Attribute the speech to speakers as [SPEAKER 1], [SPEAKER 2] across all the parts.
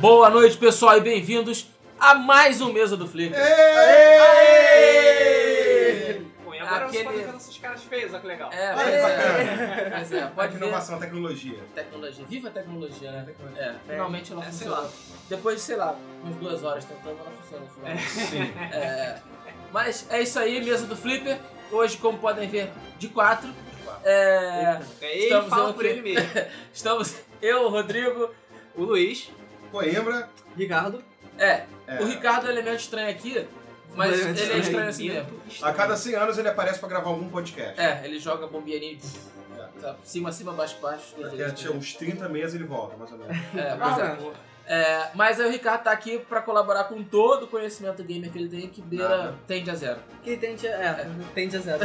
[SPEAKER 1] Boa noite, pessoal, e bem-vindos a mais um Mesa do Flicker.
[SPEAKER 2] Bom, e agora é
[SPEAKER 1] Aquele-
[SPEAKER 2] você pode ver nossas caras feias, olha que legal.
[SPEAKER 1] É,
[SPEAKER 3] Olha
[SPEAKER 1] mas
[SPEAKER 3] que
[SPEAKER 1] é, mas é, pode
[SPEAKER 3] Pode
[SPEAKER 1] ver.
[SPEAKER 3] inovação, tecnologia.
[SPEAKER 1] Tecnologia, viva a tecnologia, né?
[SPEAKER 3] Tecnologia.
[SPEAKER 1] É, finalmente ela
[SPEAKER 2] É, sei
[SPEAKER 1] funcionou. Depois de, sei lá, umas duas horas tentando, ela funciona. finalmente.
[SPEAKER 3] Sim.
[SPEAKER 1] É, mas é isso aí, mesa do Flipper. Hoje, como podem ver, de quatro. É,
[SPEAKER 2] É, ele
[SPEAKER 1] Estamos
[SPEAKER 2] fala
[SPEAKER 1] eu
[SPEAKER 2] por
[SPEAKER 1] aqui.
[SPEAKER 2] ele mesmo.
[SPEAKER 1] estamos eu, o Rodrigo.
[SPEAKER 2] O Luiz,
[SPEAKER 3] Coimbra.
[SPEAKER 2] Ricardo,
[SPEAKER 1] É,
[SPEAKER 3] é,
[SPEAKER 1] o Ricardo é um elemento estranho aqui, mas
[SPEAKER 2] Elemento
[SPEAKER 1] ele é estranho
[SPEAKER 2] estranho.
[SPEAKER 1] assim mesmo.
[SPEAKER 3] A cada 100 anos ele aparece pra gravar algum podcast.
[SPEAKER 1] É, ele joga bombeirinho tá, cima, cima, baixo, baixo.
[SPEAKER 3] Daqui a tinha uns 30 meses ele volta, mais ou menos.
[SPEAKER 4] Ah.
[SPEAKER 1] É, pois é.
[SPEAKER 2] Cara.
[SPEAKER 1] É, mas aí o Ricardo tá aqui pra colaborar com todo o conhecimento gamer que ele tem, que beira, tende a zero.
[SPEAKER 4] Que tende, é, tende a zero.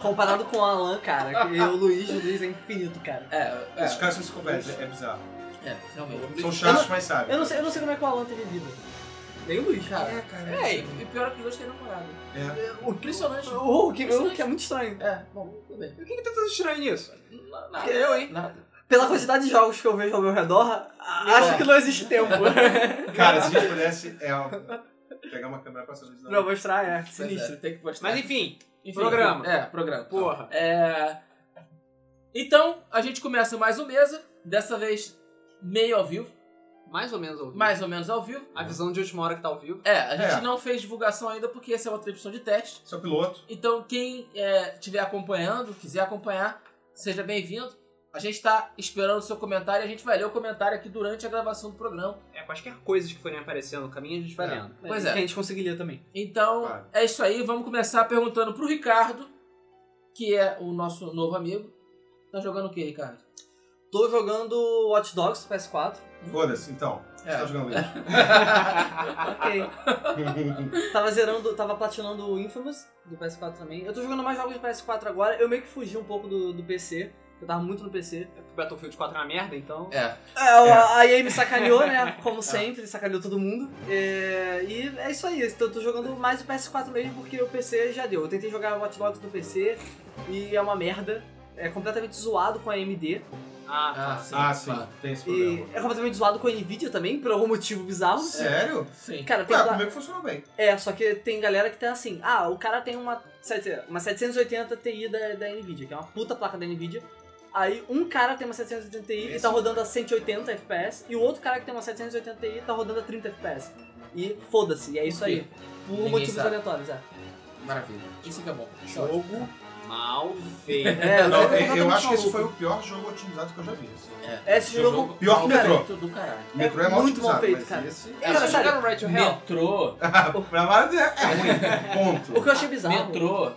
[SPEAKER 4] Comparado com o Alan, cara, que o Luiz, o Luiz é infinito, cara.
[SPEAKER 1] É, é,
[SPEAKER 3] Esses caras não se conversam, é bizarro.
[SPEAKER 1] é realmente.
[SPEAKER 3] São chatos,
[SPEAKER 4] Eu
[SPEAKER 3] mas sabem.
[SPEAKER 4] Eu não sei, eu não sei como é que o Alan teve vida. Nem o Luiz, cara.
[SPEAKER 3] É, cara.
[SPEAKER 1] É, e e pior é que os dois têm namorado.
[SPEAKER 3] É.
[SPEAKER 4] O
[SPEAKER 1] Impressionante.
[SPEAKER 4] O que, o que é muito estranho.
[SPEAKER 1] É, bom, tudo bem.
[SPEAKER 2] E O que, que tá tão estranho nisso?
[SPEAKER 1] Na- Nada,
[SPEAKER 4] Eu, hein?
[SPEAKER 1] Nada.
[SPEAKER 4] Pela quantidade de jogos que eu vejo ao meu redor, a- acho que não existe tempo
[SPEAKER 3] É. Cara, se a gente pudesse, é ó, pegar uma câmera pra saber.
[SPEAKER 4] pra mostrar, é, sinistro.
[SPEAKER 1] Sinistro, tem que postar.
[SPEAKER 2] Mas enfim,
[SPEAKER 1] Enfim,
[SPEAKER 2] programa.
[SPEAKER 1] É, programa.
[SPEAKER 2] porra.
[SPEAKER 1] É... Então, a gente começa mais um mesa, dessa vez meio ao vivo,
[SPEAKER 2] Mais ou menos ouvido.
[SPEAKER 1] mais ou menos ao vivo.
[SPEAKER 2] A visão de última hora que tá ao vivo.
[SPEAKER 1] É, a gente
[SPEAKER 3] É.
[SPEAKER 1] não fez divulgação ainda porque essa é uma transmissão de teste.
[SPEAKER 3] Seu piloto.
[SPEAKER 1] Então, quem estiver acompanhando, quiser acompanhar, seja bem-vindo. A gente está esperando o seu comentário e a gente vai ler o comentário aqui durante a gravação do programa.
[SPEAKER 2] É, quaisquer coisas que forem aparecendo no caminho a gente vai
[SPEAKER 3] É.
[SPEAKER 2] lendo.
[SPEAKER 1] Pois é.
[SPEAKER 4] Que a gente conseguiria também.
[SPEAKER 1] Então,
[SPEAKER 3] Claro.
[SPEAKER 1] é isso aí. Vamos começar perguntando pro Ricardo, que é o nosso novo amigo. Tá jogando o que, Ricardo?
[SPEAKER 4] Tô jogando Watch Dogs no PS4.
[SPEAKER 3] Foda-se, então. Você
[SPEAKER 1] É.
[SPEAKER 3] tá jogando isso.
[SPEAKER 4] Ok. Tava zerando, tava platinando o Infamous do PS4 também. Eu tô jogando mais jogos de PS4 agora. Eu meio que fugi um pouco do, do PC. Eu tava muito no PC.
[SPEAKER 2] Battlefield 4 é uma merda, então.
[SPEAKER 1] É.
[SPEAKER 4] É, o- A EA me sacaneou, né? Como sempre, sacaneou todo mundo. É, e é isso aí. Eu tô, tô jogando mais o PS4 mesmo porque o PC já deu. Eu tentei jogar Watch Dogs no PC e é uma merda. É completamente zoado com a AMD.
[SPEAKER 2] Ah,
[SPEAKER 1] sim.
[SPEAKER 3] Ah, sim.
[SPEAKER 1] claro.
[SPEAKER 3] Tem esse
[SPEAKER 4] E
[SPEAKER 3] problema.
[SPEAKER 4] é completamente zoado com a Nvidia também, por algum motivo bizarro.
[SPEAKER 3] Sério?
[SPEAKER 1] Sim.
[SPEAKER 4] Cara, tem
[SPEAKER 3] Ué,
[SPEAKER 4] lá-
[SPEAKER 3] comigo funcionou bem.
[SPEAKER 4] É, só que tem galera que tá assim, ah, o cara tem uma, 700 uma 780 Ti da, da Nvidia, que é uma puta placa da Nvidia. Aí um cara tem uma 780 Ti e
[SPEAKER 3] Esse
[SPEAKER 4] tá rodando a 180 FPS, e o outro cara que tem uma 780 Ti tá rodando a 30 FPS. E foda-se, é isso aí. Por
[SPEAKER 1] Ninguém
[SPEAKER 4] motivos
[SPEAKER 1] sabe.
[SPEAKER 4] aleatórios, é.
[SPEAKER 1] Maravilha. Isso que é bom. Isso é ótimo.
[SPEAKER 2] jogo mal feito.
[SPEAKER 4] É,
[SPEAKER 3] Não,
[SPEAKER 4] eu tô
[SPEAKER 3] eu, eu
[SPEAKER 4] completamente
[SPEAKER 3] acho que esse
[SPEAKER 4] maluco.
[SPEAKER 3] foi o pior jogo otimizado que eu já vi. assim.
[SPEAKER 1] É.
[SPEAKER 4] Esse jogo-
[SPEAKER 3] Pior que
[SPEAKER 1] mal
[SPEAKER 3] Metrô.
[SPEAKER 1] feito do caralho.
[SPEAKER 3] Metrô é, mal
[SPEAKER 4] muito mal
[SPEAKER 3] otimizado,
[SPEAKER 4] feito,
[SPEAKER 3] mas
[SPEAKER 4] cara.
[SPEAKER 3] esse-
[SPEAKER 4] É, cara,
[SPEAKER 2] Vocês
[SPEAKER 4] sério,
[SPEAKER 2] jogaram Right to Hell?
[SPEAKER 1] Metrô,
[SPEAKER 2] Tá
[SPEAKER 3] pra vários é é ruim.
[SPEAKER 4] o
[SPEAKER 3] Ponto.
[SPEAKER 4] que eu achei bizarro...
[SPEAKER 1] metrô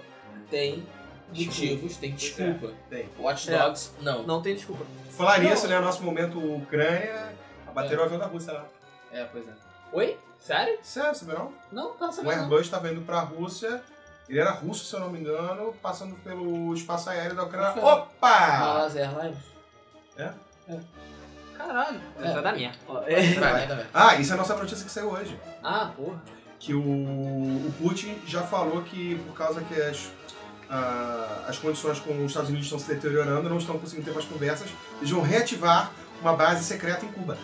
[SPEAKER 1] tem motivos, tem
[SPEAKER 3] Pois é,
[SPEAKER 1] desculpa.
[SPEAKER 3] tem.
[SPEAKER 1] Watch Dogs, não.
[SPEAKER 4] Não tem desculpa.
[SPEAKER 3] Falar
[SPEAKER 4] Não.
[SPEAKER 3] nisso, né? Nosso momento Ucrânia. Abateram o avião da Rússia lá.
[SPEAKER 1] É, pois é.
[SPEAKER 2] Oi? Sério?
[SPEAKER 3] Sério, você não?
[SPEAKER 2] Não, tá
[SPEAKER 3] O
[SPEAKER 2] sabendo. não.
[SPEAKER 3] Airbus estava indo pra Rússia. Ele era russo, se eu não me engano, passando pelo espaço aéreo da Ucrânia.
[SPEAKER 1] Ufa.
[SPEAKER 3] Opa!
[SPEAKER 1] Malas Airlines.
[SPEAKER 3] É?
[SPEAKER 1] É.
[SPEAKER 2] Caralho. Isso vai dar merda.
[SPEAKER 4] Ó, é,
[SPEAKER 1] Vai, vai, vai.
[SPEAKER 3] Ah, isso é a nossa notícia que saiu hoje.
[SPEAKER 2] Ah, porra.
[SPEAKER 3] Que o, o Putin já falou que por causa que as, ah, as condições com os Estados Unidos estão se deteriorando, não estão conseguindo ter mais conversas, eles vão reativar uma base secreta em Cuba.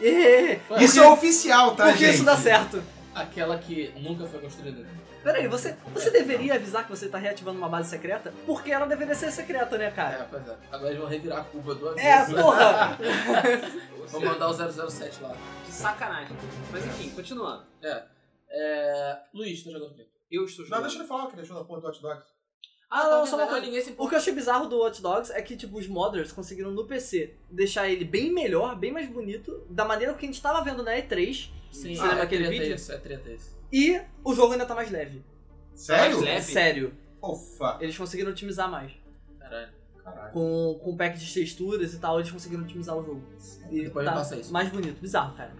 [SPEAKER 4] é,
[SPEAKER 1] Ué,
[SPEAKER 3] isso é oficial, tá,
[SPEAKER 4] Por que
[SPEAKER 3] gente?
[SPEAKER 4] isso dá certo?
[SPEAKER 1] Aquela que nunca foi construída.
[SPEAKER 4] Peraí, você, você deveria avisar que você tá reativando uma base secreta? Porque ela deveria ser secreta, né, cara?
[SPEAKER 1] É, pois é. Agora eles vão revirar a Cuba do aviso.
[SPEAKER 4] É, porra!
[SPEAKER 1] Vou mandar o 007 lá.
[SPEAKER 2] Que sacanagem. Mas enfim, continuando.
[SPEAKER 1] É. É, Luiz, tá jogando o quê?
[SPEAKER 2] Eu estou
[SPEAKER 3] Não,
[SPEAKER 2] jogando.
[SPEAKER 3] deixa ele falar que ele achou da porra do hot dog.
[SPEAKER 4] Ah, não, só uma
[SPEAKER 1] Verdade,
[SPEAKER 4] coisa.
[SPEAKER 1] Ninguém se importa.
[SPEAKER 4] O que eu achei bizarro do Watch Dogs é que, tipo, os modders conseguiram no PC deixar ele bem melhor, bem mais bonito, da maneira que a gente tava vendo na E3,
[SPEAKER 1] Sim,
[SPEAKER 4] Você
[SPEAKER 1] ah,
[SPEAKER 4] lembra
[SPEAKER 1] é
[SPEAKER 4] aquele
[SPEAKER 1] treta
[SPEAKER 4] vídeo?
[SPEAKER 1] Isso, é treta isso.
[SPEAKER 4] e o jogo ainda tá mais leve.
[SPEAKER 3] Sério?
[SPEAKER 4] né?
[SPEAKER 2] Leve?
[SPEAKER 4] Sério.
[SPEAKER 3] Ufa.
[SPEAKER 4] Eles conseguiram otimizar mais.
[SPEAKER 1] Caralho.
[SPEAKER 3] Caralho.
[SPEAKER 4] Com, com pack de texturas e tal, eles conseguiram otimizar o jogo. E
[SPEAKER 1] Depois
[SPEAKER 4] tá
[SPEAKER 1] eu faço isso.
[SPEAKER 4] mais bonito. Bizarro, cara.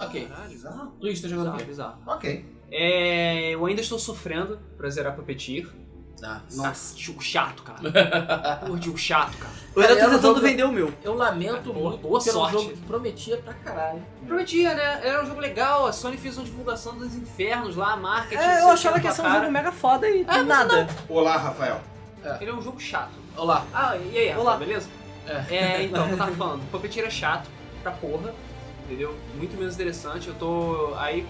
[SPEAKER 1] Ok.
[SPEAKER 2] Caralho.
[SPEAKER 3] Bizarro.
[SPEAKER 1] Luiz, tá jogando o
[SPEAKER 2] Bizarro,
[SPEAKER 1] quê?
[SPEAKER 2] bizarro.
[SPEAKER 3] Ok.
[SPEAKER 2] É, eu ainda estou sofrendo pra zerar Puppeteer.
[SPEAKER 1] Bizarros.
[SPEAKER 2] Nossa, jogo chato, cara. Porra, jogo chato, cara.
[SPEAKER 4] Eu ainda tô
[SPEAKER 1] Galera,
[SPEAKER 4] tentando
[SPEAKER 1] vamos-
[SPEAKER 4] vender o meu.
[SPEAKER 1] Eu lamento
[SPEAKER 2] Boa-
[SPEAKER 1] muito
[SPEAKER 2] boa
[SPEAKER 1] pelo
[SPEAKER 2] sorte.
[SPEAKER 1] jogo que prometia pra caralho.
[SPEAKER 2] Prometia, né? Era um jogo legal, a Sony fez uma divulgação dos infernos lá, a marketing. não
[SPEAKER 4] É,
[SPEAKER 2] sei
[SPEAKER 4] eu
[SPEAKER 2] o
[SPEAKER 4] achava que ia ser um
[SPEAKER 2] pra
[SPEAKER 4] jogo mega foda e
[SPEAKER 2] mas
[SPEAKER 4] nada.
[SPEAKER 3] Olá, Rafael.
[SPEAKER 2] cara. Ele é um jogo chato.
[SPEAKER 1] Olha lá.
[SPEAKER 2] Ah, e aí, Rafa,
[SPEAKER 4] Olá.
[SPEAKER 2] beleza? É, então, eu tava falando, Puppeteer é chato pra porra, entendeu? Muito menos interessante. Eu tô. Aí,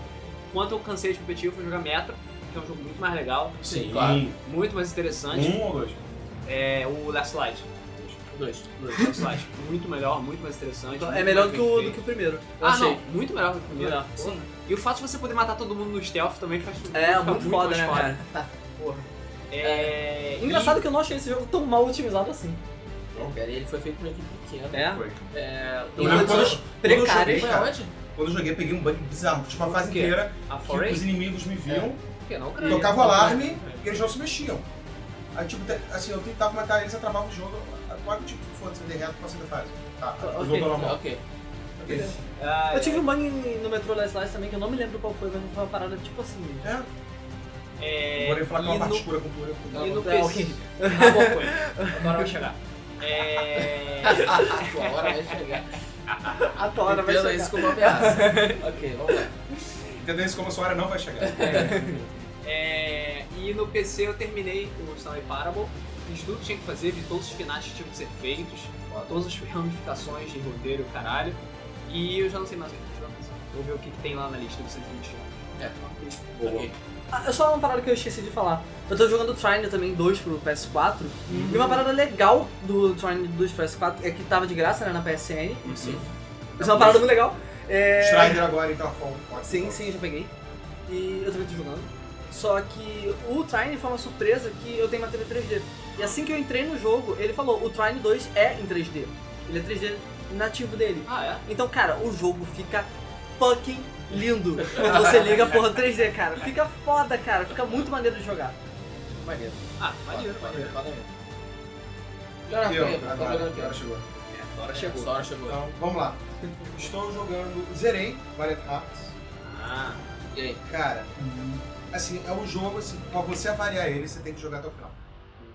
[SPEAKER 2] quando eu cansei de Puppeteer, eu fui jogar Metro, que é um jogo muito mais legal,
[SPEAKER 1] Sim, claro.
[SPEAKER 2] muito mais interessante.
[SPEAKER 4] Hum?
[SPEAKER 3] Um ou dois?
[SPEAKER 2] É o Last Light.
[SPEAKER 1] Dois.
[SPEAKER 2] Dois, Last Light. muito melhor, muito mais interessante.
[SPEAKER 4] Então, É
[SPEAKER 2] muito
[SPEAKER 4] melhor do
[SPEAKER 2] mais
[SPEAKER 4] que o,
[SPEAKER 2] bem
[SPEAKER 4] do que
[SPEAKER 2] feito.
[SPEAKER 4] o primeiro. Eu
[SPEAKER 2] Ah,
[SPEAKER 4] achei.
[SPEAKER 2] não, muito melhor do que o primeiro.
[SPEAKER 4] Melhor,
[SPEAKER 2] Porra. E o fato de você poder matar todo mundo no stealth também faz tudo.
[SPEAKER 4] É, muito, foda, né, cara?
[SPEAKER 2] É, e-
[SPEAKER 4] Engraçado que eu não achei esse jogo tão mal otimizado assim.
[SPEAKER 1] Não, cara, ele foi feito por uma equipe pequena.
[SPEAKER 4] É?
[SPEAKER 3] Foi.
[SPEAKER 1] É,
[SPEAKER 3] Eu lembro
[SPEAKER 1] quando eu-
[SPEAKER 3] quando,
[SPEAKER 1] quando eu
[SPEAKER 4] Precário.
[SPEAKER 1] joguei,
[SPEAKER 3] cara.
[SPEAKER 1] foi é onde?
[SPEAKER 3] quando eu joguei, peguei um bug bizarro. Tipo, uma fase
[SPEAKER 2] O quê?
[SPEAKER 3] inteira
[SPEAKER 2] A
[SPEAKER 3] que os
[SPEAKER 2] Foray? É.
[SPEAKER 3] inimigos me viam,
[SPEAKER 2] Que não,
[SPEAKER 3] tocavam
[SPEAKER 2] cara.
[SPEAKER 3] tocava o alarme e eles não se mexiam. Aí, tipo, te- assim, eu tentava matar eles, eu travava o jogo. Agora, tipo, foda-se, eu dei reto pra da fase. Tá, eu voltou ao
[SPEAKER 1] É,
[SPEAKER 3] normal.
[SPEAKER 1] ok.
[SPEAKER 2] Ah,
[SPEAKER 4] Eu tive um bug em- no Metro Last Light também, que eu não me lembro qual foi, mas foi uma parada tipo assim.
[SPEAKER 3] É,
[SPEAKER 2] é,
[SPEAKER 3] agora eu ia falar que é uma
[SPEAKER 2] e
[SPEAKER 3] parte
[SPEAKER 2] no-
[SPEAKER 3] escura com pura. com-
[SPEAKER 2] E no
[SPEAKER 1] é
[SPEAKER 4] Tá,
[SPEAKER 2] PC.
[SPEAKER 4] ok.
[SPEAKER 2] Ah, boa coisa. Agora vai chegar. É.
[SPEAKER 1] A hora vai chegar.
[SPEAKER 4] A
[SPEAKER 1] Entenda
[SPEAKER 4] Tora vai chegar.
[SPEAKER 1] isso como uma ameaça. ok, vamos lá.
[SPEAKER 3] Entendeu isso como a sua área não vai chegar.
[SPEAKER 2] é, e no PC eu terminei o Stanley Parable, fiz tudo que tinha que fazer, vi todos os finais que tinham que ser feitos, todas as ramificações de roteiro, caralho. E eu já não sei mais o que eu vou fazer. Vou ver o que, que tem lá na lista do 120
[SPEAKER 1] É.
[SPEAKER 3] Boa.
[SPEAKER 1] Ok.
[SPEAKER 4] Ah, só uma parada que eu esqueci de falar. Eu tô jogando Trine também 2 pro PS4. E uma parada legal do Trine 2 pro PS4 é que tava de graça, né, na PSN.
[SPEAKER 1] Sim.
[SPEAKER 4] Isso é uma parada muito legal. É...
[SPEAKER 3] Strider agora, então, fome.
[SPEAKER 4] Sim, sim, já peguei. E eu também tô jogando. Só que o Trine foi uma surpresa que eu tenho matéria 3D. E assim que eu entrei no jogo, ele falou, o Trine 2 é em 3D. Ele é 3D nativo dele.
[SPEAKER 2] Ah, é?
[SPEAKER 4] Então, cara, o jogo fica fucking lindo quando você liga a porra 3D, cara. Fica foda, cara. Fica muito maneiro de jogar.
[SPEAKER 1] Maneiro.
[SPEAKER 2] Ah, maneiro, maneiro.
[SPEAKER 1] maneiro. Leonardo,
[SPEAKER 3] Eu,
[SPEAKER 1] tá jogando
[SPEAKER 3] agora,
[SPEAKER 1] o quê?
[SPEAKER 3] agora chegou.
[SPEAKER 2] Agora
[SPEAKER 1] Chegou.
[SPEAKER 2] chegou.
[SPEAKER 1] Essa hora chegou.
[SPEAKER 3] Então, vamos lá. Estou jogando, zerei Valiant Hearts.
[SPEAKER 2] Ah,
[SPEAKER 1] E aí?
[SPEAKER 3] Cara, assim, é um jogo, assim, pra você avaliar ele, você tem que jogar até o final.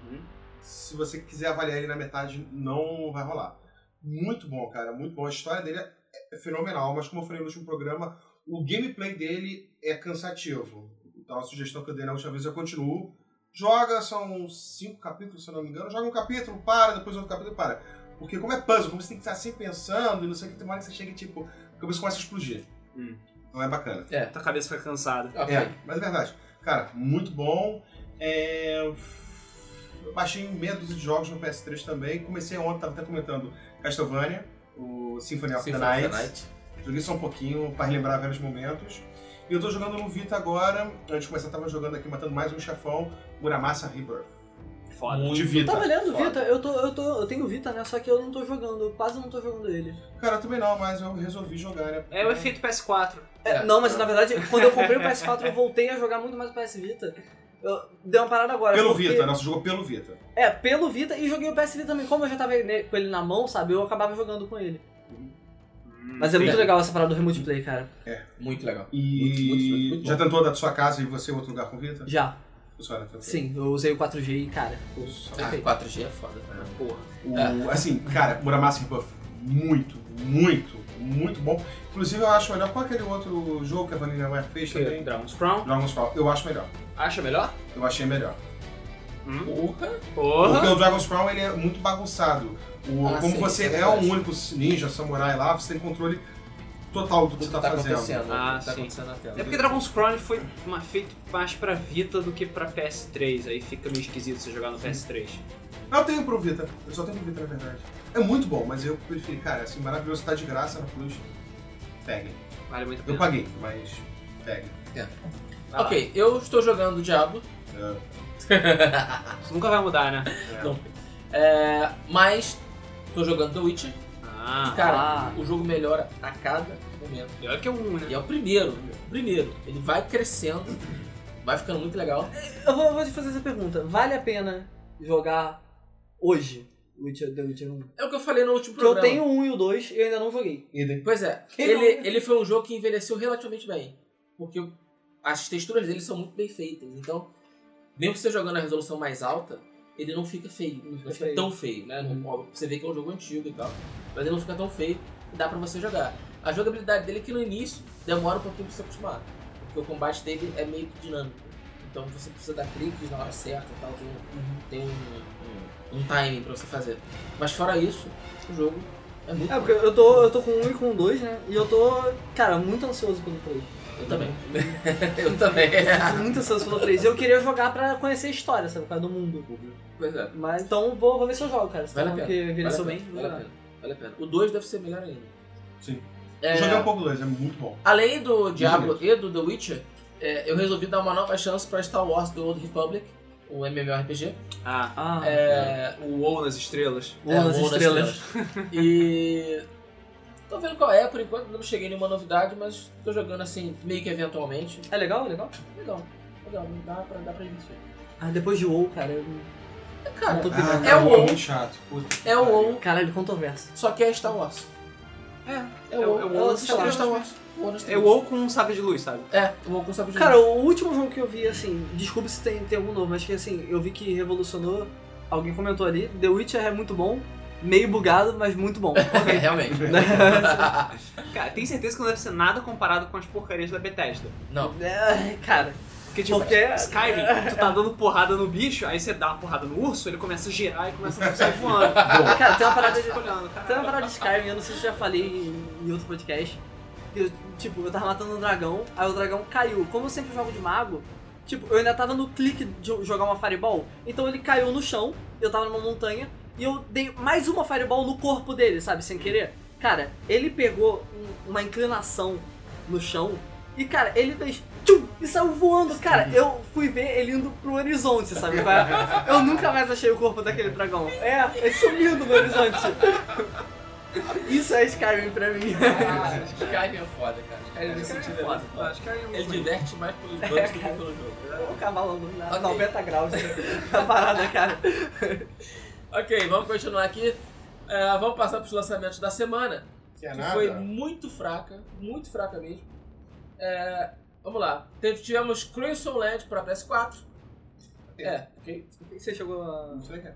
[SPEAKER 2] uhum.
[SPEAKER 3] Se você quiser avaliar ele na metade, não vai rolar. Muito bom, cara, muito bom. A história dele é é fenomenal, mas como eu falei no último programa, o gameplay dele é cansativo. Então a sugestão que eu dei na última vez, eu continuo. Joga, são cinco capítulos, se eu não me engano. Joga um capítulo, para, depois outro capítulo, para. Porque como é puzzle, como você tem que estar sempre pensando e não sei o que, tem uma hora que você chega e tipo, a cabeça começa a explodir.
[SPEAKER 2] Hum.
[SPEAKER 3] Não é bacana.
[SPEAKER 1] É.
[SPEAKER 2] Tua cabeça fica cansada.
[SPEAKER 1] Ok.
[SPEAKER 3] É, mas é verdade. Cara, muito bom. É... Eu baixei meia dúzia de jogos no PS3 também. Comecei ontem, tava até comentando Castlevania, o Symphony of
[SPEAKER 1] Sim,
[SPEAKER 3] the
[SPEAKER 1] foi
[SPEAKER 3] Night.
[SPEAKER 1] Night.
[SPEAKER 3] Joguei só um pouquinho pra relembrar velhos momentos. E eu tô jogando no Vita agora. Antes de começar, eu tava jogando aqui, matando mais um chefão, Muramasa Rebirth.
[SPEAKER 2] Foda.
[SPEAKER 3] De Vita.
[SPEAKER 4] Tá valendo,
[SPEAKER 1] foda.
[SPEAKER 4] Vita. Eu, tô, eu, tô, eu tenho Vita, né? Só que eu não tô jogando. Eu quase não tô jogando ele.
[SPEAKER 3] Cara, eu também não, mas eu resolvi jogar, né?
[SPEAKER 2] É o efeito PS4.
[SPEAKER 4] É,
[SPEAKER 1] É.
[SPEAKER 4] não, mas na verdade, quando eu comprei o PS4, eu voltei a jogar muito mais o PS Vita. Eu- Deu uma parada agora.
[SPEAKER 3] Pelo
[SPEAKER 4] porque-
[SPEAKER 3] Vita, nosso jogo pelo Vita.
[SPEAKER 4] É, pelo Vita e joguei o PS Vita também. Como eu já tava ne- com ele na mão, sabe? Eu acabava jogando com ele.
[SPEAKER 1] Hum.
[SPEAKER 2] Hum.
[SPEAKER 4] Mas é muito
[SPEAKER 1] Entendi.
[SPEAKER 4] legal essa parada do remote play, cara.
[SPEAKER 1] Muito legal. Muito, muito,
[SPEAKER 3] E
[SPEAKER 1] muito, muito
[SPEAKER 3] já
[SPEAKER 1] bom.
[SPEAKER 3] tentou dar da sua casa e você em outro lugar com o Vita?
[SPEAKER 4] Já.
[SPEAKER 3] Funciona, tá? tentou.
[SPEAKER 4] Sim, eu usei o 4G e, cara.
[SPEAKER 1] Ah,
[SPEAKER 4] Perfeito.
[SPEAKER 1] 4G é foda também.
[SPEAKER 2] Porra.
[SPEAKER 3] O- Assim, cara, Muramasa Rebuff, muito, muito, muito bom. Inclusive, eu acho melhor. Qual é aquele outro jogo que a Vanilla Ware fez também?
[SPEAKER 2] Dragon's Crown.
[SPEAKER 3] Dragon's Crown. Eu acho melhor.
[SPEAKER 2] Acha melhor?
[SPEAKER 3] Eu achei melhor.
[SPEAKER 2] Hum.
[SPEAKER 1] Porra.
[SPEAKER 2] Porra. Hum.
[SPEAKER 3] Porque o Dragon's Crown ele é muito bagunçado. O-
[SPEAKER 1] Ah,
[SPEAKER 3] como
[SPEAKER 1] sim,
[SPEAKER 3] você
[SPEAKER 1] isso é
[SPEAKER 3] é o
[SPEAKER 1] verdade.
[SPEAKER 3] único ninja, samurai lá, você tem controle total do
[SPEAKER 1] O que
[SPEAKER 3] que você tá,
[SPEAKER 1] tá
[SPEAKER 3] fazendo.
[SPEAKER 1] acontecendo?
[SPEAKER 2] Ah,
[SPEAKER 1] o que tá
[SPEAKER 2] sim.
[SPEAKER 1] acontecendo na tela?
[SPEAKER 2] É porque Dragon's Crown foi uma, feito mais pra Vita do que pra PS3, aí fica meio esquisito você jogar no PS3.
[SPEAKER 3] Eu tenho pro Vita, eu só tenho pro Vita na verdade. É muito bom, mas eu preferi, cara, assim, maravilhoso, tá de graça na Plus. Peguem.
[SPEAKER 2] Vale muito a
[SPEAKER 3] Eu
[SPEAKER 2] pena.
[SPEAKER 3] paguei, mas peguem.
[SPEAKER 2] Vai lá.
[SPEAKER 1] Ok, eu estou jogando Diablo.
[SPEAKER 2] Isso nunca vai mudar, né?
[SPEAKER 3] É.
[SPEAKER 1] Não. É, mas tô jogando The Witcher.
[SPEAKER 2] Ah,
[SPEAKER 1] Cara,
[SPEAKER 4] Ah.
[SPEAKER 1] o jogo melhora a cada momento.
[SPEAKER 2] melhor que um, né?
[SPEAKER 1] E é o primeiro, o primeiro. Ele vai crescendo, vai ficando muito legal.
[SPEAKER 4] Eu vou, eu vou te fazer essa pergunta. Vale a pena jogar hoje Witcher, The Witcher 1?
[SPEAKER 1] É o que eu falei no último
[SPEAKER 4] Porque eu
[SPEAKER 1] programa.
[SPEAKER 4] tenho o 1 e o 2 e eu ainda não joguei.
[SPEAKER 3] E daí?
[SPEAKER 1] Pois é,
[SPEAKER 4] Quem não-
[SPEAKER 1] ele, ele foi um jogo que envelheceu relativamente bem. Porque as texturas dele são muito bem feitas. Então, Mesmo você jogando a resolução mais alta, ele não fica feio.
[SPEAKER 4] Não fica
[SPEAKER 1] Não fica
[SPEAKER 4] feio. Uhum.
[SPEAKER 1] tão feio, né? Não- óbvio, você vê que é um jogo antigo e tal. Mas ele não fica tão feio e dá pra você jogar. A jogabilidade dele é que no início demora um pouquinho pra se acostumar. Porque o combate dele é meio que dinâmico. Então você precisa dar cliques na hora certa e tal. Tem,
[SPEAKER 4] Uhum.
[SPEAKER 1] tem um, um, um timing pra você fazer. Mas fora isso, o jogo é muito
[SPEAKER 4] É,
[SPEAKER 1] bom.
[SPEAKER 4] porque eu tô, eu tô com um e com dois, né? E eu tô, cara, muito ansioso pelo 3.
[SPEAKER 1] Eu também. eu também.
[SPEAKER 4] Tô muito ansioso pelo 3. E eu queria jogar pra conhecer a história, sabe? Por causa do mundo.
[SPEAKER 1] Pois é.
[SPEAKER 4] Mas então vou, vou ver se eu jogo, cara. Se
[SPEAKER 1] Vale a pena,
[SPEAKER 4] Porque envelheceu
[SPEAKER 1] vale a
[SPEAKER 4] bem.
[SPEAKER 1] pena,
[SPEAKER 4] vou
[SPEAKER 1] Vale a
[SPEAKER 4] jogar.
[SPEAKER 1] pena. Vale a pena. O 2 deve ser melhor ainda.
[SPEAKER 3] Sim.
[SPEAKER 1] É,
[SPEAKER 3] Joguei um pouco dois, é muito bom.
[SPEAKER 1] Além do Diablo e do The Witcher, é, eu resolvi dar uma nova chance pra Star Wars The Old Republic, o MMORPG.
[SPEAKER 2] Ah,
[SPEAKER 4] Ah,
[SPEAKER 1] É,
[SPEAKER 2] o WoW nas estrelas.
[SPEAKER 4] Ou nas
[SPEAKER 1] Ou nas
[SPEAKER 4] É, estrelas.
[SPEAKER 1] Estrelas. E. Tô vendo qual é, por enquanto não cheguei em nenhuma novidade, mas tô jogando assim, meio que eventualmente.
[SPEAKER 4] É legal, é legal?
[SPEAKER 1] Legal, legal, dá pra, dá pra investir.
[SPEAKER 4] Ah, depois de WoW, cara. Eu...
[SPEAKER 1] É, Cara,
[SPEAKER 4] Tô pegando.
[SPEAKER 1] É o
[SPEAKER 3] WoW
[SPEAKER 1] WoW.
[SPEAKER 3] muito tá, chato. Puta que
[SPEAKER 1] é o
[SPEAKER 3] pariu.
[SPEAKER 1] WoW,
[SPEAKER 4] Caralho, controverso.
[SPEAKER 1] só que é Star Wars. É, é o WoW.
[SPEAKER 2] é o
[SPEAKER 1] É
[SPEAKER 2] WoW
[SPEAKER 1] o
[SPEAKER 2] nas estrelas.
[SPEAKER 1] Star Wars. WoW nas
[SPEAKER 2] É o
[SPEAKER 1] estrelas.
[SPEAKER 2] WoW com um sabre de luz, sabe?
[SPEAKER 1] É, o WoW com sabre de luz.
[SPEAKER 4] Cara, o último jogo que eu vi, assim, desculpa se tem, tem algum novo, mas que assim, eu vi que revolucionou, alguém comentou ali, The Witcher é muito bom, meio bugado, mas muito bom. Né?
[SPEAKER 1] É, realmente.
[SPEAKER 2] Cara, tem certeza que não deve ser nada comparado com as porcarias da Bethesda.
[SPEAKER 1] Não.
[SPEAKER 4] É, cara,
[SPEAKER 2] Porque, tipo,
[SPEAKER 4] porque...
[SPEAKER 2] Skyrim, tu tá dando porrada no bicho, aí você dá uma porrada no urso, ele começa a girar e começa a sair voando.
[SPEAKER 4] tá Cara, tem uma parada
[SPEAKER 2] Você
[SPEAKER 4] de...
[SPEAKER 2] fica olhando, cara.
[SPEAKER 4] Tem uma parada de Skyrim, eu não sei se eu já falei em, em outro podcast. que eu, tipo, eu tava matando um dragão, aí o dragão caiu. Como eu sempre jogo de mago, tipo, eu ainda tava no clique de jogar uma fireball, então ele caiu no chão, eu tava numa montanha, e eu dei mais uma fireball no corpo dele, sabe, sem querer. Cara, ele pegou um- uma inclinação no chão, e cara, ele fez tchum, e saiu voando. Cara, eu fui ver ele indo pro horizonte, sabe? qual é? Eu nunca mais achei o corpo daquele dragão. É, ele sumiu no horizonte. Isso é Skyrim pra mim.
[SPEAKER 1] Cara, Skyrim é foda, cara. Skyrim nesse
[SPEAKER 2] Skyrim
[SPEAKER 1] sentido é
[SPEAKER 2] é foda.
[SPEAKER 1] muito
[SPEAKER 2] Eu
[SPEAKER 1] foda.
[SPEAKER 2] acho que Skyrim é
[SPEAKER 1] Ele
[SPEAKER 2] muito bonito.
[SPEAKER 1] diverte mais pelos bugs do que pelo jogo.
[SPEAKER 4] O cavalo andando na
[SPEAKER 1] Ok.
[SPEAKER 4] 90 graus né? a parada, cara.
[SPEAKER 1] Ok, vamos continuar aqui. Ah, vamos passar pros lançamentos da semana,
[SPEAKER 3] Que é
[SPEAKER 1] que
[SPEAKER 3] nada.
[SPEAKER 1] foi muito fraca, muito fraca mesmo. É, vamos lá. Teve, tivemos Crimson Land pra PS4. É, ok.
[SPEAKER 4] O que você chegou a.
[SPEAKER 3] Não sei nem o que é.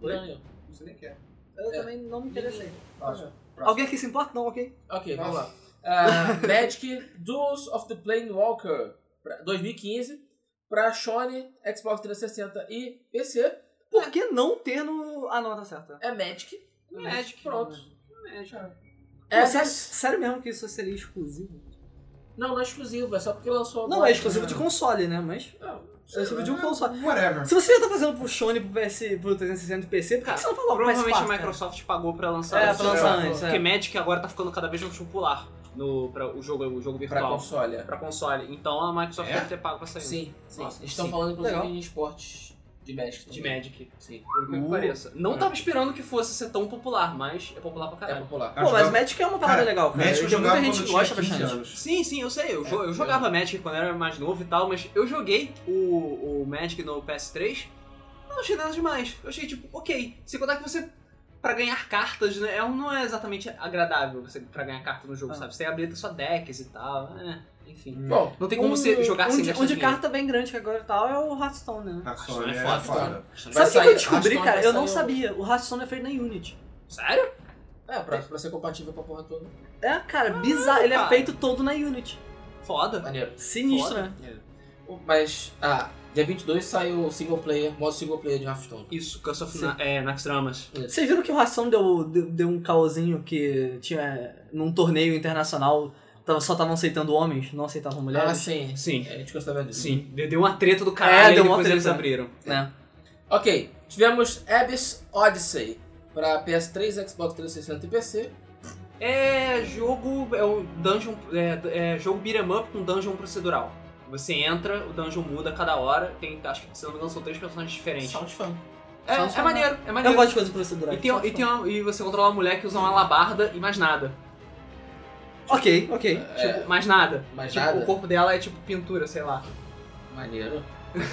[SPEAKER 1] Não, não.
[SPEAKER 3] Não sei nem o que é.
[SPEAKER 4] Eu
[SPEAKER 1] É.
[SPEAKER 4] também não me interessei.
[SPEAKER 3] Próximo.
[SPEAKER 4] Alguém aqui se importa? Não, ok?
[SPEAKER 1] Ok, vamos lá. Ah, Magic Duels of the Planewalker pra- 2015 pra Sony, Xbox 360 e PC.
[SPEAKER 4] Por que não ter no. Ah, não, tá certo.
[SPEAKER 1] É Magic.
[SPEAKER 2] Magic.
[SPEAKER 1] Pronto. É
[SPEAKER 2] Magic.
[SPEAKER 4] Pô,
[SPEAKER 1] Essa- é
[SPEAKER 4] sério, sério mesmo que isso seria exclusivo?
[SPEAKER 1] Não, não é exclusivo, é só porque lançou
[SPEAKER 4] Não,
[SPEAKER 1] agora.
[SPEAKER 4] é exclusivo de console, né? Mas.
[SPEAKER 1] Não,
[SPEAKER 4] É exclusivo de um
[SPEAKER 3] Ah,
[SPEAKER 4] console.
[SPEAKER 3] Whatever.
[SPEAKER 4] Se você já tá fazendo pro Sony, pro PS, pro 360 e PC, por que
[SPEAKER 2] Cara,
[SPEAKER 4] você não falou pro PS4?
[SPEAKER 2] Provavelmente a
[SPEAKER 4] cara?
[SPEAKER 2] Microsoft pagou pra lançar
[SPEAKER 4] É,
[SPEAKER 2] isso.
[SPEAKER 4] pra lançar antes.
[SPEAKER 2] Porque
[SPEAKER 4] É.
[SPEAKER 2] Magic agora tá ficando cada vez mais popular no, pra, o, jogo, o jogo
[SPEAKER 1] Pra
[SPEAKER 2] virtual.
[SPEAKER 1] console. é.
[SPEAKER 2] Pra console. Então a Microsoft
[SPEAKER 3] É?
[SPEAKER 2] deve ter pago pra sair.
[SPEAKER 1] Sim, sim.
[SPEAKER 2] Nossa,
[SPEAKER 1] Estão
[SPEAKER 2] sim.
[SPEAKER 1] falando inclusive
[SPEAKER 4] Legal.
[SPEAKER 1] em esportes de Magic também.
[SPEAKER 2] De Magic.
[SPEAKER 1] Sim.
[SPEAKER 2] Por que que
[SPEAKER 3] Uh.
[SPEAKER 2] pareça. Não
[SPEAKER 1] É.
[SPEAKER 2] tava esperando que fosse ser tão popular, mas é popular pra
[SPEAKER 1] É
[SPEAKER 2] caralho.
[SPEAKER 1] popular.
[SPEAKER 4] Pô, mas
[SPEAKER 3] Jogava-
[SPEAKER 4] Magic é uma parada
[SPEAKER 3] Cara,
[SPEAKER 4] legal, cara.
[SPEAKER 3] Magic eu
[SPEAKER 4] Tem muita
[SPEAKER 3] jogava
[SPEAKER 4] gente
[SPEAKER 3] quando
[SPEAKER 4] que
[SPEAKER 3] eu
[SPEAKER 4] gosta
[SPEAKER 3] tinha 15
[SPEAKER 4] bastante.
[SPEAKER 3] anos.
[SPEAKER 2] Sim, sim, eu sei. Eu,
[SPEAKER 4] É,
[SPEAKER 2] jo- eu jogava Magic quando era mais novo e tal, mas eu joguei o, o Magic no PS3. Não achei nada demais. Eu achei tipo, ok. Se contar que você. Pra ganhar cartas, né? é um- Não é exatamente agradável você pra ganhar carta no jogo,
[SPEAKER 4] Ah. Hum.
[SPEAKER 2] sabe? Você habilita só decks e tal. É, enfim.
[SPEAKER 3] Hum.
[SPEAKER 1] Bom,
[SPEAKER 2] Não tem como você jogar
[SPEAKER 4] um
[SPEAKER 2] sem
[SPEAKER 4] de,
[SPEAKER 2] gastar
[SPEAKER 4] um de
[SPEAKER 2] dinheiro.
[SPEAKER 4] carta bem grande que agora e tal é o Hearthstone, né?
[SPEAKER 3] A
[SPEAKER 2] Acho
[SPEAKER 3] Sony
[SPEAKER 2] que
[SPEAKER 3] é
[SPEAKER 2] não é foda,
[SPEAKER 3] foda.
[SPEAKER 1] Vai
[SPEAKER 4] Sabe o que que
[SPEAKER 1] sair-
[SPEAKER 4] eu descobri,
[SPEAKER 1] Hearthstone
[SPEAKER 4] cara?
[SPEAKER 1] vai
[SPEAKER 4] Eu não
[SPEAKER 1] sair o-
[SPEAKER 4] sabia. O Hearthstone é feito na Unity.
[SPEAKER 2] Sério?
[SPEAKER 1] é, pra, pra ser compatível com a porra toda.
[SPEAKER 4] É, cara, bizarro. Ele é
[SPEAKER 2] Ah, cara.
[SPEAKER 4] feito todo na Unity.
[SPEAKER 2] Foda.
[SPEAKER 1] Maneiro.
[SPEAKER 4] Sinistro, É né?
[SPEAKER 1] O- Mas, ah, dia 22 saiu o single player, modo single player de Hearthstone.
[SPEAKER 2] Isso, Curse of Na é, Naxxramas.
[SPEAKER 4] Vocês viram que o Hearthstone deu, deu, deu um caosinho que tinha é, num torneio internacional tava- só estavam aceitando homens, não aceitavam
[SPEAKER 1] Ah,
[SPEAKER 4] mulheres.
[SPEAKER 1] sim.
[SPEAKER 2] Sim.
[SPEAKER 1] É, A gente gostava disso.
[SPEAKER 2] Sim, deu deu uma treta do caralho
[SPEAKER 4] É, deu
[SPEAKER 2] e
[SPEAKER 4] uma
[SPEAKER 2] depois eles
[SPEAKER 4] treta.
[SPEAKER 2] abriram.
[SPEAKER 4] né?
[SPEAKER 1] Ok, tivemos Abyss Odyssey pra PS3, Xbox 360 e PC.
[SPEAKER 2] É jogo. É um dungeon. É, é jogo beat'em up com dungeon procedural. Você entra, o dungeon muda a cada hora, tem, acho que se não me engano, são três personagens diferentes.
[SPEAKER 1] Sound fun.
[SPEAKER 2] É,
[SPEAKER 4] só-
[SPEAKER 2] é
[SPEAKER 4] só-
[SPEAKER 2] maneiro, é
[SPEAKER 4] Eu
[SPEAKER 2] maneiro.
[SPEAKER 4] gosto de coisa procedural.
[SPEAKER 2] E, tem, um, e, tem uma- e você controla uma mulher que usa uma alabarda e mais nada.
[SPEAKER 4] Ok, ok.
[SPEAKER 1] É,
[SPEAKER 2] Tipo, mais nada.
[SPEAKER 1] Mais
[SPEAKER 2] tipo,
[SPEAKER 1] nada?
[SPEAKER 2] o corpo dela é tipo pintura, sei lá.
[SPEAKER 1] maneiro.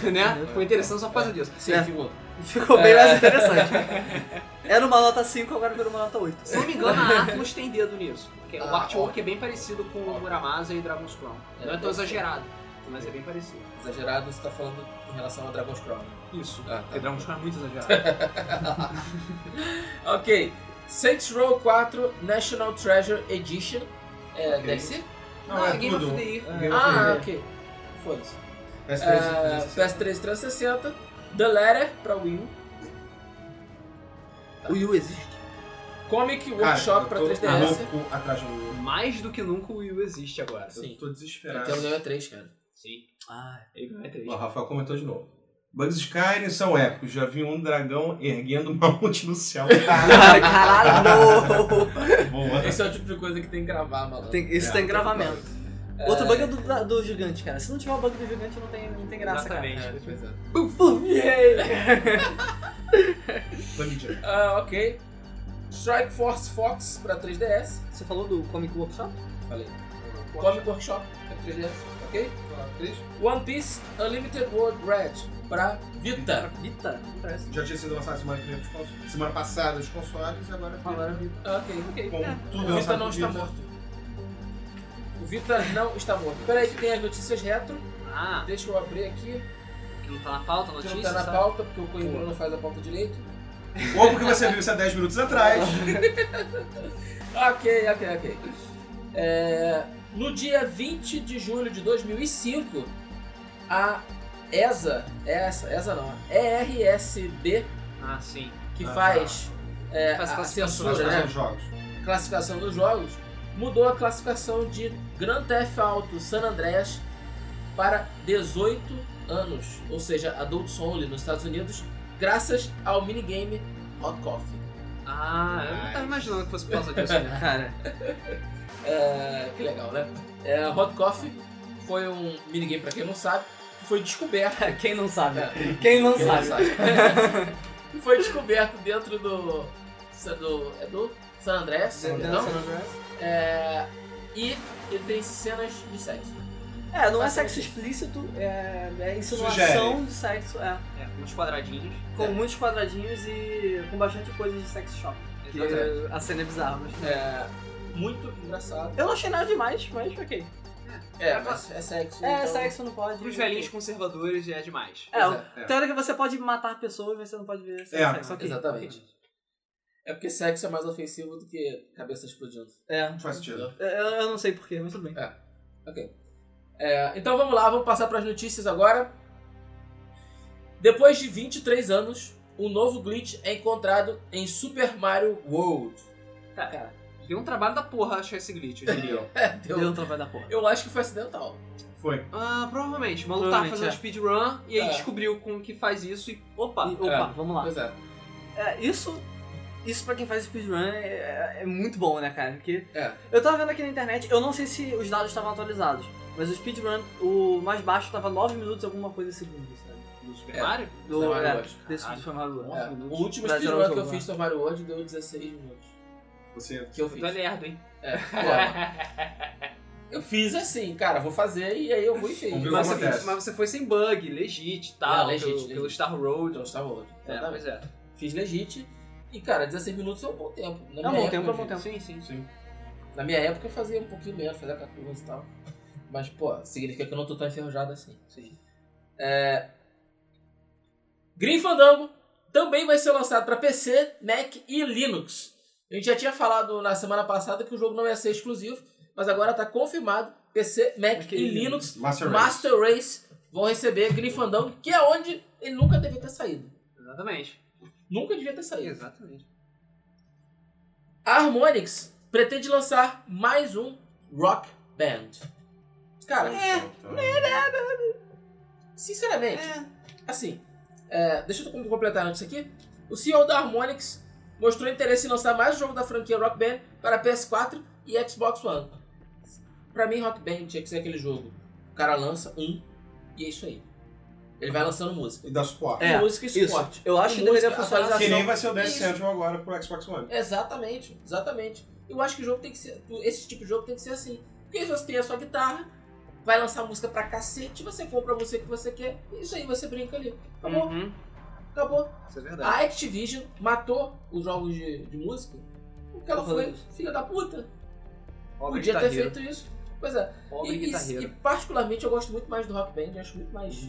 [SPEAKER 2] né? Ficou interessante só por causa disso.
[SPEAKER 1] Sim, Tipo,
[SPEAKER 4] É.
[SPEAKER 1] ficou.
[SPEAKER 4] Ficou bem mais interessante. Era uma nota 5, agora virou uma nota 8.
[SPEAKER 2] Se não me engano, a Atlas tem dedo nisso. Porque o
[SPEAKER 1] Ah,
[SPEAKER 2] artwork é bem parecido com o
[SPEAKER 1] Óbvio.
[SPEAKER 2] Muramasa e Dragon's Crown.
[SPEAKER 1] É,
[SPEAKER 2] não é tão
[SPEAKER 1] eu-
[SPEAKER 2] exagerado. mas é bem parecido.
[SPEAKER 1] Exagerado, você tá falando em relação ao Dragon's Crown.
[SPEAKER 2] Isso.
[SPEAKER 1] Ah,
[SPEAKER 2] Porque Dragon's Crown é muito exagerado.
[SPEAKER 1] Ok. Saints Row 4 National Treasure Edition. É,
[SPEAKER 3] Ok.
[SPEAKER 1] deve ser?
[SPEAKER 3] Não,
[SPEAKER 2] Ah,
[SPEAKER 3] é
[SPEAKER 2] Game
[SPEAKER 3] tudo.
[SPEAKER 2] of the Year.
[SPEAKER 3] Game of the
[SPEAKER 1] Ah,
[SPEAKER 3] Year.
[SPEAKER 1] ok. Foi isso.
[SPEAKER 3] PS3,
[SPEAKER 1] É,
[SPEAKER 3] PS3.
[SPEAKER 1] PS3 360. The Letter pra Wii U.
[SPEAKER 4] O Yu existe.
[SPEAKER 1] Comic
[SPEAKER 3] Cara,
[SPEAKER 1] Workshop
[SPEAKER 3] eu
[SPEAKER 1] pra
[SPEAKER 3] tô
[SPEAKER 1] 3DS.
[SPEAKER 3] louco atrás do Wii U.
[SPEAKER 2] Mais do que nunca o Wii U existe agora.
[SPEAKER 1] Sim.
[SPEAKER 3] Eu tô desesperado.
[SPEAKER 1] Nintendo ganhou 3, cara.
[SPEAKER 2] Sim.
[SPEAKER 4] Ah,
[SPEAKER 2] Ele ganha três.
[SPEAKER 3] Ó, O Rafael comentou de novo. Bugs Skyrim são épicos. Já vi um dragão erguendo um monte no céu. Tá
[SPEAKER 4] caralho!
[SPEAKER 3] Boa.
[SPEAKER 1] Esse é o tipo de coisa que tem que gravar, malandro.
[SPEAKER 4] Tem, isso
[SPEAKER 3] É,
[SPEAKER 4] tem
[SPEAKER 3] tem
[SPEAKER 4] gravamento. Outro bug é do, da- do gigante, cara. Se não tiver o bug do gigante, não tem, não tem graça,
[SPEAKER 2] Exatamente.
[SPEAKER 1] É, pois é.
[SPEAKER 4] cara. tipo, Puf, puf, yeah.
[SPEAKER 3] Bug Jack.
[SPEAKER 1] Ah, ok. Strike Force Fox pra 3DS.
[SPEAKER 4] Você falou do Comic Workshop?
[SPEAKER 1] Falei. Comic Workshop pra 3DS. Ok? One Piece Unlimited World Red pra Vita.
[SPEAKER 4] Vita? Não parece.
[SPEAKER 3] Já tinha sido lançado semana, que vem pros consoles- semana passada os consoles e agora
[SPEAKER 4] Agora Vita.
[SPEAKER 1] Ah, Ok, ok.
[SPEAKER 3] com tudo
[SPEAKER 1] O Vita
[SPEAKER 3] lançado
[SPEAKER 1] não
[SPEAKER 3] pro
[SPEAKER 1] está
[SPEAKER 3] Vita.
[SPEAKER 1] morto. O Vita não está morto. Peraí que tem as notícias retro.
[SPEAKER 2] Ah,
[SPEAKER 1] Deixa eu abrir aqui.
[SPEAKER 2] que não tá na pauta, a
[SPEAKER 1] Que
[SPEAKER 2] notícia,
[SPEAKER 1] não tá na
[SPEAKER 2] sabe?
[SPEAKER 1] pauta, porque o Coimbra não faz a pauta direito.
[SPEAKER 3] Ou porque você viu isso há 10 minutos atrás.
[SPEAKER 1] Ok, ok, ok. É, no dia 20 de julho de 2005, a ESA, essa, ESA não, a ERSB,
[SPEAKER 2] Ah, sim.
[SPEAKER 1] que
[SPEAKER 3] Ah,
[SPEAKER 1] faz, é,
[SPEAKER 2] Faz
[SPEAKER 1] a
[SPEAKER 2] classificação.
[SPEAKER 1] censura,
[SPEAKER 3] Mas
[SPEAKER 1] né?
[SPEAKER 3] os jogos.
[SPEAKER 1] classificação dos jogos, mudou a classificação de Grand Theft Auto San Andreas para 18 anos, ou seja, Adults Only nos Estados Unidos, graças ao minigame Hot Coffee.
[SPEAKER 2] Ah, eu não tava imaginando que fosse por causa disso, né?
[SPEAKER 4] Cara,
[SPEAKER 1] É, que legal, né? É, Hot Coffee foi um minigame, pra quem não sabe, que foi descoberto.
[SPEAKER 4] quem não sabe?
[SPEAKER 1] É,
[SPEAKER 4] Quem não
[SPEAKER 1] quem não
[SPEAKER 4] sabe?
[SPEAKER 1] sabe. Que foi descoberto dentro do. do é do San Andreas,
[SPEAKER 3] San
[SPEAKER 1] não?
[SPEAKER 3] Andreas.
[SPEAKER 1] É, e ele tem cenas de sexo.
[SPEAKER 4] É, não é sexo explícito, é, é insinuação
[SPEAKER 3] Sugere.
[SPEAKER 4] de sexo, é.
[SPEAKER 2] É, uns quadradinhos.
[SPEAKER 4] Com
[SPEAKER 1] É.
[SPEAKER 4] muitos quadradinhos e com bastante coisa de sex shop. Que
[SPEAKER 1] Exatamente.
[SPEAKER 4] a cena é bizarra, mas...
[SPEAKER 1] É, muito engraçado.
[SPEAKER 4] Eu não achei nada demais, mas ok.
[SPEAKER 1] É, mas é sexo.
[SPEAKER 4] É,
[SPEAKER 1] então-
[SPEAKER 4] sexo não pode.
[SPEAKER 2] Pros velhinhos conservadores é demais.
[SPEAKER 4] É,
[SPEAKER 1] Pois é,
[SPEAKER 3] É.
[SPEAKER 4] Teoria que você pode matar pessoas, mas você não pode ver sexo.
[SPEAKER 3] É,
[SPEAKER 4] sexo ok.
[SPEAKER 1] Exatamente. É porque sexo é mais ofensivo do que cabeça explodindo.
[SPEAKER 4] É.
[SPEAKER 3] Não faz sentido.
[SPEAKER 4] Eu, eu não sei porquê, mas tudo bem.
[SPEAKER 1] É, então vamos lá, vamos passar para as notícias agora. Depois de 23 anos, um novo glitch é encontrado em Super Mario World.
[SPEAKER 2] Cara, deu um trabalho da porra achar esse glitch, eu diria.
[SPEAKER 4] Deu,
[SPEAKER 1] É, Eu,
[SPEAKER 4] um trabalho da porra.
[SPEAKER 1] eu acho que foi acidental.
[SPEAKER 3] Foi.
[SPEAKER 2] ah, provavelmente. O maluco tava
[SPEAKER 4] Provavelmente,
[SPEAKER 2] fazendo
[SPEAKER 4] é.
[SPEAKER 2] speedrun e aí
[SPEAKER 1] É.
[SPEAKER 2] descobriu como que faz isso e. Opa!
[SPEAKER 4] E- opa, vamos lá.
[SPEAKER 1] Pois é.
[SPEAKER 4] É, isso, isso pra quem faz speedrun é, é muito bom, né, cara? Porque
[SPEAKER 1] É.
[SPEAKER 4] eu tava vendo aqui na internet, eu não sei se os dados estavam atualizados, mas o speedrun, o mais baixo, tava 9 minutos e alguma coisa segundos, sabe?
[SPEAKER 2] No Super
[SPEAKER 1] É.
[SPEAKER 2] Mario?
[SPEAKER 4] Do,
[SPEAKER 1] Super Mario
[SPEAKER 4] é,
[SPEAKER 1] World.
[SPEAKER 4] desse
[SPEAKER 2] Caralho.
[SPEAKER 4] do Super Mario World.
[SPEAKER 1] É, O último
[SPEAKER 4] Pra zerar
[SPEAKER 1] speedrun
[SPEAKER 4] o
[SPEAKER 1] que eu
[SPEAKER 4] jogo,
[SPEAKER 1] fiz
[SPEAKER 4] né?
[SPEAKER 1] do Super Mario World deu 16 minutos.
[SPEAKER 3] Você. é
[SPEAKER 1] Que eu
[SPEAKER 2] Eu
[SPEAKER 1] fiz.
[SPEAKER 2] tô lerdo, hein?
[SPEAKER 1] É, pô, eu fiz assim, cara, vou fazer e aí eu vou e fiz. assim,
[SPEAKER 3] Vamos ver
[SPEAKER 2] Mas
[SPEAKER 3] como
[SPEAKER 2] você,
[SPEAKER 3] acontece.
[SPEAKER 2] mas você foi sem bug, legit e tal,
[SPEAKER 1] É, legit,
[SPEAKER 2] pelo,
[SPEAKER 1] legit.
[SPEAKER 2] pelo Star Road.
[SPEAKER 1] Então, Star World.
[SPEAKER 2] É,
[SPEAKER 1] Exatamente.
[SPEAKER 2] pois é.
[SPEAKER 1] Fiz legit. E, cara, 16 minutos é um bom tempo. Na
[SPEAKER 4] É
[SPEAKER 1] minha
[SPEAKER 4] um bom
[SPEAKER 1] época,
[SPEAKER 4] tempo, é um bom
[SPEAKER 1] gente,
[SPEAKER 4] tempo.
[SPEAKER 2] Sim, sim.
[SPEAKER 3] Sim.
[SPEAKER 1] Na minha época eu fazia um pouquinho menos, fazia 14 e tal. Mas, pô, significa que eu não tô tão enferrujado assim. É,
[SPEAKER 2] Sim.
[SPEAKER 1] Green Fandango também vai ser lançado pra PC, Mac e Linux. A gente já tinha falado na semana passada que o jogo não ia ser exclusivo, mas agora tá confirmado. PC, Mac
[SPEAKER 4] Mac e
[SPEAKER 1] e Linux,
[SPEAKER 3] Master Race.
[SPEAKER 1] Master Race vão receber Green Fandango, que é onde ele nunca devia ter saído.
[SPEAKER 2] Exatamente.
[SPEAKER 1] Nunca devia ter saído.
[SPEAKER 2] Exatamente.
[SPEAKER 1] A Harmonix pretende lançar mais um Rock Band. Cara,
[SPEAKER 4] É.
[SPEAKER 3] Então,
[SPEAKER 1] sinceramente, assim, é, deixa eu com- completar antes aqui. O CEO da Harmonix mostrou interesse em lançar mais um jogo da franquia Rock Band para PS4 e Xbox One. Pra mim, Rock Band tinha que ser aquele jogo. O cara lança um e é isso aí. Ele vai lançando música.
[SPEAKER 3] E dá suporte.
[SPEAKER 4] É,
[SPEAKER 1] música e
[SPEAKER 4] isso.
[SPEAKER 1] suporte.
[SPEAKER 4] Eu acho
[SPEAKER 1] E
[SPEAKER 4] que deveria
[SPEAKER 1] música,
[SPEAKER 4] funcionar assim.
[SPEAKER 3] Que nem
[SPEAKER 1] atualização.
[SPEAKER 3] vai ser o Death
[SPEAKER 1] Isso.
[SPEAKER 3] Central agora pro Xbox One.
[SPEAKER 1] Exatamente, exatamente. Eu acho que o jogo tem que ser. Esse tipo de jogo tem que ser assim. Porque você tem a sua guitarra, vai lançar música pra cacete, você compra a música que você quer, e isso aí você brinca ali. Acabou,
[SPEAKER 2] Uhum.
[SPEAKER 1] acabou.
[SPEAKER 2] Isso é verdade.
[SPEAKER 1] A Activision matou os jogos de, de música porque ela
[SPEAKER 4] Tô falando
[SPEAKER 1] foi
[SPEAKER 4] isso.
[SPEAKER 1] filha da puta.
[SPEAKER 2] Obra de
[SPEAKER 1] Podia ter
[SPEAKER 2] guitarreiro.
[SPEAKER 1] feito isso. Mas Pois é.
[SPEAKER 2] Pobre
[SPEAKER 1] E, e,
[SPEAKER 2] guitarreiro. Uhum.
[SPEAKER 1] e particularmente eu gosto muito mais do Rock Band, eu acho muito mais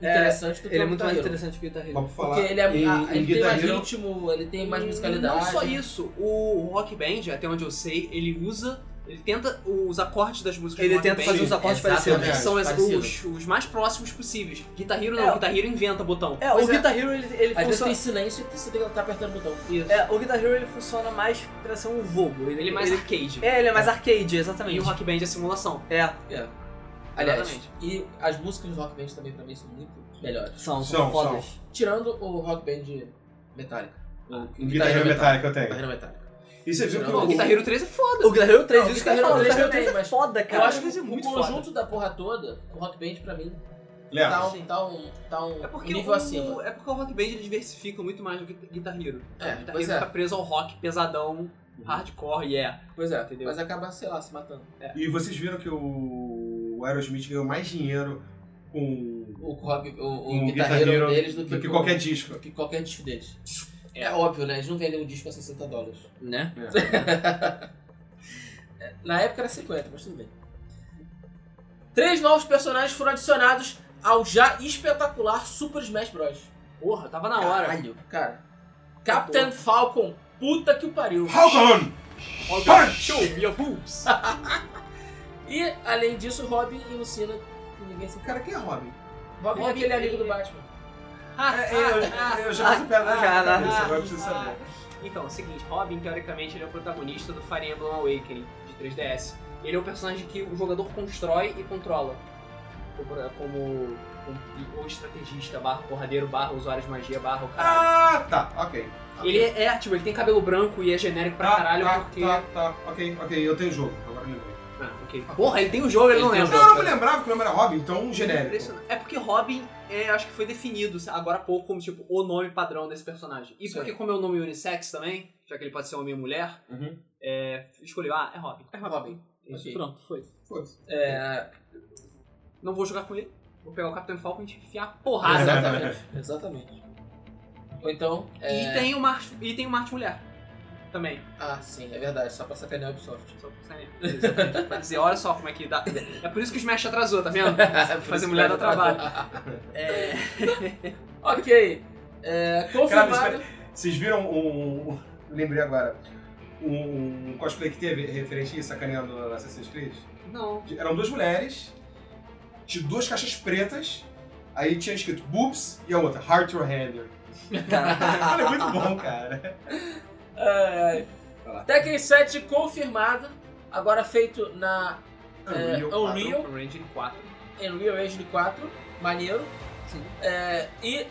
[SPEAKER 4] É,
[SPEAKER 1] interessante do que
[SPEAKER 4] Ele é
[SPEAKER 1] o
[SPEAKER 4] muito mais
[SPEAKER 1] guitarreiro.
[SPEAKER 4] interessante que o
[SPEAKER 3] Mas
[SPEAKER 4] guitarreiro.
[SPEAKER 3] por falar
[SPEAKER 1] Porque ele, é,
[SPEAKER 3] em,
[SPEAKER 1] a-
[SPEAKER 3] em
[SPEAKER 1] ele tem mais
[SPEAKER 3] guitarreiro,
[SPEAKER 1] ritmo, ele tem mais musicalidade.
[SPEAKER 2] Hum, Uhum. Não só isso, o Rock Band, até onde eu sei, ele usa. Ele tenta os acordes das músicas
[SPEAKER 4] Ele
[SPEAKER 2] do rock
[SPEAKER 4] tenta
[SPEAKER 2] band,
[SPEAKER 4] fazer os acordes
[SPEAKER 1] Exatamente.
[SPEAKER 4] parecidos.
[SPEAKER 2] são as-
[SPEAKER 1] parecido.
[SPEAKER 2] os, os mais próximos possíveis. Guitar Hero não,
[SPEAKER 4] É.
[SPEAKER 2] Guitar Hero inventa botão.
[SPEAKER 4] É, o
[SPEAKER 1] Pois é.
[SPEAKER 4] Guitar Hero, ele, ele
[SPEAKER 1] Às vezes
[SPEAKER 4] funciona...
[SPEAKER 1] tem silêncio e você tem que estar apertando o botão. Isso.
[SPEAKER 4] É, o Guitar Hero, ele funciona mais pra ser um jogo.
[SPEAKER 2] Ele é mais arcade.
[SPEAKER 4] É, ele é mais arcade,
[SPEAKER 2] E
[SPEAKER 4] exatamente.
[SPEAKER 2] o Rock Band é simulação.
[SPEAKER 4] É,
[SPEAKER 1] É. Aliás,
[SPEAKER 2] Exatamente.
[SPEAKER 1] e as músicas do Rock Band também pra mim são muito melhores.
[SPEAKER 4] são,
[SPEAKER 3] São,
[SPEAKER 4] são fodas.
[SPEAKER 1] Tirando o Rock Band Metallica. O
[SPEAKER 3] em Guitar Hero Metallica eu tenho.
[SPEAKER 1] Guitarra Metallica.
[SPEAKER 3] E você viu que
[SPEAKER 1] Não,
[SPEAKER 2] O
[SPEAKER 3] o,
[SPEAKER 2] Guitar Hero 3 é foda.
[SPEAKER 4] O Guitar Hero 3,
[SPEAKER 1] Não,
[SPEAKER 4] isso
[SPEAKER 1] o
[SPEAKER 4] que eu ia
[SPEAKER 1] Guitar
[SPEAKER 4] falar, o
[SPEAKER 1] Hero
[SPEAKER 4] Guitar Hero
[SPEAKER 1] também,
[SPEAKER 4] 3 é
[SPEAKER 1] mas-
[SPEAKER 4] foda,
[SPEAKER 1] Eu
[SPEAKER 4] cara.
[SPEAKER 1] acho que
[SPEAKER 2] isso é
[SPEAKER 1] o
[SPEAKER 2] muito
[SPEAKER 1] conjunto da porra toda, o Rock Band pra mim,
[SPEAKER 3] Léo,
[SPEAKER 1] tá um,
[SPEAKER 2] sim.
[SPEAKER 1] tá um, tá um
[SPEAKER 2] É porque,
[SPEAKER 1] nível
[SPEAKER 2] o,
[SPEAKER 1] acima.
[SPEAKER 2] é porque o Rock Band ele diversifica muito mais do que o Guitar Hero.
[SPEAKER 1] É,
[SPEAKER 2] o Guitar Hero
[SPEAKER 1] pois
[SPEAKER 2] fica
[SPEAKER 1] é,
[SPEAKER 2] preso ao rock pesadão, hardcore, yeah.
[SPEAKER 1] pois é,
[SPEAKER 2] entendeu?
[SPEAKER 1] mas acaba, sei lá, se matando.
[SPEAKER 3] e vocês viram que o Aerosmith ganhou mais dinheiro com
[SPEAKER 1] O, rock, o, o
[SPEAKER 3] com
[SPEAKER 1] guitarreiro
[SPEAKER 3] Hero
[SPEAKER 1] deles do que, o-
[SPEAKER 3] qualquer disco.
[SPEAKER 1] do que qualquer disco deles. É.
[SPEAKER 2] É.
[SPEAKER 1] óbvio, né? Eles não vendem um disco a 60 dólares.
[SPEAKER 4] Né?
[SPEAKER 1] É. Na época era 50, mas tudo bem. Três novos personagens foram adicionados ao já espetacular Super Smash Bros.
[SPEAKER 2] Porra, tava na hora.
[SPEAKER 1] Caralho, cara.
[SPEAKER 2] Tá
[SPEAKER 1] Captain Falcon, puta que o pariu.
[SPEAKER 3] Falcon!
[SPEAKER 2] Olha, Show me your boobs.
[SPEAKER 3] É,
[SPEAKER 1] E, além disso, Robin e Lucina, que ninguém se...
[SPEAKER 3] Cara, quem é Robin?
[SPEAKER 1] Robin é
[SPEAKER 2] Robin
[SPEAKER 1] aquele
[SPEAKER 2] é-
[SPEAKER 1] amigo do Batman.
[SPEAKER 2] ah,
[SPEAKER 3] É, eu, eu já fiz a piada
[SPEAKER 4] ah,
[SPEAKER 3] na
[SPEAKER 4] já,
[SPEAKER 3] minha
[SPEAKER 4] né?
[SPEAKER 3] cabeça, agora eu preciso saber.
[SPEAKER 2] Então, é o seguinte, Robin, teoricamente, ele é o protagonista do Fire Emblem Awakening, de 3DS. Ele é um personagem que o jogador constrói e controla. Como, como, como- ou estrategista, barra porradeiro, barra usuário de magia, barra o caralho.
[SPEAKER 3] Ah, tá, ok.
[SPEAKER 2] Ele é, é, tipo, ele tem cabelo branco e é genérico pra
[SPEAKER 3] Tá,
[SPEAKER 2] caralho
[SPEAKER 3] tá,
[SPEAKER 2] porque...
[SPEAKER 3] Tá, tá, ok, ok, eu tenho o jogo, agora eu lembrei.
[SPEAKER 2] Ah, ok. Porra, ele tem o jogo, ele,
[SPEAKER 1] Ele
[SPEAKER 2] não
[SPEAKER 1] tem o
[SPEAKER 2] lembra.
[SPEAKER 3] Não, eu não me lembrava que o nome era Robin, então genérico.
[SPEAKER 2] Impressionante. É porque Robin, é, acho que foi definido agora há pouco como, tipo, o nome padrão desse personagem. Isso
[SPEAKER 1] Sim.
[SPEAKER 2] porque como é um nome unissex também, já que ele pode ser homem e mulher,
[SPEAKER 3] Uhum.
[SPEAKER 2] é, escolheu, ah, é Robin.
[SPEAKER 1] É Robin. Ok.
[SPEAKER 4] Pronto, foi.
[SPEAKER 3] Foda-se.
[SPEAKER 1] É,
[SPEAKER 2] Não vou jogar com ele, vou pegar o Capitão Falcon e te enfiar a
[SPEAKER 1] ah,
[SPEAKER 2] porrada.
[SPEAKER 1] exatamente. Exatamente. Ou então... É...
[SPEAKER 2] E tem uma, e tem uma arte mulher. Também.
[SPEAKER 1] Ah, sim, é verdade. Só pra sacanear o Ubisoft.
[SPEAKER 2] Só pra sair. Exatamente. Pra dizer, olha só como é que dá. É por isso que o Smash atrasou, tá vendo?
[SPEAKER 1] É Por
[SPEAKER 2] Fazer
[SPEAKER 1] isso
[SPEAKER 2] mulher
[SPEAKER 1] que
[SPEAKER 2] dá
[SPEAKER 1] vai
[SPEAKER 2] trabalho.
[SPEAKER 1] atrasar.
[SPEAKER 2] É,
[SPEAKER 1] ok. É, confirmado...
[SPEAKER 3] espera- Vocês viram um. um- Lembrei agora. Um cosplay que teve referente a isso, sacaneando a Assassin's Creed?
[SPEAKER 2] Não.
[SPEAKER 3] De- Eram duas mulheres, de duas caixas pretas, aí tinha escrito boobs e a outra, heart to handler. Cara, é muito bom, cara.
[SPEAKER 1] Ai,
[SPEAKER 3] Vai lá.
[SPEAKER 1] ai. Tekken 7 confirmado, agora feito na É,
[SPEAKER 3] Unreal
[SPEAKER 1] Unreal.
[SPEAKER 3] 4.
[SPEAKER 1] Eu?
[SPEAKER 2] Power Ranger 4.
[SPEAKER 1] Unreal Engine 4, maneiro.
[SPEAKER 4] Sim.
[SPEAKER 1] É, e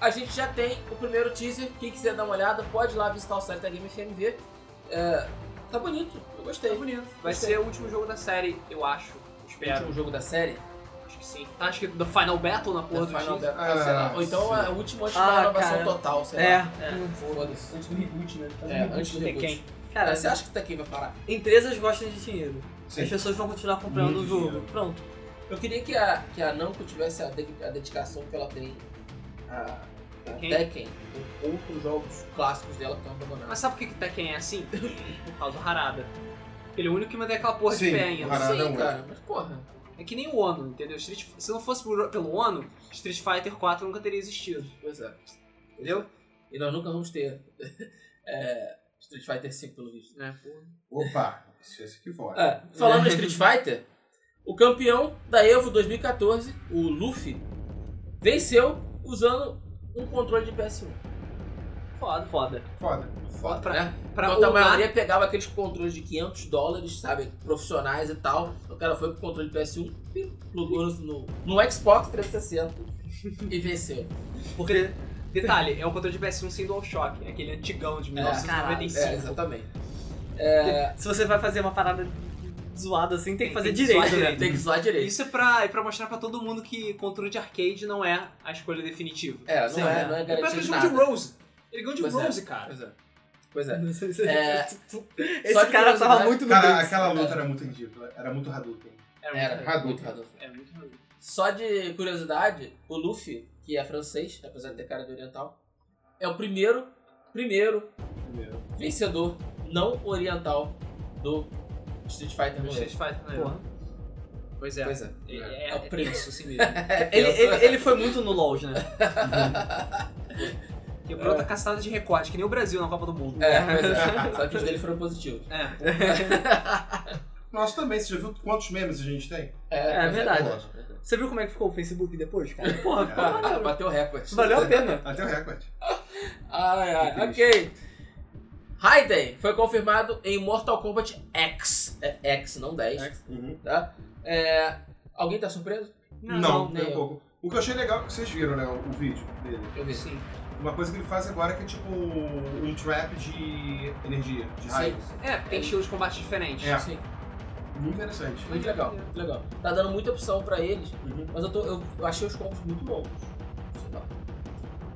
[SPEAKER 1] a gente já tem o primeiro teaser, quem quiser dar uma olhada, pode ir lá visitar o site da Game FM ver. É, tá bonito, eu
[SPEAKER 2] Tá
[SPEAKER 1] gostei.
[SPEAKER 2] bonito. Vai
[SPEAKER 1] é
[SPEAKER 2] ser o último jogo da série, eu acho. Espero.
[SPEAKER 1] Último jogo da série,
[SPEAKER 2] Acho que sim. Tá escrito The Final Battle na porra
[SPEAKER 1] da
[SPEAKER 2] do
[SPEAKER 1] Final
[SPEAKER 2] teaser.
[SPEAKER 1] Battle,
[SPEAKER 3] Ah,
[SPEAKER 1] sei lá. Ou então
[SPEAKER 3] sim.
[SPEAKER 1] é o último antes
[SPEAKER 4] Ah,
[SPEAKER 1] da renovação
[SPEAKER 4] cara.
[SPEAKER 1] total, sei
[SPEAKER 4] É.
[SPEAKER 1] lá.
[SPEAKER 4] Hum.
[SPEAKER 1] Foda-se.
[SPEAKER 5] Antes do reboot, né? Tá no
[SPEAKER 1] É,
[SPEAKER 5] reboot.
[SPEAKER 1] antes do
[SPEAKER 2] Tekken.
[SPEAKER 1] reboot.
[SPEAKER 4] Cara,
[SPEAKER 1] Cara, você acha que Tekken vai parar?
[SPEAKER 4] empresas gostam de dinheiro.
[SPEAKER 3] Sim.
[SPEAKER 4] As pessoas vão continuar comprando
[SPEAKER 3] Muito
[SPEAKER 4] o jogo.
[SPEAKER 3] dinheiro.
[SPEAKER 4] Pronto.
[SPEAKER 1] Eu queria que a, que a Namco tivesse a, de- a dedicação que ela tem a, a
[SPEAKER 2] Tekken?
[SPEAKER 1] Tekken, com outros jogos clássicos dela que estão abandonados.
[SPEAKER 2] Mas sabe por que que Tekken é assim? Por causa do Harada. Ele é o único que mantém aquela porra
[SPEAKER 3] Sim,
[SPEAKER 2] de pé
[SPEAKER 3] o
[SPEAKER 2] ainda.
[SPEAKER 3] Harada.
[SPEAKER 1] Sim,
[SPEAKER 3] não,
[SPEAKER 1] cara, mas porra.
[SPEAKER 2] É que nem o ONU, entendeu? Street, se não fosse por- pelo ONU, Street Fighter 4 nunca teria existido.
[SPEAKER 1] Pois é.
[SPEAKER 2] Entendeu?
[SPEAKER 1] E nós nunca vamos ter é, Street Fighter 5, pelo visto. né?
[SPEAKER 2] É, porra.
[SPEAKER 3] Opa, isso é isso que fora.
[SPEAKER 1] Ah, falando de Street Fighter, o campeão da EVO 2014, o Luffy, venceu usando um controle de PS1.
[SPEAKER 2] Foda, foda.
[SPEAKER 3] Foda.
[SPEAKER 1] Foda,
[SPEAKER 2] Pra-
[SPEAKER 1] né?
[SPEAKER 2] Pra
[SPEAKER 1] Enquanto a
[SPEAKER 2] honrar-
[SPEAKER 1] maioria pegava aqueles controles de 500 dólares, sabe, profissionais e tal, o cara foi pro controle de PS1, plugou no, no Xbox 360 e venceu.
[SPEAKER 4] Porque
[SPEAKER 2] Detalhe, é um controle de PS1 sem DualShock. É aquele antigão de
[SPEAKER 1] É,
[SPEAKER 2] 1995.
[SPEAKER 1] exatamente.
[SPEAKER 4] É. se você vai fazer uma parada zoada assim, tem que fazer
[SPEAKER 2] Tem que
[SPEAKER 4] direito,
[SPEAKER 2] zoar
[SPEAKER 4] né?
[SPEAKER 2] direito.
[SPEAKER 1] Tem que zoar direito.
[SPEAKER 2] Isso é pra, é pra mostrar pra todo mundo que controle de arcade não é a escolha definitiva.
[SPEAKER 1] É, não
[SPEAKER 4] Sim,
[SPEAKER 1] é,
[SPEAKER 4] é.
[SPEAKER 1] não é
[SPEAKER 2] Ele parece
[SPEAKER 1] garantia de
[SPEAKER 2] que ele ganhou de
[SPEAKER 1] nada.
[SPEAKER 2] Rose. Ele ganhou de
[SPEAKER 1] Pois é.
[SPEAKER 2] Rose, cara.
[SPEAKER 1] Pois é. Pois é. É.
[SPEAKER 4] Esse
[SPEAKER 1] Só de
[SPEAKER 4] cara
[SPEAKER 1] curiosidade-
[SPEAKER 4] tava muito no
[SPEAKER 3] Cara,
[SPEAKER 4] Deus.
[SPEAKER 3] aquela luta era muito ridícula. Era muito Hadouken.
[SPEAKER 1] Era,
[SPEAKER 2] muito-
[SPEAKER 1] Hadouken.
[SPEAKER 2] É muito maluco.
[SPEAKER 1] Só de curiosidade, o Luffy, que é francês, apesar de ter cara de oriental, é o primeiro, primeiro
[SPEAKER 3] Primeiro.
[SPEAKER 1] vencedor não oriental do Street Fighter no É
[SPEAKER 2] Street Fighter, né?
[SPEAKER 4] Porra.
[SPEAKER 2] Pois é.
[SPEAKER 1] Pois é.
[SPEAKER 2] É,
[SPEAKER 3] É.
[SPEAKER 2] é,
[SPEAKER 1] É o preço.
[SPEAKER 2] isso assim mesmo.
[SPEAKER 4] Ele, ele, ele foi muito no LOL, né?
[SPEAKER 2] E o Bruno tá caçado de recorde, que nem o Brasil na Copa do Mundo.
[SPEAKER 1] É, pois é. Só que os dele foram positivos.
[SPEAKER 2] É.
[SPEAKER 3] Nossa, também, você já viu quantos memes a gente tem?
[SPEAKER 1] pois é,
[SPEAKER 4] verdade.
[SPEAKER 1] lógico, verdade.
[SPEAKER 4] Você viu como é que ficou o Facebook depois, cara? Porra, ficou
[SPEAKER 1] Ah,
[SPEAKER 4] maneiro.
[SPEAKER 1] bateu o recorde.
[SPEAKER 4] Valeu a pena.
[SPEAKER 3] Até o recorde.
[SPEAKER 1] Ai, ai, ok. Raiden foi confirmado em Mortal Kombat X. É X, não 10.
[SPEAKER 3] Uhum.
[SPEAKER 1] Tá? É, alguém tá surpreso?
[SPEAKER 3] Não, nem
[SPEAKER 1] nem
[SPEAKER 3] um
[SPEAKER 1] eu.
[SPEAKER 3] pouco. O que eu achei legal, que vocês viram, né, o, o vídeo dele.
[SPEAKER 1] Eu vi.
[SPEAKER 2] Sim.
[SPEAKER 3] Uma coisa que ele faz agora que é tipo um trap de energia, de
[SPEAKER 1] Sim.
[SPEAKER 3] raiva.
[SPEAKER 2] É, porque tem estilos de combate diferentes.
[SPEAKER 3] É.
[SPEAKER 1] Sim.
[SPEAKER 3] Muito interessante.
[SPEAKER 1] Muito legal, muito legal. Tá dando muita opção pra eles,
[SPEAKER 3] Uhum.
[SPEAKER 1] mas eu, tô, eu eu achei os combos muito bons. Sei lá.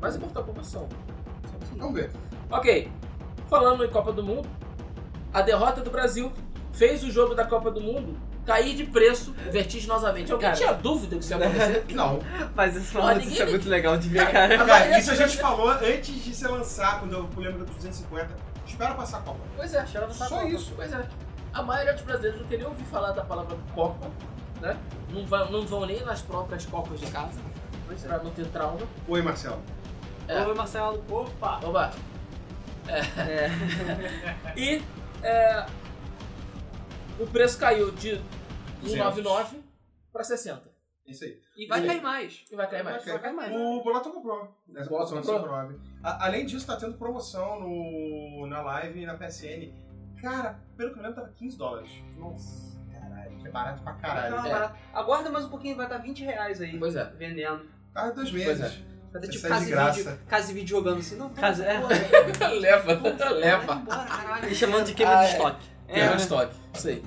[SPEAKER 1] Mas é Mortal Kombat são.
[SPEAKER 3] Vamos ver.
[SPEAKER 1] Ok, falando em Copa do Mundo, a derrota do Brasil fez o jogo da Copa do Mundo cair de preço vertiginosamente. Alguém
[SPEAKER 4] Cara.
[SPEAKER 1] tinha dúvida que isso ia acontecer?
[SPEAKER 3] Não.
[SPEAKER 4] Mas essa
[SPEAKER 1] Porra,
[SPEAKER 4] notícia é
[SPEAKER 1] ninguém-
[SPEAKER 4] muito legal de ver, cara.
[SPEAKER 3] Cara, isso a gente falou antes de ser lançar, quando eu lembro do 250. Espera passar a Copa.
[SPEAKER 1] Pois é,
[SPEAKER 3] passar a
[SPEAKER 1] só
[SPEAKER 3] Copa.
[SPEAKER 1] isso. Pois é. A maioria dos brasileiros não tem nem ouvido falar da palavra Copa, né? Não vão, não vão nem nas próprias Copas de casa, pra não ter trauma.
[SPEAKER 3] Oi, Marcelo.
[SPEAKER 1] É.
[SPEAKER 4] Oi, Marcelo. Opa!
[SPEAKER 1] Oba!
[SPEAKER 4] É.
[SPEAKER 1] E é, o preço caiu de 1,99 para 60.
[SPEAKER 3] É isso aí.
[SPEAKER 2] E vai
[SPEAKER 1] Sim.
[SPEAKER 2] cair mais.
[SPEAKER 1] E vai cair mais.
[SPEAKER 3] Ok.
[SPEAKER 1] Vai cair mais.
[SPEAKER 3] O Bolota comprou. Essa promoção de
[SPEAKER 1] Comprou.
[SPEAKER 3] 59. A- Além disso, tá tendo promoção no, na live e na PSN. Cara, pelo que eu lembro, tava 15 dólares. Nossa, caralho. É barato pra caralho.
[SPEAKER 2] Tá
[SPEAKER 1] É.
[SPEAKER 2] barato. Aguarda mais um pouquinho, vai estar 20 reais aí.
[SPEAKER 1] Pois é.
[SPEAKER 2] Vendendo.
[SPEAKER 3] Tá dois
[SPEAKER 1] Pois
[SPEAKER 3] meses.
[SPEAKER 2] Vai ter
[SPEAKER 3] Você
[SPEAKER 2] tipo
[SPEAKER 3] sai
[SPEAKER 2] casa
[SPEAKER 3] de
[SPEAKER 2] e,
[SPEAKER 3] graça.
[SPEAKER 2] vídeo, casa e vídeo jogando assim. Não,
[SPEAKER 4] Casa- é.
[SPEAKER 2] é.
[SPEAKER 1] leva,
[SPEAKER 2] Vai
[SPEAKER 1] leva.
[SPEAKER 2] embora, caralho.
[SPEAKER 4] E chamando de queima
[SPEAKER 1] Ah,
[SPEAKER 4] de
[SPEAKER 1] é.
[SPEAKER 4] estoque.
[SPEAKER 1] É, no estoque. Isso aí.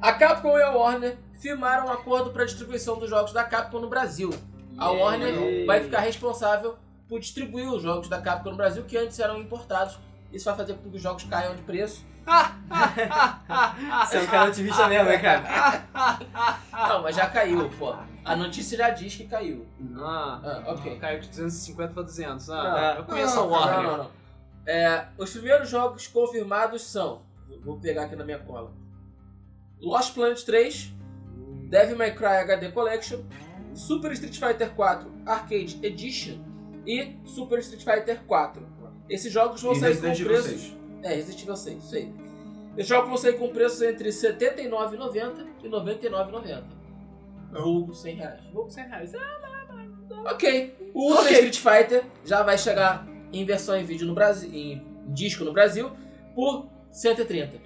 [SPEAKER 1] A Capcom e a Warner firmaram um acordo para distribuição dos jogos da Capcom no Brasil. A
[SPEAKER 2] Yeah.
[SPEAKER 1] Warner vai ficar responsável por distribuir os jogos da Capcom no Brasil que antes eram importados. Isso vai fazer com que os jogos caiam de preço.
[SPEAKER 4] Você é um cara otimista
[SPEAKER 2] Ah,
[SPEAKER 4] mesmo, né, cara?
[SPEAKER 1] Ah, Não, mas já caiu, pô. A notícia já diz que caiu.
[SPEAKER 2] Ah,
[SPEAKER 1] Ah, ok.
[SPEAKER 2] Caiu de 250 pra 200. Ah,
[SPEAKER 1] Não.
[SPEAKER 2] eu conheço a
[SPEAKER 3] Não,
[SPEAKER 2] Warner.
[SPEAKER 1] Não, não, não. É, os primeiros jogos confirmados são. Vou pegar aqui na minha cola: Lost Planet 3, Devil May Cry HD Collection, Super Street Fighter 4 Arcade Edition e Super Street Fighter 4. Esses jogos vão
[SPEAKER 3] E
[SPEAKER 1] sair com
[SPEAKER 3] Resident Evil
[SPEAKER 1] preços.
[SPEAKER 3] 6.
[SPEAKER 1] É, Resident Evil 6, isso aí. Esses jogos vão sair com preços entre R$ 79,90 e R$ 99,90. Vulgo R$ 100 reais.
[SPEAKER 2] Vou 100 reais. Ah,
[SPEAKER 1] Ok. O Ultra
[SPEAKER 4] Ok.
[SPEAKER 1] Street Fighter já vai chegar em versão em vídeo no Brasil, em disco no Brasil, por 130.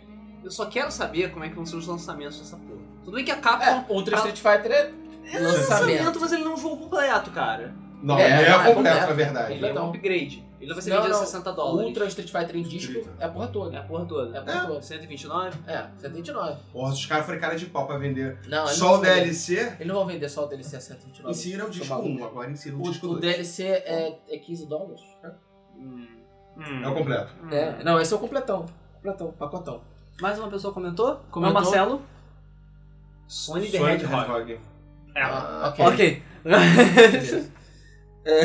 [SPEAKER 2] Eu só quero saber como é que vão ser os lançamentos dessa porra. Tudo bem que a Capcom
[SPEAKER 1] É, Ultra Street Fighter é
[SPEAKER 2] É
[SPEAKER 1] lançamento.
[SPEAKER 2] lançamento, mas ele não é um jogo completo, cara.
[SPEAKER 3] Não,
[SPEAKER 1] É,
[SPEAKER 3] ele é,
[SPEAKER 1] não, é
[SPEAKER 3] completo,
[SPEAKER 1] completo.
[SPEAKER 3] na verdade.
[SPEAKER 2] Ele é um
[SPEAKER 1] Então.
[SPEAKER 2] upgrade. Ele não vai ser
[SPEAKER 1] Não,
[SPEAKER 2] vendido a
[SPEAKER 1] não.
[SPEAKER 2] 60 dólares.
[SPEAKER 1] Ultra Street Fighter em disco é a porra
[SPEAKER 2] É
[SPEAKER 1] toda.
[SPEAKER 2] a porra toda.
[SPEAKER 1] É a porra toda.
[SPEAKER 2] 129?
[SPEAKER 1] É, 79.
[SPEAKER 3] Porra, os caras foram cara de pau pra vender
[SPEAKER 1] Não, eles
[SPEAKER 3] só
[SPEAKER 1] não
[SPEAKER 3] o
[SPEAKER 1] vão vender.
[SPEAKER 3] DLC.
[SPEAKER 1] Eles não vão vender só o DLC a 129.
[SPEAKER 3] Insira é o
[SPEAKER 1] Sou
[SPEAKER 3] disco
[SPEAKER 1] maluco.
[SPEAKER 3] 1, agora insira o disco
[SPEAKER 1] O, o
[SPEAKER 3] 2.
[SPEAKER 1] DLC é, é 15 dólares.
[SPEAKER 2] Hum.
[SPEAKER 3] É o completo.
[SPEAKER 1] É, não, esse é o completão. Completão, pacotão.
[SPEAKER 4] Mais uma pessoa comentou? Como é o
[SPEAKER 1] Comentou.
[SPEAKER 4] Marcelo?
[SPEAKER 2] Sony the
[SPEAKER 3] Sonic
[SPEAKER 2] Hedgehog.
[SPEAKER 3] Hedgehog.
[SPEAKER 1] Ah, ok.
[SPEAKER 4] Ok.
[SPEAKER 1] Beleza. É,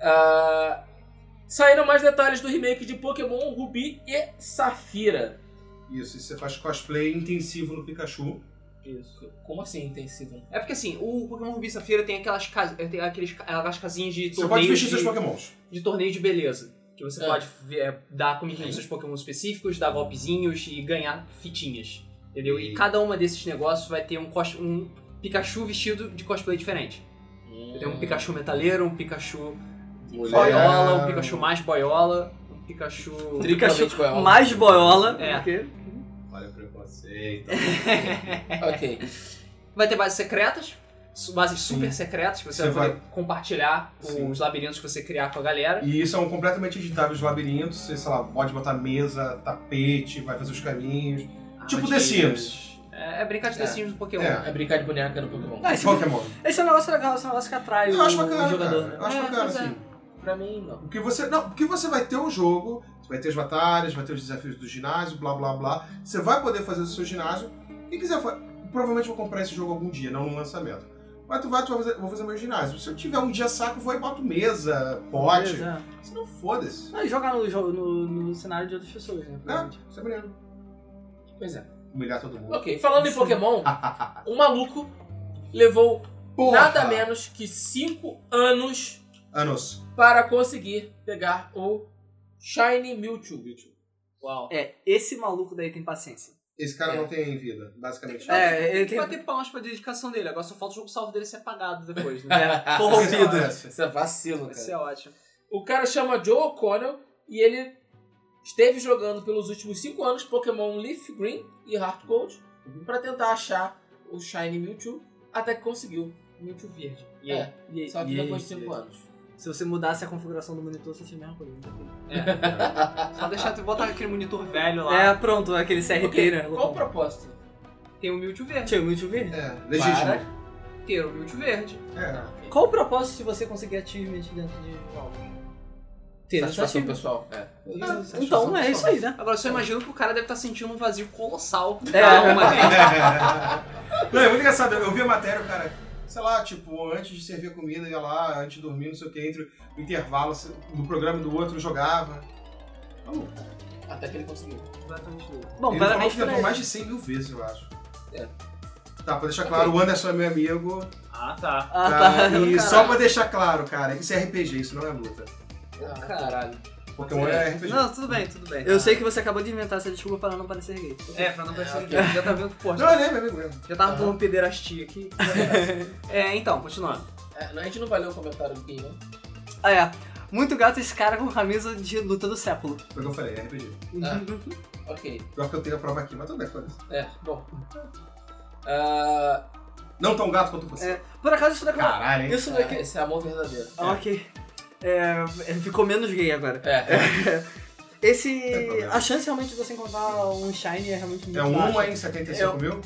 [SPEAKER 1] ah, saíram mais detalhes do remake de Pokémon Rubi e Safira.
[SPEAKER 3] Isso, e você faz cosplay intensivo no Pikachu.
[SPEAKER 2] Isso.
[SPEAKER 1] Como assim intensivo?
[SPEAKER 2] É porque assim, o Pokémon Rubi e Safira tem aquelas, cas... tem aqueles... aquelas casinhas de
[SPEAKER 3] Você pode
[SPEAKER 2] torneio
[SPEAKER 3] vestir
[SPEAKER 2] de...
[SPEAKER 3] seus pokémons.
[SPEAKER 2] de torneio de beleza. Que você
[SPEAKER 1] É.
[SPEAKER 2] pode é, dar comidinha nos seus Pokémon específicos, dar golpezinhos e ganhar fitinhas. Entendeu? E,
[SPEAKER 3] E-
[SPEAKER 2] cada uma desses negócios vai ter um, cos... um Pikachu vestido de cosplay diferente. Tem
[SPEAKER 3] Hum.
[SPEAKER 2] um Pikachu metaleiro, um Pikachu boiola, um Pikachu mais boiola, um Pikachu.
[SPEAKER 1] Triplamente boiola.
[SPEAKER 4] Mais boiola.
[SPEAKER 2] É.
[SPEAKER 4] porque-
[SPEAKER 3] Olha o preconceito.
[SPEAKER 1] Ok.
[SPEAKER 2] Vai ter bases secretas, su- bases super secretas, que você,
[SPEAKER 3] Você
[SPEAKER 2] vai poder compartilhar
[SPEAKER 3] Sim.
[SPEAKER 2] os labirintos que você criar com a galera.
[SPEAKER 3] E são completamente editáveis os labirintos. Você, sei lá, pode botar mesa, tapete, vai fazer os caminhos. tipo The
[SPEAKER 2] Armadilhas.
[SPEAKER 3] Sims.
[SPEAKER 2] Ah, É, é brincar de The
[SPEAKER 1] É.
[SPEAKER 2] Sims do Pokémon.
[SPEAKER 3] É.
[SPEAKER 1] É brincar de boneca no Pokémon.
[SPEAKER 4] Ah, esse,
[SPEAKER 3] Pokémon.
[SPEAKER 4] esse é um negócio legal, esse é um negócio que atrai
[SPEAKER 3] Eu
[SPEAKER 4] o,
[SPEAKER 3] acho
[SPEAKER 4] o
[SPEAKER 3] bacana,
[SPEAKER 4] jogador.
[SPEAKER 3] cara.
[SPEAKER 4] né?
[SPEAKER 3] Eu acho
[SPEAKER 1] É,
[SPEAKER 3] bacana,
[SPEAKER 1] pois é.
[SPEAKER 3] assim.
[SPEAKER 1] Pra mim, não.
[SPEAKER 3] Porque você, não, porque você vai ter o jogo, você vai ter as batalhas, vai ter os desafios do ginásio, blá blá blá. Você vai poder fazer o seu ginásio. Quem quiser, fa- provavelmente vou comprar esse jogo algum dia, não no lançamento. Mas tu vai, tu vai fazer, vou fazer meu ginásio. Se eu tiver um dia saco, eu vou e boto mesa, pote.
[SPEAKER 4] Beleza.
[SPEAKER 3] Se não, foda-se.
[SPEAKER 4] Ah, e jogar no, jogo- no, no cenário de outras pessoas, né?
[SPEAKER 3] Né? Isso é maneiro.
[SPEAKER 1] Pois é.
[SPEAKER 3] humilhar todo mundo.
[SPEAKER 1] Ok, falando em Pokémon, um maluco levou
[SPEAKER 3] Porra!
[SPEAKER 1] nada menos que 5 anos
[SPEAKER 3] Anos.
[SPEAKER 1] para conseguir pegar o Shiny Mewtwo.
[SPEAKER 2] Uau.
[SPEAKER 4] É, esse maluco daí tem paciência.
[SPEAKER 3] Esse cara
[SPEAKER 1] É.
[SPEAKER 3] não tem vida, basicamente.
[SPEAKER 4] É,
[SPEAKER 2] Tem
[SPEAKER 4] ele
[SPEAKER 2] que
[SPEAKER 4] tem.
[SPEAKER 2] bater palmas pra dedicação dele. Agora só falta o jogo salvo dele ser apagado depois, né?
[SPEAKER 4] É, corrompido.
[SPEAKER 1] Isso é vacilo,
[SPEAKER 2] Vai
[SPEAKER 1] cara.
[SPEAKER 2] ser ótimo.
[SPEAKER 1] O cara chama Joe O'Connell e ele esteve jogando pelos últimos 5 anos Pokémon Leaf Green e Heart Gold pra tentar achar o Shiny Mewtwo, até que conseguiu.
[SPEAKER 2] Mewtwo verde.
[SPEAKER 1] E aí?
[SPEAKER 4] E aí,
[SPEAKER 1] É, Só que
[SPEAKER 4] e aí,
[SPEAKER 1] depois de
[SPEAKER 4] e aí?
[SPEAKER 1] 5 anos.
[SPEAKER 4] Se você mudasse a configuração do monitor, você tinha a mesma coisa.
[SPEAKER 2] Só deixar tu botar aquele monitor velho lá.
[SPEAKER 4] É, pronto, aquele CRT,
[SPEAKER 1] Ok,
[SPEAKER 4] né?
[SPEAKER 1] Qual o propósito?
[SPEAKER 2] Tem o Mewtwo verde.
[SPEAKER 4] Tinha o Mewtwo verde?
[SPEAKER 3] É, legítimo.
[SPEAKER 2] Ter o Mewtwo verde.
[SPEAKER 3] É.
[SPEAKER 4] Qual o propósito se você conseguir achievement dentro de jogos? Ter
[SPEAKER 1] né? Satisfação
[SPEAKER 4] achievement.
[SPEAKER 1] pessoal. É.
[SPEAKER 4] Ah, Então, é isso aí, né?
[SPEAKER 2] Agora eu tá só imagino que o cara deve estar sentindo um vazio colossal
[SPEAKER 4] É.
[SPEAKER 2] na alma dele.
[SPEAKER 3] Não, é muito engraçado. Eu vi a matéria, o cara, sei lá, tipo, antes de servir a comida, ia lá, antes de dormir, não sei o que, entre o intervalo do programa e do outro, jogava. Maluco.
[SPEAKER 1] Até que ele conseguiu.
[SPEAKER 2] Completamente louco.
[SPEAKER 4] Bom,
[SPEAKER 3] ele falou
[SPEAKER 4] parabéns
[SPEAKER 3] que
[SPEAKER 4] pra
[SPEAKER 3] tentou
[SPEAKER 4] ele.
[SPEAKER 3] mais de 100 mil vezes, eu acho.
[SPEAKER 1] É.
[SPEAKER 3] Tá, pra deixar claro, o Anderson é meu amigo.
[SPEAKER 2] Ah, tá.
[SPEAKER 4] Ah,
[SPEAKER 3] tá?
[SPEAKER 4] tá.
[SPEAKER 3] E
[SPEAKER 4] Caralho.
[SPEAKER 3] só pra deixar claro, cara, isso é RPG, isso não é luta.
[SPEAKER 1] Ah, Caralho.
[SPEAKER 3] Pokémon é, RPG.
[SPEAKER 2] Não, tudo bem, tudo bem.
[SPEAKER 4] Eu sei que você acabou de inventar essa desculpa para não parecer gay.
[SPEAKER 2] É, pra não parecer
[SPEAKER 1] É,
[SPEAKER 2] que já tá vendo que, pô,
[SPEAKER 3] Não,
[SPEAKER 2] já,
[SPEAKER 3] ele é meu amigo mesmo.
[SPEAKER 2] já tava com pederastia aqui. É, então, continuando.
[SPEAKER 1] É, não, a gente não vai ler o comentário do Kim, né?
[SPEAKER 4] Ah, é. Muito gato esse cara com camisa de luta do século.
[SPEAKER 3] Foi o que eu falei, é RPG.
[SPEAKER 2] Ah.
[SPEAKER 1] Ok.
[SPEAKER 3] Pior que eu tenho a prova aqui, mas tudo bem, foda-se.
[SPEAKER 1] É, bom. Ah,
[SPEAKER 3] Não tão gato quanto você.
[SPEAKER 4] É. Por acaso isso daqui.
[SPEAKER 3] Caralho, hein?
[SPEAKER 4] Isso daqui.
[SPEAKER 1] esse é amor verdadeiro.
[SPEAKER 4] Ah, ok. É, ficou menos gay agora.
[SPEAKER 1] É.
[SPEAKER 3] Tem
[SPEAKER 4] Esse.
[SPEAKER 3] problema.
[SPEAKER 4] A chance realmente de você encontrar um Shiny é realmente muito
[SPEAKER 3] É uma
[SPEAKER 4] baixa.
[SPEAKER 3] em 75 mil?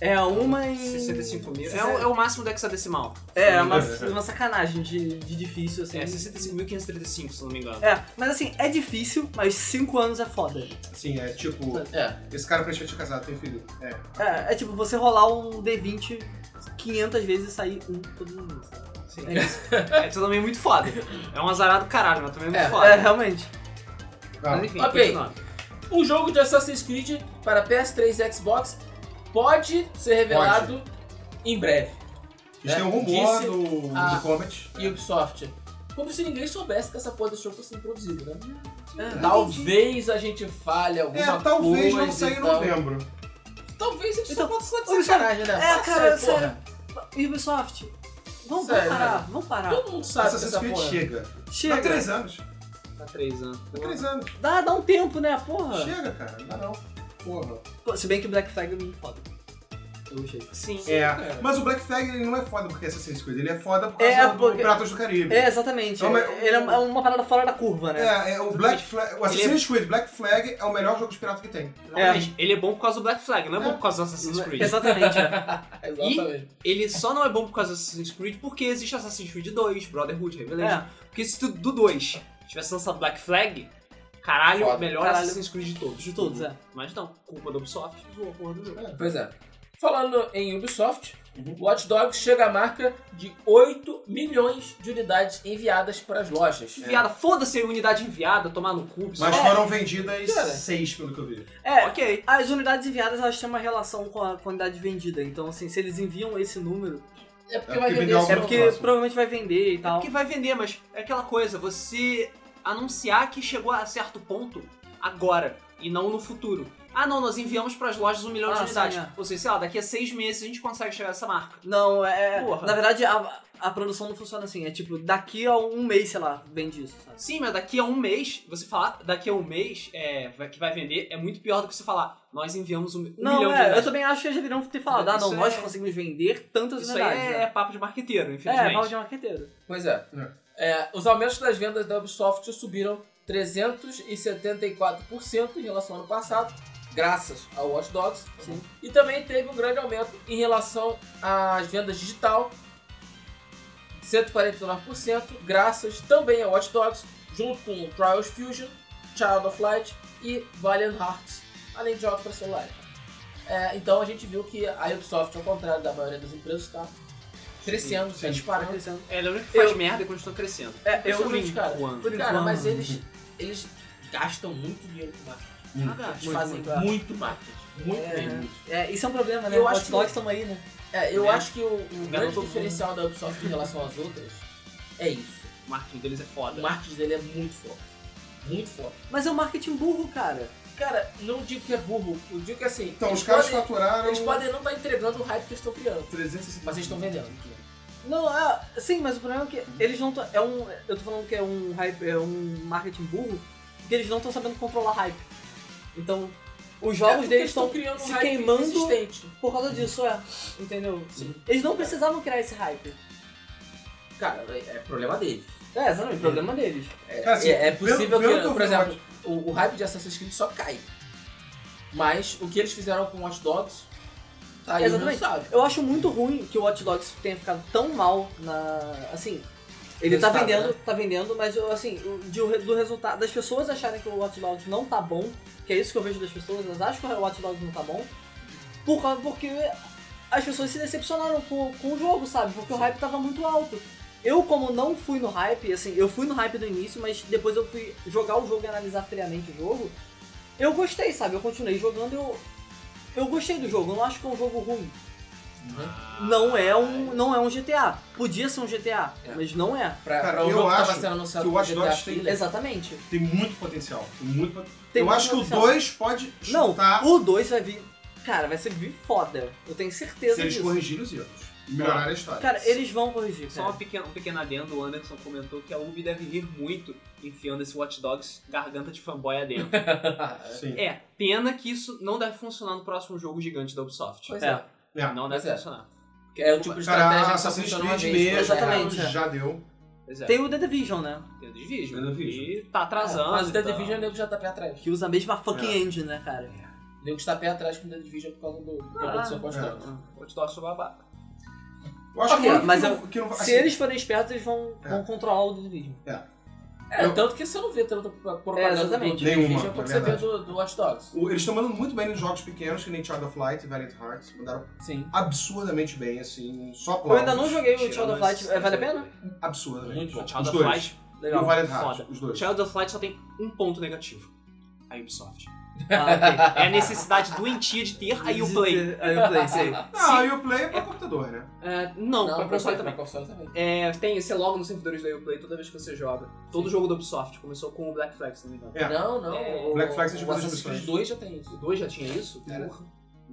[SPEAKER 4] É uma em. um-
[SPEAKER 2] 65 mil. É, o- é o máximo do hexadecimal.
[SPEAKER 4] É, é uma, uma sacanagem de, de difícil, assim.
[SPEAKER 2] É 65.535, se não me engano.
[SPEAKER 4] É, mas assim, é difícil, mas 5 anos é foda.
[SPEAKER 3] Sim, é tipo,
[SPEAKER 1] É.
[SPEAKER 3] esse cara preencheu de casado, tem filho. É.
[SPEAKER 4] É, é tipo você rolar um D20 500 vezes e sair um todo mundo. sabe?
[SPEAKER 2] Sim. É, isso. é tu também é muito foda. É um azarado do caralho, mas também é muito
[SPEAKER 1] É.
[SPEAKER 2] foda.
[SPEAKER 4] É, realmente.
[SPEAKER 3] Ah,
[SPEAKER 2] Mas enfim,
[SPEAKER 1] Ok.
[SPEAKER 2] continuando.
[SPEAKER 1] Um jogo de Assassin's Creed para PS3 e Xbox pode ser revelado em breve.
[SPEAKER 3] a gente tem um rumor
[SPEAKER 1] Disse
[SPEAKER 3] do,
[SPEAKER 1] a-
[SPEAKER 3] do Comet.
[SPEAKER 1] E Ubisoft. Como se ninguém soubesse que essa porra desse jogo fosse produzido, né?
[SPEAKER 4] É.
[SPEAKER 1] Talvez a gente falhe alguma
[SPEAKER 3] Ah, É,
[SPEAKER 1] coisa.
[SPEAKER 3] talvez não saia
[SPEAKER 1] saiu
[SPEAKER 3] em novembro.
[SPEAKER 1] Talvez a gente
[SPEAKER 4] Então,
[SPEAKER 1] só possa estar de
[SPEAKER 4] Ubisoft-
[SPEAKER 1] sacanagem, né?
[SPEAKER 4] É,
[SPEAKER 1] Pode
[SPEAKER 4] cara,
[SPEAKER 1] ser, porra.
[SPEAKER 4] Ubisoft, vamos, vamos
[SPEAKER 1] Sério,
[SPEAKER 4] parar, vamos parar.
[SPEAKER 1] Todo mundo sabe que
[SPEAKER 3] Ah, Assassin's
[SPEAKER 1] essa
[SPEAKER 3] Creed
[SPEAKER 1] porra.
[SPEAKER 3] chega. Dá
[SPEAKER 4] Chega,
[SPEAKER 3] três anos. Dá
[SPEAKER 2] Tá três anos.
[SPEAKER 3] três anos.
[SPEAKER 4] dá, dá um tempo, né, porra.
[SPEAKER 3] Chega, cara. Não dá não. Porra.
[SPEAKER 4] Pô, se bem que Black Flag é muito foda. Eu gostei.
[SPEAKER 2] Sim.
[SPEAKER 3] É. Mas o Black Flag ele não é foda porque é Assassin's Creed. Ele é foda por
[SPEAKER 4] É,
[SPEAKER 3] causa do
[SPEAKER 4] porque-
[SPEAKER 3] Piratas do Caribe.
[SPEAKER 4] É, exatamente.
[SPEAKER 3] Não, mas-
[SPEAKER 4] Ele é uma, é uma parada fora da curva, né?
[SPEAKER 3] É, é o Black Flag. O Assassin's Creed Black Flag é o melhor jogo de pirata que tem.
[SPEAKER 2] Exatamente. Ele é bom por causa do Black Flag, não é, bom por causa do Assassin's Creed.
[SPEAKER 4] Exatamente. é.
[SPEAKER 1] Exatamente.
[SPEAKER 2] Ele só não é bom por causa do Assassin's Creed porque existe Assassin's Creed 2, Brotherhood, Revelation.
[SPEAKER 4] É.
[SPEAKER 2] Porque se tu, do 2 tivesse lançado Black Flag, caralho,
[SPEAKER 1] Foda.
[SPEAKER 2] melhor
[SPEAKER 4] Caralho.
[SPEAKER 2] Assassin's Creed de todos.
[SPEAKER 4] De todos, é.
[SPEAKER 2] Mas não, culpa da Ubisoft, zoou a porra do jogo.
[SPEAKER 1] Pois é. Falando em Ubisoft, Watch Dogs chega à marca de 8 milhões de unidades enviadas para as lojas.
[SPEAKER 2] Enviada, foda-se a unidade enviada, tomar no cu, só-
[SPEAKER 3] Mas foram vendidas
[SPEAKER 1] Cara.
[SPEAKER 3] seis, pelo que eu vi.
[SPEAKER 4] É,
[SPEAKER 2] Ok.
[SPEAKER 4] As unidades enviadas, elas têm uma relação com a quantidade vendida. Então, assim, se eles enviam esse número,
[SPEAKER 1] É porque
[SPEAKER 3] É
[SPEAKER 1] vai
[SPEAKER 3] porque
[SPEAKER 1] vender
[SPEAKER 3] vendeu
[SPEAKER 1] esse
[SPEAKER 3] Não,
[SPEAKER 4] é
[SPEAKER 1] jogo.
[SPEAKER 4] porque
[SPEAKER 3] próximo.
[SPEAKER 4] provavelmente vai vender e
[SPEAKER 2] É
[SPEAKER 4] tal.
[SPEAKER 2] porque vai vender, mas é aquela coisa, você anunciar que chegou a certo ponto agora e não no futuro. Ah não, nós enviamos pras lojas um milhão
[SPEAKER 4] Ah,
[SPEAKER 2] de
[SPEAKER 4] sim,
[SPEAKER 2] unidades.
[SPEAKER 4] é.
[SPEAKER 2] Ou seja, sei lá, daqui a seis meses a gente consegue chegar a essa marca.
[SPEAKER 4] Não, é.
[SPEAKER 2] Porra.
[SPEAKER 4] Na verdade, a, a produção não funciona assim. É tipo, daqui a um mês, sei lá, vende isso, sabe?
[SPEAKER 2] Sim, mas daqui a um mês, você falar daqui a um mês é, vai- que vai vender é muito pior do que você falar nós enviamos um, um
[SPEAKER 4] Não,
[SPEAKER 2] milhão de
[SPEAKER 4] é, eu
[SPEAKER 2] unidades.
[SPEAKER 4] também acho que eles deveriam ter falado, ah, não,
[SPEAKER 2] Isso
[SPEAKER 4] nós
[SPEAKER 2] é-
[SPEAKER 4] conseguimos vender tantas
[SPEAKER 2] Isso aí
[SPEAKER 4] unidades.
[SPEAKER 2] é,
[SPEAKER 4] né?
[SPEAKER 2] papo de marqueteiro, infelizmente.
[SPEAKER 4] é, mal de marqueteiro.
[SPEAKER 1] Pois é. É, os aumentos das vendas da Ubisoft subiram 374% em relação ao ano passado, graças ao Watch Dogs.
[SPEAKER 4] Sim.
[SPEAKER 1] E também teve um grande aumento em relação às vendas digital, 149%, graças também ao Watch Dogs, junto com Trials Fusion, Child of Light e Valiant Hearts, além de jogos para celular. É, então a gente viu que a Ubisoft, ao contrário da maioria das empresas, está crescendo,
[SPEAKER 3] Sim,
[SPEAKER 1] está
[SPEAKER 3] sim.
[SPEAKER 1] disparando.
[SPEAKER 2] É, ele é o único que faz
[SPEAKER 4] Eu-
[SPEAKER 2] merda e continua crescendo.
[SPEAKER 4] É, eu
[SPEAKER 1] Impressionante,
[SPEAKER 4] li.
[SPEAKER 1] cara.
[SPEAKER 2] Quando?
[SPEAKER 4] Por
[SPEAKER 1] Cara,
[SPEAKER 4] enquanto.
[SPEAKER 1] mas eles, eles gastam muito dinheiro com marketing.
[SPEAKER 2] Ah,
[SPEAKER 1] Eles
[SPEAKER 4] Muito,
[SPEAKER 1] fazem
[SPEAKER 4] muito, claro.
[SPEAKER 1] muito marketing.
[SPEAKER 2] Muito
[SPEAKER 1] É.
[SPEAKER 2] bem.
[SPEAKER 4] É, isso é um problema, né?
[SPEAKER 1] Eu
[SPEAKER 4] Os
[SPEAKER 1] acho
[SPEAKER 4] Watch Dogs estão aí, né?
[SPEAKER 1] É, eu
[SPEAKER 2] Né?
[SPEAKER 1] acho que o, o grande
[SPEAKER 2] Garoto
[SPEAKER 1] diferencial da Ubisoft em relação às outras é isso.
[SPEAKER 2] O marketing deles é
[SPEAKER 1] O
[SPEAKER 2] foda.
[SPEAKER 1] marketing dele é muito forte. Muito forte.
[SPEAKER 4] Mas é um marketing burro, cara.
[SPEAKER 1] Cara, não digo que é burro, eu digo que assim.
[SPEAKER 3] Então,
[SPEAKER 1] eles
[SPEAKER 3] os caras
[SPEAKER 1] podem,
[SPEAKER 3] faturaram
[SPEAKER 1] eles podem não estar entregando o hype que eles estão criando,
[SPEAKER 3] 360
[SPEAKER 1] mas eles estão vendendo. É,
[SPEAKER 4] Não, ah, sim, mas o problema é que eles não tão- é um, eu tô falando que é um hype, é um marketing burro, porque eles não estão sabendo controlar hype. Então, os
[SPEAKER 1] É
[SPEAKER 4] jogos
[SPEAKER 1] porque
[SPEAKER 4] deles
[SPEAKER 1] eles tão
[SPEAKER 4] estão
[SPEAKER 1] criando
[SPEAKER 4] se
[SPEAKER 1] um hype
[SPEAKER 4] queimando.
[SPEAKER 1] Existente.
[SPEAKER 4] por causa disso, é, entendeu? Eles não precisavam criar esse hype.
[SPEAKER 1] Cara, é é problema deles.
[SPEAKER 4] É, exatamente, o problema deles.
[SPEAKER 1] É,
[SPEAKER 3] Assim,
[SPEAKER 1] é- é possível
[SPEAKER 3] pelo- pelo que
[SPEAKER 1] que,
[SPEAKER 3] eu
[SPEAKER 1] por
[SPEAKER 3] vi,
[SPEAKER 1] exemplo, o, o hype de Assassin's Creed só cai. Mas o que eles fizeram com Watch Dogs, tá aí
[SPEAKER 4] Exatamente.
[SPEAKER 1] o resultado.
[SPEAKER 4] Eu acho muito ruim que o Watch Dogs tenha ficado tão mal na, assim, ele tá
[SPEAKER 1] Resultado,
[SPEAKER 4] vendendo,
[SPEAKER 1] né?
[SPEAKER 4] tá vendendo, mas eu, assim, o- de, o re- do resultado, das pessoas acharem que o Watch Dogs não tá bom, que é isso que eu vejo das pessoas, elas acham que o Watch Dogs não tá bom, por causa, porque as pessoas se decepcionaram com, com o jogo, sabe? Porque o hype tava muito alto. Eu, como não fui no hype, assim, eu fui no hype do início, mas depois eu fui jogar o jogo e analisar friamente o jogo, eu gostei, sabe? Eu continuei jogando, eu, eu gostei do jogo, eu não acho que é um jogo ruim.
[SPEAKER 3] né?
[SPEAKER 4] Não é um, não é um GTA. Podia ser um GTA,
[SPEAKER 1] É.
[SPEAKER 4] mas não é.
[SPEAKER 1] Pra,
[SPEAKER 3] Cara,
[SPEAKER 1] pra o
[SPEAKER 3] eu
[SPEAKER 1] jogo tava
[SPEAKER 3] acho
[SPEAKER 1] sendo anunciado
[SPEAKER 3] que o
[SPEAKER 1] como
[SPEAKER 3] Watch Dogs
[SPEAKER 1] GTA
[SPEAKER 3] tem-
[SPEAKER 1] Killer,
[SPEAKER 4] Exatamente.
[SPEAKER 3] Tem muito potencial. Tem muito pot-
[SPEAKER 4] Tem
[SPEAKER 3] eu
[SPEAKER 4] muito
[SPEAKER 3] acho que o tá-
[SPEAKER 4] potencial.
[SPEAKER 3] 2 pode
[SPEAKER 4] Não,
[SPEAKER 3] chutar
[SPEAKER 4] o 2 vai vir. Cara, vai ser vir foda. Eu tenho certeza
[SPEAKER 3] se eles
[SPEAKER 4] disso.
[SPEAKER 3] corrigirem os erros. E melhorar a história.
[SPEAKER 4] Cara, eles vão corrigir.
[SPEAKER 2] Só uma
[SPEAKER 4] Cara.
[SPEAKER 2] pequena, um pequeno adendo, o Anderson comentou que a Ubi deve rir muito enfiando esse Watch Dogs garganta de fanboy adentro.
[SPEAKER 4] Ah,
[SPEAKER 3] Sim.
[SPEAKER 2] é, pena que isso não deve funcionar no próximo jogo gigante da Ubisoft.
[SPEAKER 1] Pois é.
[SPEAKER 3] É.
[SPEAKER 2] Não deve
[SPEAKER 1] Pois é.
[SPEAKER 2] funcionar.
[SPEAKER 1] Que é o tipo de estratégia
[SPEAKER 3] Cara,
[SPEAKER 1] que só
[SPEAKER 3] Assassin's
[SPEAKER 1] funciona uma
[SPEAKER 3] Creed
[SPEAKER 1] vez.
[SPEAKER 3] mesmo,
[SPEAKER 1] depois dá errado.
[SPEAKER 4] tá Exatamente. é.
[SPEAKER 3] cara, já deu.
[SPEAKER 2] Pois é.
[SPEAKER 4] Tem o The Division, né?
[SPEAKER 2] Tem o Division.
[SPEAKER 3] Tem o Division.
[SPEAKER 2] E tá atrasando.
[SPEAKER 1] Mas É, o The
[SPEAKER 2] então.
[SPEAKER 1] Division o nego já tá pé atrás.
[SPEAKER 4] Que usa a mesma fucking
[SPEAKER 3] É.
[SPEAKER 4] engine, né, cara?
[SPEAKER 1] O nego está pé atrás com o The Division por causa do do que
[SPEAKER 2] Ah,
[SPEAKER 1] aconteceu com o Watch
[SPEAKER 3] é.
[SPEAKER 1] Dogs.
[SPEAKER 2] Watch Dogs foi babaca.
[SPEAKER 3] Eu acho
[SPEAKER 4] Ok,
[SPEAKER 3] que, o único
[SPEAKER 4] mas
[SPEAKER 3] que
[SPEAKER 4] eu-
[SPEAKER 3] não- que não vai-
[SPEAKER 4] Se
[SPEAKER 3] assim,
[SPEAKER 4] eles forem espertos, eles vão,
[SPEAKER 3] É.
[SPEAKER 4] vão controlar o The Division.
[SPEAKER 1] É,
[SPEAKER 3] Eu-
[SPEAKER 1] tanto que você não vê tanta
[SPEAKER 4] É,
[SPEAKER 1] propaganda do
[SPEAKER 4] exatamente.
[SPEAKER 1] The Division
[SPEAKER 3] Nenhuma,
[SPEAKER 1] quanto
[SPEAKER 3] é
[SPEAKER 1] você vê
[SPEAKER 3] verdade.
[SPEAKER 1] do, do Watch Dogs.
[SPEAKER 3] o- Eles estão mandando muito bem nos jogos pequenos, que nem Child of Light e Valiant Hearts. Mandaram
[SPEAKER 4] Sim.
[SPEAKER 3] absurdamente bem, assim, só
[SPEAKER 4] Eu
[SPEAKER 3] aplausos.
[SPEAKER 4] ainda não joguei o
[SPEAKER 2] Tirando
[SPEAKER 4] Child of
[SPEAKER 2] esse-
[SPEAKER 4] Light. É, Vale a pena?
[SPEAKER 3] Absurdamente.
[SPEAKER 1] Muito bom.
[SPEAKER 2] Child
[SPEAKER 3] Os
[SPEAKER 2] of
[SPEAKER 3] dois.
[SPEAKER 2] Light.
[SPEAKER 3] E o Valiant Hearts,
[SPEAKER 2] Foda.
[SPEAKER 3] os dois.
[SPEAKER 2] Child of Light só tem um ponto negativo. A Ubisoft.
[SPEAKER 4] Ah,
[SPEAKER 2] É a necessidade doentia de ter a
[SPEAKER 4] ok.
[SPEAKER 2] Uplay.
[SPEAKER 4] Aí o Play, sei.
[SPEAKER 3] Ah, e o Play é pra computador, né?
[SPEAKER 2] É, não, pra console também.
[SPEAKER 1] Pra console também.
[SPEAKER 2] É, tem, você logo nos servidores da Uplay toda vez que você joga. Todo jogo da Ubisoft começou com o Black Flag, se não me engano.
[SPEAKER 3] É.
[SPEAKER 1] Não, não.
[SPEAKER 2] É.
[SPEAKER 1] o-
[SPEAKER 3] Black Flag você
[SPEAKER 1] o
[SPEAKER 3] já fez
[SPEAKER 1] Assassin's Creed
[SPEAKER 3] discussões.
[SPEAKER 1] 2 já tem isso.
[SPEAKER 2] O 2 já tinha isso?
[SPEAKER 1] Era.
[SPEAKER 2] Porra.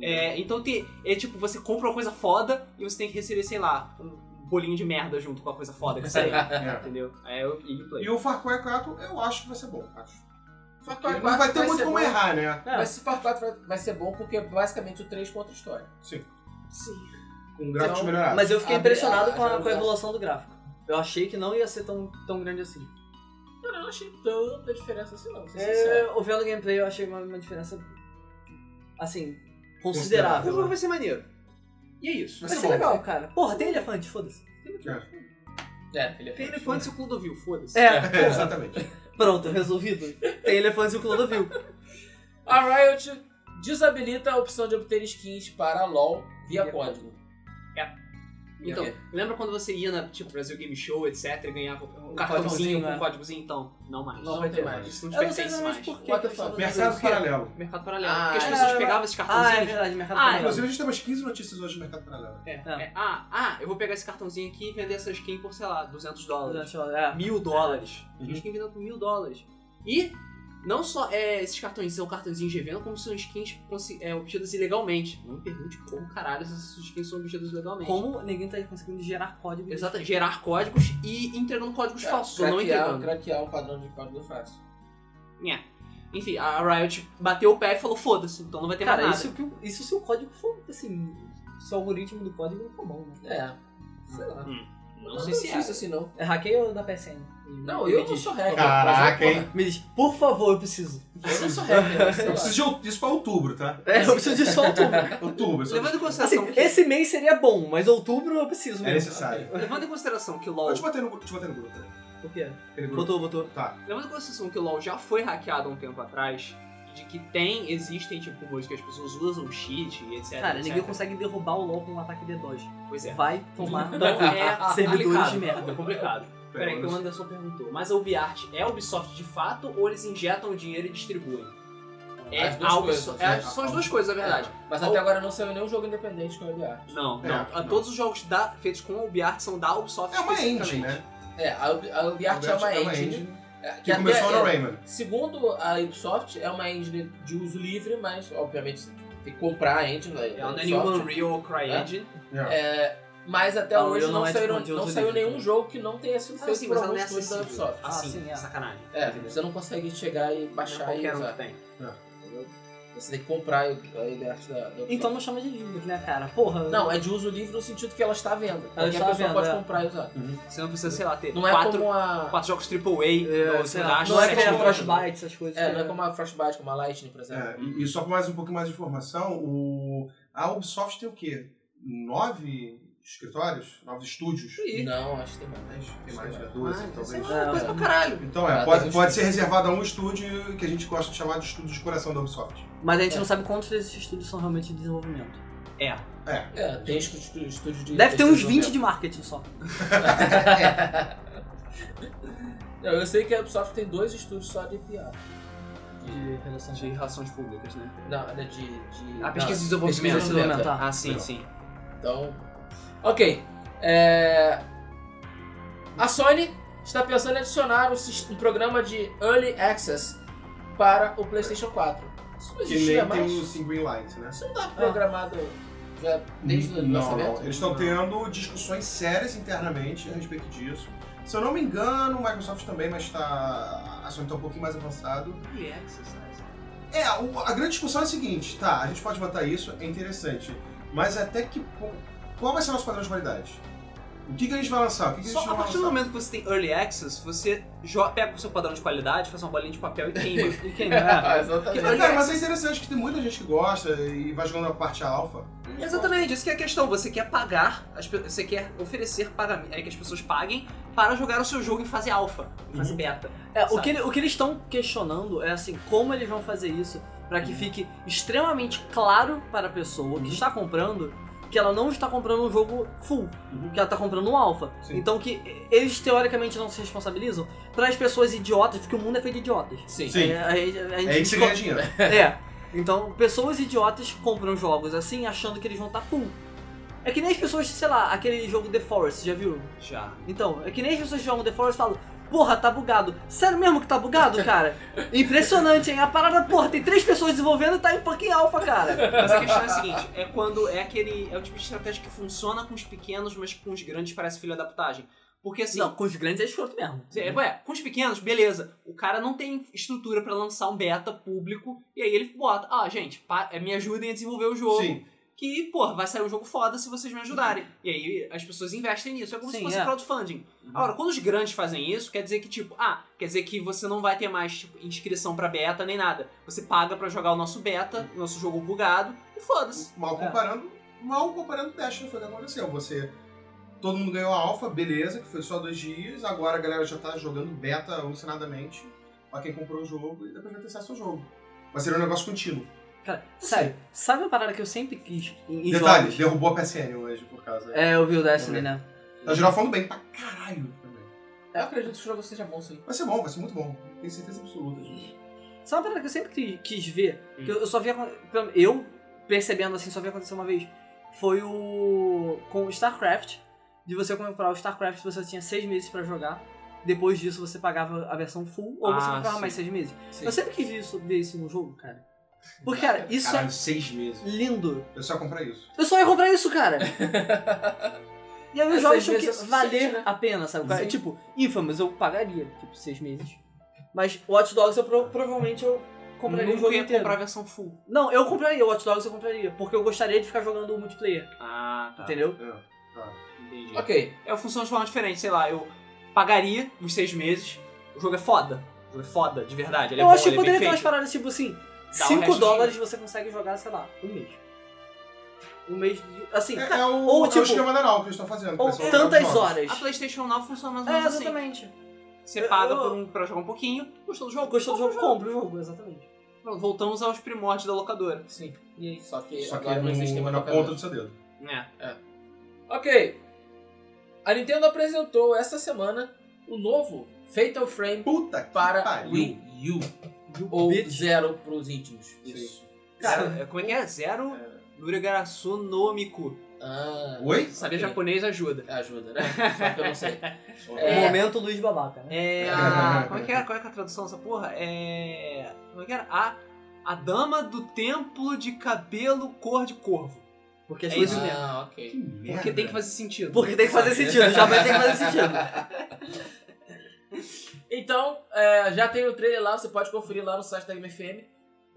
[SPEAKER 2] É, então tem, é tipo, você compra uma coisa foda e você tem que receber, sei lá, um bolinho de merda junto com a coisa foda que saiu.
[SPEAKER 3] É.
[SPEAKER 2] entendeu? É o e Uplay.
[SPEAKER 3] E o Far Cry 4, eu acho que vai ser bom, acho.
[SPEAKER 1] Far Cry
[SPEAKER 3] Não vai
[SPEAKER 1] 4
[SPEAKER 3] ter muito
[SPEAKER 1] ser
[SPEAKER 3] como
[SPEAKER 1] bom.
[SPEAKER 3] errar, né?
[SPEAKER 1] Mas se Far Cry 4 vai ser bom porque é basicamente o 3 conta a história.
[SPEAKER 3] Sim.
[SPEAKER 2] Sim.
[SPEAKER 3] Com gráficos
[SPEAKER 1] Então,
[SPEAKER 3] melhorados.
[SPEAKER 4] Mas eu fiquei
[SPEAKER 1] Abre-
[SPEAKER 4] impressionado
[SPEAKER 1] ah,
[SPEAKER 4] com
[SPEAKER 1] já
[SPEAKER 4] a, com a
[SPEAKER 1] usa.
[SPEAKER 4] evolução do gráfico. Eu achei que não ia ser tão, tão grande assim.
[SPEAKER 1] Cara, eu não achei tanta diferença assim, não. pra ser sincero.
[SPEAKER 4] É, ouvindo o gameplay, eu achei uma, uma diferença. Assim, considerável.
[SPEAKER 2] O jogo vai ser maneiro. E é isso.
[SPEAKER 3] Vai
[SPEAKER 4] Vai
[SPEAKER 3] ser
[SPEAKER 4] ser
[SPEAKER 3] bom.
[SPEAKER 4] legal, cara. Porra, tem elefante, foda-se.
[SPEAKER 3] É,
[SPEAKER 1] É, ele é
[SPEAKER 2] Tem
[SPEAKER 1] forte.
[SPEAKER 2] elefantes e o Clodovil, foda-se.
[SPEAKER 4] É,
[SPEAKER 3] é, exatamente.
[SPEAKER 4] pronto, resolvido. Tem elefantes e o Clodovil.
[SPEAKER 1] A Riot desabilita a opção de obter skins para LoL via
[SPEAKER 2] Via
[SPEAKER 1] código.
[SPEAKER 2] Então,
[SPEAKER 1] É.
[SPEAKER 2] lembra quando você ia na, tipo, Brasil Game Show, etc, e ganhava um,
[SPEAKER 4] Um
[SPEAKER 2] cartãozinho
[SPEAKER 4] códigozinho,
[SPEAKER 2] com um
[SPEAKER 4] né?
[SPEAKER 2] códigozinho? Então, não mais.
[SPEAKER 1] Não vai ter mais.
[SPEAKER 2] Isso não te
[SPEAKER 4] Eu não sei
[SPEAKER 2] pertence
[SPEAKER 4] exatamente
[SPEAKER 2] mais.
[SPEAKER 4] por que.
[SPEAKER 1] What
[SPEAKER 4] que
[SPEAKER 1] the
[SPEAKER 4] eu tava
[SPEAKER 1] fuck?
[SPEAKER 4] fazendo
[SPEAKER 3] Mercado
[SPEAKER 4] isso.
[SPEAKER 3] paralelo.
[SPEAKER 2] Mercado Paralelo.
[SPEAKER 1] Ah,
[SPEAKER 2] Porque as
[SPEAKER 1] é.
[SPEAKER 2] pessoas pegavam esses
[SPEAKER 4] Ah, é
[SPEAKER 2] cartãozinhos.
[SPEAKER 4] verdade, mercado
[SPEAKER 2] Ah,
[SPEAKER 4] paralelo.
[SPEAKER 3] Inclusive, a gente tem umas 15 notícias hoje de mercado paralelo.
[SPEAKER 2] É,
[SPEAKER 4] É.
[SPEAKER 2] é, ah, ah, eu vou pegar esse cartãozinho aqui e vender essa skin por, sei lá, 200 dólares.
[SPEAKER 4] Durante o- é.
[SPEAKER 2] Mil dólares. Tem
[SPEAKER 3] Uhum.
[SPEAKER 2] skin vendendo por mil dólares. E não só é, esses cartões são cartãozinhos de evento, como são skins consi- é, obtidas ilegalmente. Não me pergunte como caralho essas skins são obtidas ilegalmente.
[SPEAKER 4] Como ninguém tá conseguindo gerar código.
[SPEAKER 2] Exato, gerar códigos e entregando códigos falsos, ou não
[SPEAKER 1] É, Craquear-
[SPEAKER 2] entregando.
[SPEAKER 1] Craquear o padrão de código é fácil.
[SPEAKER 2] É. Enfim, a Riot bateu o pé e falou, foda-se, então não vai ter
[SPEAKER 4] Cara,
[SPEAKER 2] mais nada.
[SPEAKER 4] isso, que, o- isso se o código for, assim, se o algoritmo do código não for bom, né?
[SPEAKER 1] É. Sei lá.
[SPEAKER 2] Hum, Não,
[SPEAKER 1] Eu
[SPEAKER 2] sei se é.
[SPEAKER 1] fiz assim, não.
[SPEAKER 4] É hackeio ou da PSN?
[SPEAKER 1] Não,
[SPEAKER 4] Me
[SPEAKER 1] eu não
[SPEAKER 4] diz.
[SPEAKER 1] sou hacker.
[SPEAKER 3] Caraca,
[SPEAKER 1] mas eu-
[SPEAKER 3] hein?
[SPEAKER 4] Me diz, por favor, eu preciso.
[SPEAKER 1] Eu não sou hacker. sei
[SPEAKER 3] Eu
[SPEAKER 1] lá.
[SPEAKER 3] preciso de out- isso pra outubro, tá?
[SPEAKER 4] É, eu preciso de só outubro.
[SPEAKER 3] Outubro. isso é-
[SPEAKER 2] Levando
[SPEAKER 4] Assim,
[SPEAKER 2] em consideração que...
[SPEAKER 4] esse mês seria bom, mas outubro eu preciso
[SPEAKER 3] É
[SPEAKER 4] mesmo.
[SPEAKER 3] necessário.
[SPEAKER 2] Levando em consideração que LoL
[SPEAKER 3] Eu te bater no, te bater no grupo. né?
[SPEAKER 4] Por quê?
[SPEAKER 3] Aquele grupo.
[SPEAKER 4] Botou, botou.
[SPEAKER 3] Tá.
[SPEAKER 2] Levando em consideração que o LoL já foi hackeado há um tempo atrás, de que tem, existem tipo rumores que as pessoas usam cheat e etc.
[SPEAKER 4] Cara,
[SPEAKER 2] etc.
[SPEAKER 4] ninguém consegue derrubar o LoL com um ataque de dodge.
[SPEAKER 2] Pois é.
[SPEAKER 4] Vai tomar
[SPEAKER 2] Então é
[SPEAKER 4] servidores
[SPEAKER 2] complicado,
[SPEAKER 4] de merda.
[SPEAKER 2] É complicado. Peraí, que o Anderson perguntou. Mas a UbiArt é a Ubisoft de fato ou eles injetam dinheiro e distribuem? É
[SPEAKER 1] As duas
[SPEAKER 2] algo
[SPEAKER 1] coisas,
[SPEAKER 2] só.
[SPEAKER 1] né? É.
[SPEAKER 2] É, são as duas coisas, na verdade.
[SPEAKER 1] Mas
[SPEAKER 2] Ao-
[SPEAKER 1] até agora não saiu nenhum jogo independente com a LDA.
[SPEAKER 2] Não,
[SPEAKER 3] É,
[SPEAKER 2] não.
[SPEAKER 3] não.
[SPEAKER 2] Todos os jogos da- feitos com a UbiArt são da Ubisoft
[SPEAKER 3] É uma engine,
[SPEAKER 2] especificamente.
[SPEAKER 3] né?
[SPEAKER 1] É, a, Ubi- a UbiArt é uma engine. é,
[SPEAKER 3] Que começou
[SPEAKER 1] até-
[SPEAKER 3] no
[SPEAKER 1] é,
[SPEAKER 3] Rayman.
[SPEAKER 1] Segundo a Ubisoft, é uma engine de uso livre, mas obviamente você tem que comprar a engine. da- da
[SPEAKER 2] Ela não é nenhuma
[SPEAKER 1] Ubisoft.
[SPEAKER 2] Unreal ou CryEngine.
[SPEAKER 3] Yeah.
[SPEAKER 1] É, mas até
[SPEAKER 4] Não,
[SPEAKER 1] hoje
[SPEAKER 4] eu
[SPEAKER 1] não,
[SPEAKER 4] não é de
[SPEAKER 1] saíram-
[SPEAKER 4] conteúdo
[SPEAKER 1] não saiu
[SPEAKER 4] livre.
[SPEAKER 1] nenhum jogo que não tenha sido
[SPEAKER 2] Ah,
[SPEAKER 1] feito
[SPEAKER 2] sim,
[SPEAKER 1] por
[SPEAKER 2] mas ela
[SPEAKER 1] algum
[SPEAKER 2] não é
[SPEAKER 1] estúdio da
[SPEAKER 2] acessível.
[SPEAKER 1] Ubisoft.
[SPEAKER 2] Ah,
[SPEAKER 4] Sim,
[SPEAKER 2] sim,
[SPEAKER 4] é.
[SPEAKER 2] sacanagem.
[SPEAKER 1] É,
[SPEAKER 2] Entendeu?
[SPEAKER 1] você não consegue chegar e
[SPEAKER 2] Não é
[SPEAKER 1] baixar e
[SPEAKER 2] qualquer um
[SPEAKER 1] usar.
[SPEAKER 2] que tem.
[SPEAKER 1] entendeu? Você tem que comprar a IDART da, da
[SPEAKER 4] Então
[SPEAKER 1] Ubisoft.
[SPEAKER 4] não chama de livre, né, cara? Porra.
[SPEAKER 1] Não, é de uso livre no sentido que ela está à venda. Qualquer
[SPEAKER 4] está à
[SPEAKER 1] pessoa
[SPEAKER 4] venda,
[SPEAKER 1] pode
[SPEAKER 4] é.
[SPEAKER 1] comprar e usar.
[SPEAKER 3] Uhum.
[SPEAKER 2] Você não precisa, sei lá, ter
[SPEAKER 1] Não é
[SPEAKER 2] quatro,
[SPEAKER 1] como a.
[SPEAKER 2] quatro jogos AAA
[SPEAKER 4] É,
[SPEAKER 2] no
[SPEAKER 4] sei lá,
[SPEAKER 2] Smash,
[SPEAKER 4] não é
[SPEAKER 2] sete
[SPEAKER 4] como a
[SPEAKER 2] jogos.
[SPEAKER 4] Frostbite, essas coisas.
[SPEAKER 1] É,
[SPEAKER 4] que-
[SPEAKER 1] não é como a Frostbite, como a Lightning, por exemplo.
[SPEAKER 3] É, e, e só mais um pouquinho mais de informação, o, a Ubisoft tem o quê? Nove escritórios? Nove estúdios?
[SPEAKER 2] Ih,
[SPEAKER 1] Não, acho que tem mais.
[SPEAKER 3] Dez, Tem mais, né?
[SPEAKER 1] Ah,
[SPEAKER 3] Doze,
[SPEAKER 2] mas
[SPEAKER 3] talvez.
[SPEAKER 2] isso é uma coisa pra caralho.
[SPEAKER 3] Então
[SPEAKER 1] Ah,
[SPEAKER 3] é,
[SPEAKER 1] tem
[SPEAKER 3] pode,
[SPEAKER 1] uns
[SPEAKER 3] pode
[SPEAKER 1] estúdios.
[SPEAKER 3] ser reservado a um estúdio que a gente gosta de chamar de estúdio de coração da Ubisoft.
[SPEAKER 4] Mas a gente
[SPEAKER 1] É.
[SPEAKER 4] não sabe quantos desses estúdios são realmente de desenvolvimento.
[SPEAKER 2] É.
[SPEAKER 3] É.
[SPEAKER 1] É, tem estu- estu- estúdio de.
[SPEAKER 4] Deve ter uns 20
[SPEAKER 1] desenvolvimento.
[SPEAKER 4] de marketing só.
[SPEAKER 1] É. Não, eu sei que a Ubisoft tem dois estúdios só de PR.
[SPEAKER 4] De relação
[SPEAKER 2] De relações públicas, né?
[SPEAKER 1] Não, né, de. de
[SPEAKER 2] A pesquisa e
[SPEAKER 1] não,
[SPEAKER 2] desenvolvimento.
[SPEAKER 1] pesquisa e desenvolvimento,
[SPEAKER 4] Tá.
[SPEAKER 2] Ah, sim,
[SPEAKER 3] Legal.
[SPEAKER 2] sim.
[SPEAKER 1] é. Então. Ok. É, A Sony está pensando em adicionar um, sis- um programa de Early Access para o PlayStation 4. Isso não
[SPEAKER 3] Que nem
[SPEAKER 1] existia
[SPEAKER 3] tem o
[SPEAKER 1] mais.
[SPEAKER 3] Sim Green Light, né?
[SPEAKER 1] Isso não está programado já desde o
[SPEAKER 3] não,
[SPEAKER 1] lançamento?
[SPEAKER 3] não. Eles estão tendo discussões sérias internamente a respeito disso. Se eu não me engano, o Microsoft também, mas tá. A Sony tá um pouquinho mais avançado.
[SPEAKER 2] Early Access, né?
[SPEAKER 3] É, o- a grande discussão é a seguinte, tá, a gente pode botar isso, é interessante. Mas até que po- Qual vai ser o nosso padrão de qualidade? O que, que a gente vai lançar? O que, que a gente
[SPEAKER 2] Só a
[SPEAKER 3] não vai
[SPEAKER 2] partir do
[SPEAKER 3] lançar?
[SPEAKER 2] momento que você tem Early Access, você jo- pega o seu padrão de qualidade, faz uma bolinha de papel e queima.
[SPEAKER 4] E quem é?
[SPEAKER 1] Ah, Exatamente.
[SPEAKER 3] Mas, cara, mas é interessante que tem muita gente que gosta e vai jogando a parte alfa.
[SPEAKER 2] Exatamente, isso que é a questão. Você quer pagar, as pe- você quer oferecer para é, que as pessoas paguem para jogar o seu jogo em fase alfa, em fase
[SPEAKER 3] Uhum.
[SPEAKER 2] beta.
[SPEAKER 4] É, o,
[SPEAKER 2] Sabe?
[SPEAKER 4] que, ele- o que eles estão questionando é assim, como eles vão fazer isso pra que fique extremamente claro para a pessoa que está comprando que ela não está comprando um jogo full, que ela está comprando um alpha.
[SPEAKER 3] Sim.
[SPEAKER 4] Então que eles teoricamente não se responsabilizam para as pessoas idiotas, porque o mundo é feito de idiotas.
[SPEAKER 1] Sim.
[SPEAKER 3] Sim.
[SPEAKER 4] É, a gente- a
[SPEAKER 3] É
[SPEAKER 4] gente
[SPEAKER 3] aí que você ganha dinheiro.
[SPEAKER 4] É. Então, pessoas idiotas compram jogos assim, achando que eles vão estar full. É que nem as pessoas, sei lá, aquele jogo The Forest, já viu?
[SPEAKER 2] Já.
[SPEAKER 4] Então, é que nem as pessoas que jogam The Forest e falam, porra, tá bugado. Sério mesmo que tá bugado, cara? Impressionante, hein? A parada, porra, tem três pessoas desenvolvendo e tá em fucking alpha, cara.
[SPEAKER 2] Mas a questão é a seguinte: é quando é aquele. É o tipo de estratégia que funciona com os pequenos, mas com os grandes parece filha da putagem. Porque assim.
[SPEAKER 4] Não, com os grandes é escroto mesmo.
[SPEAKER 2] Sim, é, ué, com os pequenos, beleza. O cara não tem estrutura pra lançar um beta público. E aí ele bota, ah, gente, pa- é, me ajudem a desenvolver o jogo.
[SPEAKER 3] Sim.
[SPEAKER 2] Que, porra, vai sair um jogo foda se vocês me ajudarem. E aí as pessoas investem nisso. É como se
[SPEAKER 4] Sim,
[SPEAKER 2] fosse
[SPEAKER 4] é.
[SPEAKER 2] crowdfunding. Agora, quando os grandes fazem isso, quer dizer que, tipo, ah, quer dizer que você não vai ter mais tipo, inscrição pra beta nem nada. Você paga pra jogar o nosso beta, o nosso jogo bugado, e foda-se.
[SPEAKER 3] Mal comparando, mal comparando o Destiny foi o que aconteceu. Você, todo mundo ganhou a alfa, beleza, que foi só dois dias. Agora a galera já tá jogando beta alucinadamente pra quem comprou o jogo e depois vai ter acesso ao jogo. Mas seria um negócio contínuo.
[SPEAKER 4] Cara, sério, sabe uma parada que eu sempre quis em, em
[SPEAKER 3] Detalhe,
[SPEAKER 4] jogos?
[SPEAKER 3] derrubou a PSN hoje por causa.
[SPEAKER 4] É, eu vi o Destiny, né?
[SPEAKER 3] Tá geral falando bem pra caralho também.
[SPEAKER 1] Eu acredito que o jogo seja bom, sim.
[SPEAKER 3] Vai ser bom, vai ser muito bom. Tenho certeza absoluta disso.
[SPEAKER 4] Sabe uma parada que eu sempre qui- quis ver?
[SPEAKER 2] Hum.
[SPEAKER 4] Que eu eu só vi. acon- pelo- Eu, percebendo assim, só vi acontecer uma vez. Foi o. Com o StarCraft. De você comprar o StarCraft, você tinha seis meses pra jogar. Depois disso, você pagava a versão full ou você
[SPEAKER 2] Ah,
[SPEAKER 4] comprava
[SPEAKER 2] sim.
[SPEAKER 4] mais seis meses.
[SPEAKER 1] Sim.
[SPEAKER 4] Eu sempre quis ver isso, ver isso no jogo, cara. Porque, cara, isso
[SPEAKER 3] Caralho, seis meses.
[SPEAKER 4] é lindo.
[SPEAKER 3] Eu só comprei isso.
[SPEAKER 4] Eu só ia comprar isso, cara. E aí os
[SPEAKER 1] Mas
[SPEAKER 4] jogos
[SPEAKER 1] seis
[SPEAKER 4] tinham que
[SPEAKER 1] meses é suficiente,
[SPEAKER 4] valer
[SPEAKER 1] né?
[SPEAKER 4] a pena, sabe? Cara?
[SPEAKER 1] Sim.
[SPEAKER 4] Tipo, Infamous eu pagaria, tipo, seis meses. Mas Watch Dogs eu pro- provavelmente eu compraria o
[SPEAKER 2] Nunca
[SPEAKER 4] jogo
[SPEAKER 2] ia
[SPEAKER 4] inteiro.
[SPEAKER 2] comprar a versão full.
[SPEAKER 4] Não, eu compraria, o Watch Dogs eu compraria, porque eu gostaria de ficar jogando o multiplayer,
[SPEAKER 2] Ah, tá.
[SPEAKER 4] entendeu?
[SPEAKER 2] Entendi.
[SPEAKER 1] Ok.
[SPEAKER 2] É, funciona de forma diferente, sei lá, eu pagaria uns seis meses, o jogo é foda. O jogo é foda, de verdade. Ele
[SPEAKER 4] eu
[SPEAKER 2] é bom,
[SPEAKER 4] acho que
[SPEAKER 2] ele é
[SPEAKER 4] poderia ter
[SPEAKER 2] bem
[SPEAKER 4] umas
[SPEAKER 2] feito.
[SPEAKER 4] paradas tipo assim,
[SPEAKER 2] Dá um o
[SPEAKER 4] 5
[SPEAKER 2] resto
[SPEAKER 4] dólares você consegue jogar, sei lá, um mês. Um mês de. Assim,
[SPEAKER 3] É,
[SPEAKER 4] cara,
[SPEAKER 3] é o,
[SPEAKER 4] ou,
[SPEAKER 3] é
[SPEAKER 4] tipo,
[SPEAKER 3] o esquema da Nau que eles estão fazendo.
[SPEAKER 4] ou
[SPEAKER 3] pessoal,
[SPEAKER 4] tantas
[SPEAKER 3] jogos.
[SPEAKER 4] horas.
[SPEAKER 2] A PlayStation Now funciona mais ou
[SPEAKER 4] É,
[SPEAKER 2] menos assim.
[SPEAKER 4] exatamente.
[SPEAKER 2] Você paga
[SPEAKER 4] Eu-
[SPEAKER 2] por um, pra jogar um pouquinho, gostou do jogo?
[SPEAKER 4] Gostou do
[SPEAKER 2] compra
[SPEAKER 4] jogo? Compra o jogo, exatamente.
[SPEAKER 2] o jogo. Pronto, Voltamos aos primórdios da locadora.
[SPEAKER 1] Sim. Só que
[SPEAKER 3] Só que é
[SPEAKER 1] agora não
[SPEAKER 3] no-
[SPEAKER 1] existe mais
[SPEAKER 3] na
[SPEAKER 1] locadora.
[SPEAKER 3] ponta do seu dedo.
[SPEAKER 2] É.
[SPEAKER 1] Ok. A Nintendo apresentou esta semana o novo Fatal Frame
[SPEAKER 3] Puta que
[SPEAKER 1] para
[SPEAKER 3] pariu.
[SPEAKER 1] Wii U.
[SPEAKER 2] um
[SPEAKER 4] do
[SPEAKER 1] Ou
[SPEAKER 4] Bit.
[SPEAKER 1] zero pros íntimos.
[SPEAKER 2] Isso.
[SPEAKER 4] Cara,
[SPEAKER 2] Zero- é, como é que é? Zero Nurigarasu Nomiku.
[SPEAKER 1] Ah,
[SPEAKER 3] Oi?
[SPEAKER 2] Saber
[SPEAKER 1] ok.
[SPEAKER 2] japonês ajuda.
[SPEAKER 1] Ajuda, né? Só que eu não sei.
[SPEAKER 4] O
[SPEAKER 1] É.
[SPEAKER 4] Um momento Luiz Babaca, né?
[SPEAKER 2] É. A, como é que era? Qual é que é a tradução dessa porra? É. Como é que era? A, a dama do templo de cabelo cor de corvo.
[SPEAKER 4] Porque as
[SPEAKER 2] É
[SPEAKER 4] coisas-
[SPEAKER 2] isso mesmo.
[SPEAKER 1] Ah, ok.
[SPEAKER 3] merda.
[SPEAKER 2] Porque tem que fazer sentido.
[SPEAKER 4] Porque tem que fazer sentido, já vai ter que fazer sentido.
[SPEAKER 1] Então, é, já tem o trailer lá, você pode conferir lá no site da Game FM.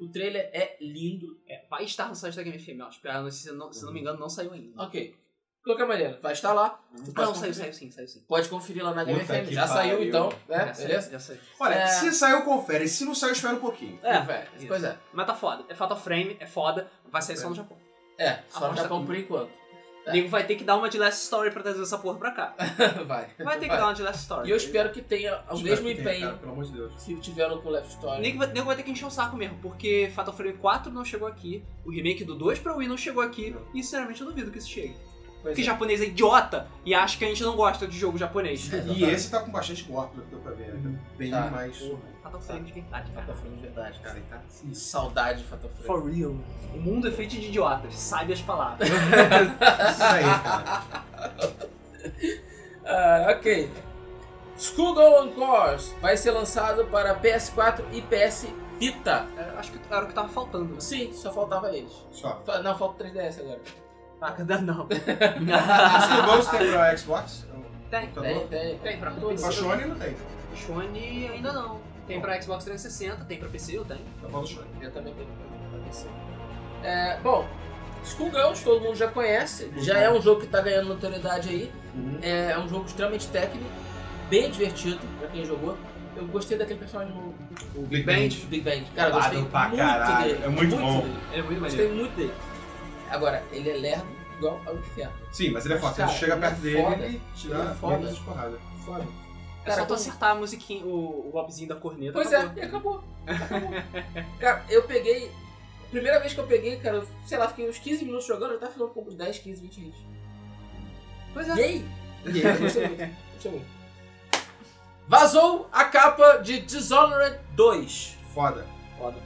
[SPEAKER 1] O trailer é lindo.
[SPEAKER 2] É, vai estar no site da Game FM, ó. Tipo, a notícia, não- se não me engano, não saiu ainda.
[SPEAKER 1] Uhum. Ok. De qualquer maneira, vai estar lá. Você
[SPEAKER 2] Ah,
[SPEAKER 1] pode,
[SPEAKER 2] não, saiu,
[SPEAKER 1] conferir,
[SPEAKER 2] saiu sim, saiu sim.
[SPEAKER 1] pode conferir lá na Game
[SPEAKER 3] Puta
[SPEAKER 1] FM.
[SPEAKER 3] que
[SPEAKER 1] Já saiu
[SPEAKER 3] pariu.
[SPEAKER 1] então, né?
[SPEAKER 2] já saiu,
[SPEAKER 1] Beleza?
[SPEAKER 2] já saiu.
[SPEAKER 3] Olha,
[SPEAKER 1] É.
[SPEAKER 3] se saiu, confere. Se não saiu, espera um pouquinho.
[SPEAKER 4] É,
[SPEAKER 1] velho.
[SPEAKER 2] isso.
[SPEAKER 1] Pois é.
[SPEAKER 2] Mas tá foda. É Fatal Frame, é foda. Vai sair só no Japão.
[SPEAKER 1] É, só no
[SPEAKER 2] Aposta
[SPEAKER 1] Japão
[SPEAKER 2] com-
[SPEAKER 1] por enquanto. É.
[SPEAKER 2] O nego vai ter que dar uma de Last Story pra trazer essa porra pra cá.
[SPEAKER 1] vai.
[SPEAKER 2] Vai ter que dar uma de Last Story.
[SPEAKER 1] E eu espero que tenha o
[SPEAKER 3] Espero
[SPEAKER 1] mesmo
[SPEAKER 3] que tenha, cara,
[SPEAKER 1] empenho
[SPEAKER 3] Pelo amor de Deus.
[SPEAKER 1] que tiveram com o Left
[SPEAKER 2] O
[SPEAKER 1] Story.
[SPEAKER 2] nego vai, nego vai ter que encher o saco mesmo, porque Fatal Frame 4 não chegou aqui, o remake do 2 pra Wii não chegou aqui,
[SPEAKER 3] Não.
[SPEAKER 2] e sinceramente eu duvido que isso chegue.
[SPEAKER 1] Pois
[SPEAKER 2] Porque
[SPEAKER 1] é.
[SPEAKER 2] japonês é idiota e acha que a gente não gosta de jogo japonês.
[SPEAKER 1] É,
[SPEAKER 3] E
[SPEAKER 1] exatamente.
[SPEAKER 3] esse tá com bastante corpo, deu pra ver. né? Bem
[SPEAKER 1] Tá.
[SPEAKER 3] mais.
[SPEAKER 2] Fatal Frame de verdade, cara.
[SPEAKER 1] Fatal Frame de verdade, cara.
[SPEAKER 3] Cara, tá assim.
[SPEAKER 1] Saudade de Fatal Frame.
[SPEAKER 4] For real.
[SPEAKER 2] O mundo é feito de idiotas, sabe as palavras. É,
[SPEAKER 3] Isso aí, cara.
[SPEAKER 1] Ah, ok. Schoolgirl on Course vai ser lançado para PS4 e PS Vita.
[SPEAKER 2] É, acho que era o que tava faltando.
[SPEAKER 1] Sim,
[SPEAKER 2] assim.
[SPEAKER 1] só faltava eles.
[SPEAKER 3] Só.
[SPEAKER 1] Fa- Não, falta o 3DS agora.
[SPEAKER 2] Saca, dá Ah, não. É
[SPEAKER 3] Esse negócio é tem pra Xbox?
[SPEAKER 2] Tem.
[SPEAKER 3] Tá
[SPEAKER 1] Tem,
[SPEAKER 3] bom?
[SPEAKER 1] tem.
[SPEAKER 2] Tem pra
[SPEAKER 1] todos.
[SPEAKER 3] Pra Sony não tem.
[SPEAKER 2] Sony ainda não. Tem pra Xbox 360, tem pra PC, eu tenho.
[SPEAKER 3] Tá falando Sony.
[SPEAKER 1] Eu também tenho pra PC. É, bom, Schoolgirls todo mundo já conhece.
[SPEAKER 3] Uhum.
[SPEAKER 1] Já é um jogo que tá ganhando notoriedade aí. É, é um jogo extremamente técnico, bem divertido pra quem jogou. Eu gostei daquele personagem novo.
[SPEAKER 3] O
[SPEAKER 2] Big Band.
[SPEAKER 1] Big Bang. Cara, eu
[SPEAKER 3] Babado
[SPEAKER 1] gostei
[SPEAKER 3] pra
[SPEAKER 1] muito
[SPEAKER 3] caralho,
[SPEAKER 1] dele.
[SPEAKER 3] é muito bom.
[SPEAKER 1] Dele.
[SPEAKER 2] Ele é muito
[SPEAKER 1] Gostei
[SPEAKER 2] maneiro.
[SPEAKER 1] muito dele. Agora, ele é lerdo igual ao inferno.
[SPEAKER 3] Sim, mas ele é forte.
[SPEAKER 1] Cara,
[SPEAKER 3] ele chega
[SPEAKER 1] ele é
[SPEAKER 3] perto dele
[SPEAKER 1] foda.
[SPEAKER 3] e ele
[SPEAKER 1] Ele é
[SPEAKER 3] tira
[SPEAKER 1] foda.
[SPEAKER 3] foda de porrada.
[SPEAKER 1] Foda.
[SPEAKER 2] É só
[SPEAKER 1] Cara,
[SPEAKER 2] tu
[SPEAKER 1] como-
[SPEAKER 2] acertar a musiquinha, o, o opzinho da corneta.
[SPEAKER 1] Pois é,
[SPEAKER 2] acabou.
[SPEAKER 1] e acabou. acabou. cara, eu peguei. a Primeira vez que eu peguei, cara, eu, sei lá, fiquei uns 15 minutos jogando, eu tava ficando um com 10, 15, 20 hits.
[SPEAKER 2] Pois
[SPEAKER 4] Ah.
[SPEAKER 2] é.
[SPEAKER 1] E aí? E aí, gostei muito, gostei muito. Vazou a capa de Dishonored 2.
[SPEAKER 3] Foda.
[SPEAKER 2] Foda.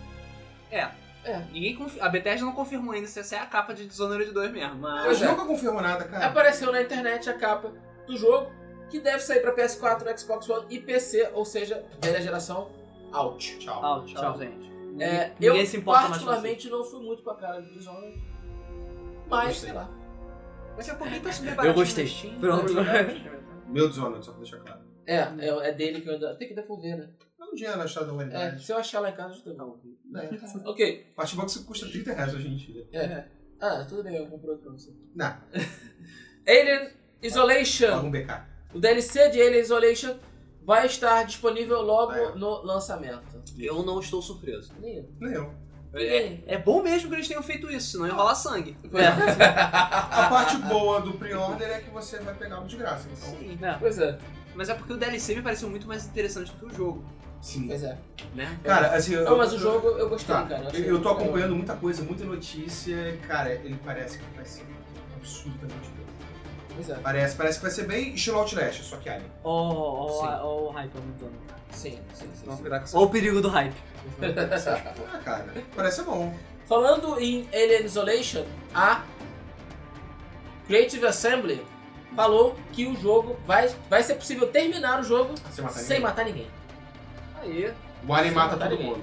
[SPEAKER 2] É.
[SPEAKER 1] É.
[SPEAKER 2] Ninguém confi- A Bethesda não confirmou ainda se essa é a capa de Dishonored 2 mesmo, mas...
[SPEAKER 1] Pois
[SPEAKER 3] Mas
[SPEAKER 1] é.
[SPEAKER 3] nunca confirmou nada, cara.
[SPEAKER 1] Apareceu na internet a capa do jogo, que deve sair pra PS4, Xbox One e PC, ou seja, velha geração out.
[SPEAKER 3] Tchau.
[SPEAKER 2] Tchau, tchau,
[SPEAKER 1] Tchau.
[SPEAKER 2] gente.
[SPEAKER 1] É,
[SPEAKER 2] Ninguém-
[SPEAKER 1] eu
[SPEAKER 2] ninguém se importa mais com
[SPEAKER 1] particularmente não fui muito com a cara do Dishonored. Mas,
[SPEAKER 3] Gostei.
[SPEAKER 1] sei lá.
[SPEAKER 2] Daqui a pouquinho tá subindo
[SPEAKER 4] Eu gostei. Pronto.
[SPEAKER 2] tá
[SPEAKER 3] Meu Dishonored, só pra deixar claro.
[SPEAKER 1] É, é, é dele que eu ainda. Tem que devolver, né?
[SPEAKER 3] É um dinheiro achado na
[SPEAKER 1] É,
[SPEAKER 3] humanidade.
[SPEAKER 1] se eu achar lá em casa, eu te devolvo.
[SPEAKER 3] É.
[SPEAKER 1] Ok.
[SPEAKER 3] Partbox custa 30 reais hoje em dia.
[SPEAKER 1] É. Ah, tudo bem, eu compro outro pra você.
[SPEAKER 3] Não,
[SPEAKER 1] Alien Isolation.
[SPEAKER 3] paga um BK.
[SPEAKER 1] O DLC de Alien Isolation vai estar disponível logo
[SPEAKER 3] É.
[SPEAKER 1] no lançamento.
[SPEAKER 2] Eu não estou surpreso.
[SPEAKER 1] Nem eu.
[SPEAKER 3] Nem eu.
[SPEAKER 1] Ninguém.
[SPEAKER 2] É bom mesmo que eles tenham feito isso, senão ia rolar sangue.
[SPEAKER 1] Pois é.
[SPEAKER 3] A parte
[SPEAKER 1] ah.
[SPEAKER 3] boa do pre-order é que você vai pegar de graça. Então,
[SPEAKER 2] Sim.
[SPEAKER 1] Pois é.
[SPEAKER 2] Mas é porque o DLC me pareceu muito mais interessante do que o jogo,
[SPEAKER 3] sim.
[SPEAKER 1] Pois é.
[SPEAKER 2] né?
[SPEAKER 3] Cara, assim.
[SPEAKER 1] Não, mas o jogo eu gostei,
[SPEAKER 3] Tá,
[SPEAKER 1] cara. achei-
[SPEAKER 3] Eu, eu tô acompanhando muita coisa, muita notícia. e, Cara, ele parece que vai ser absurdamente bom.
[SPEAKER 1] Pois é.
[SPEAKER 3] Parece, parece que vai ser bem estilo Outlast, só que Alien.
[SPEAKER 4] Ó, ó,
[SPEAKER 1] Sim.
[SPEAKER 4] ó, o hype aumentando.
[SPEAKER 1] Sim, sim, sim.
[SPEAKER 2] Vamos
[SPEAKER 1] sim.
[SPEAKER 2] cuidar com isso.
[SPEAKER 4] Ó o perigo do hype.
[SPEAKER 3] Ah, cara, parece bom.
[SPEAKER 1] Falando em Alien Isolation, a Creative Assembly falou que o jogo vai, vai ser possível terminar o jogo
[SPEAKER 3] Você mata
[SPEAKER 1] sem
[SPEAKER 3] ninguém.
[SPEAKER 1] matar ninguém.
[SPEAKER 2] Aí.
[SPEAKER 3] O Alien
[SPEAKER 1] Sem
[SPEAKER 3] mata
[SPEAKER 1] matar
[SPEAKER 3] todo
[SPEAKER 1] ninguém.
[SPEAKER 3] mundo.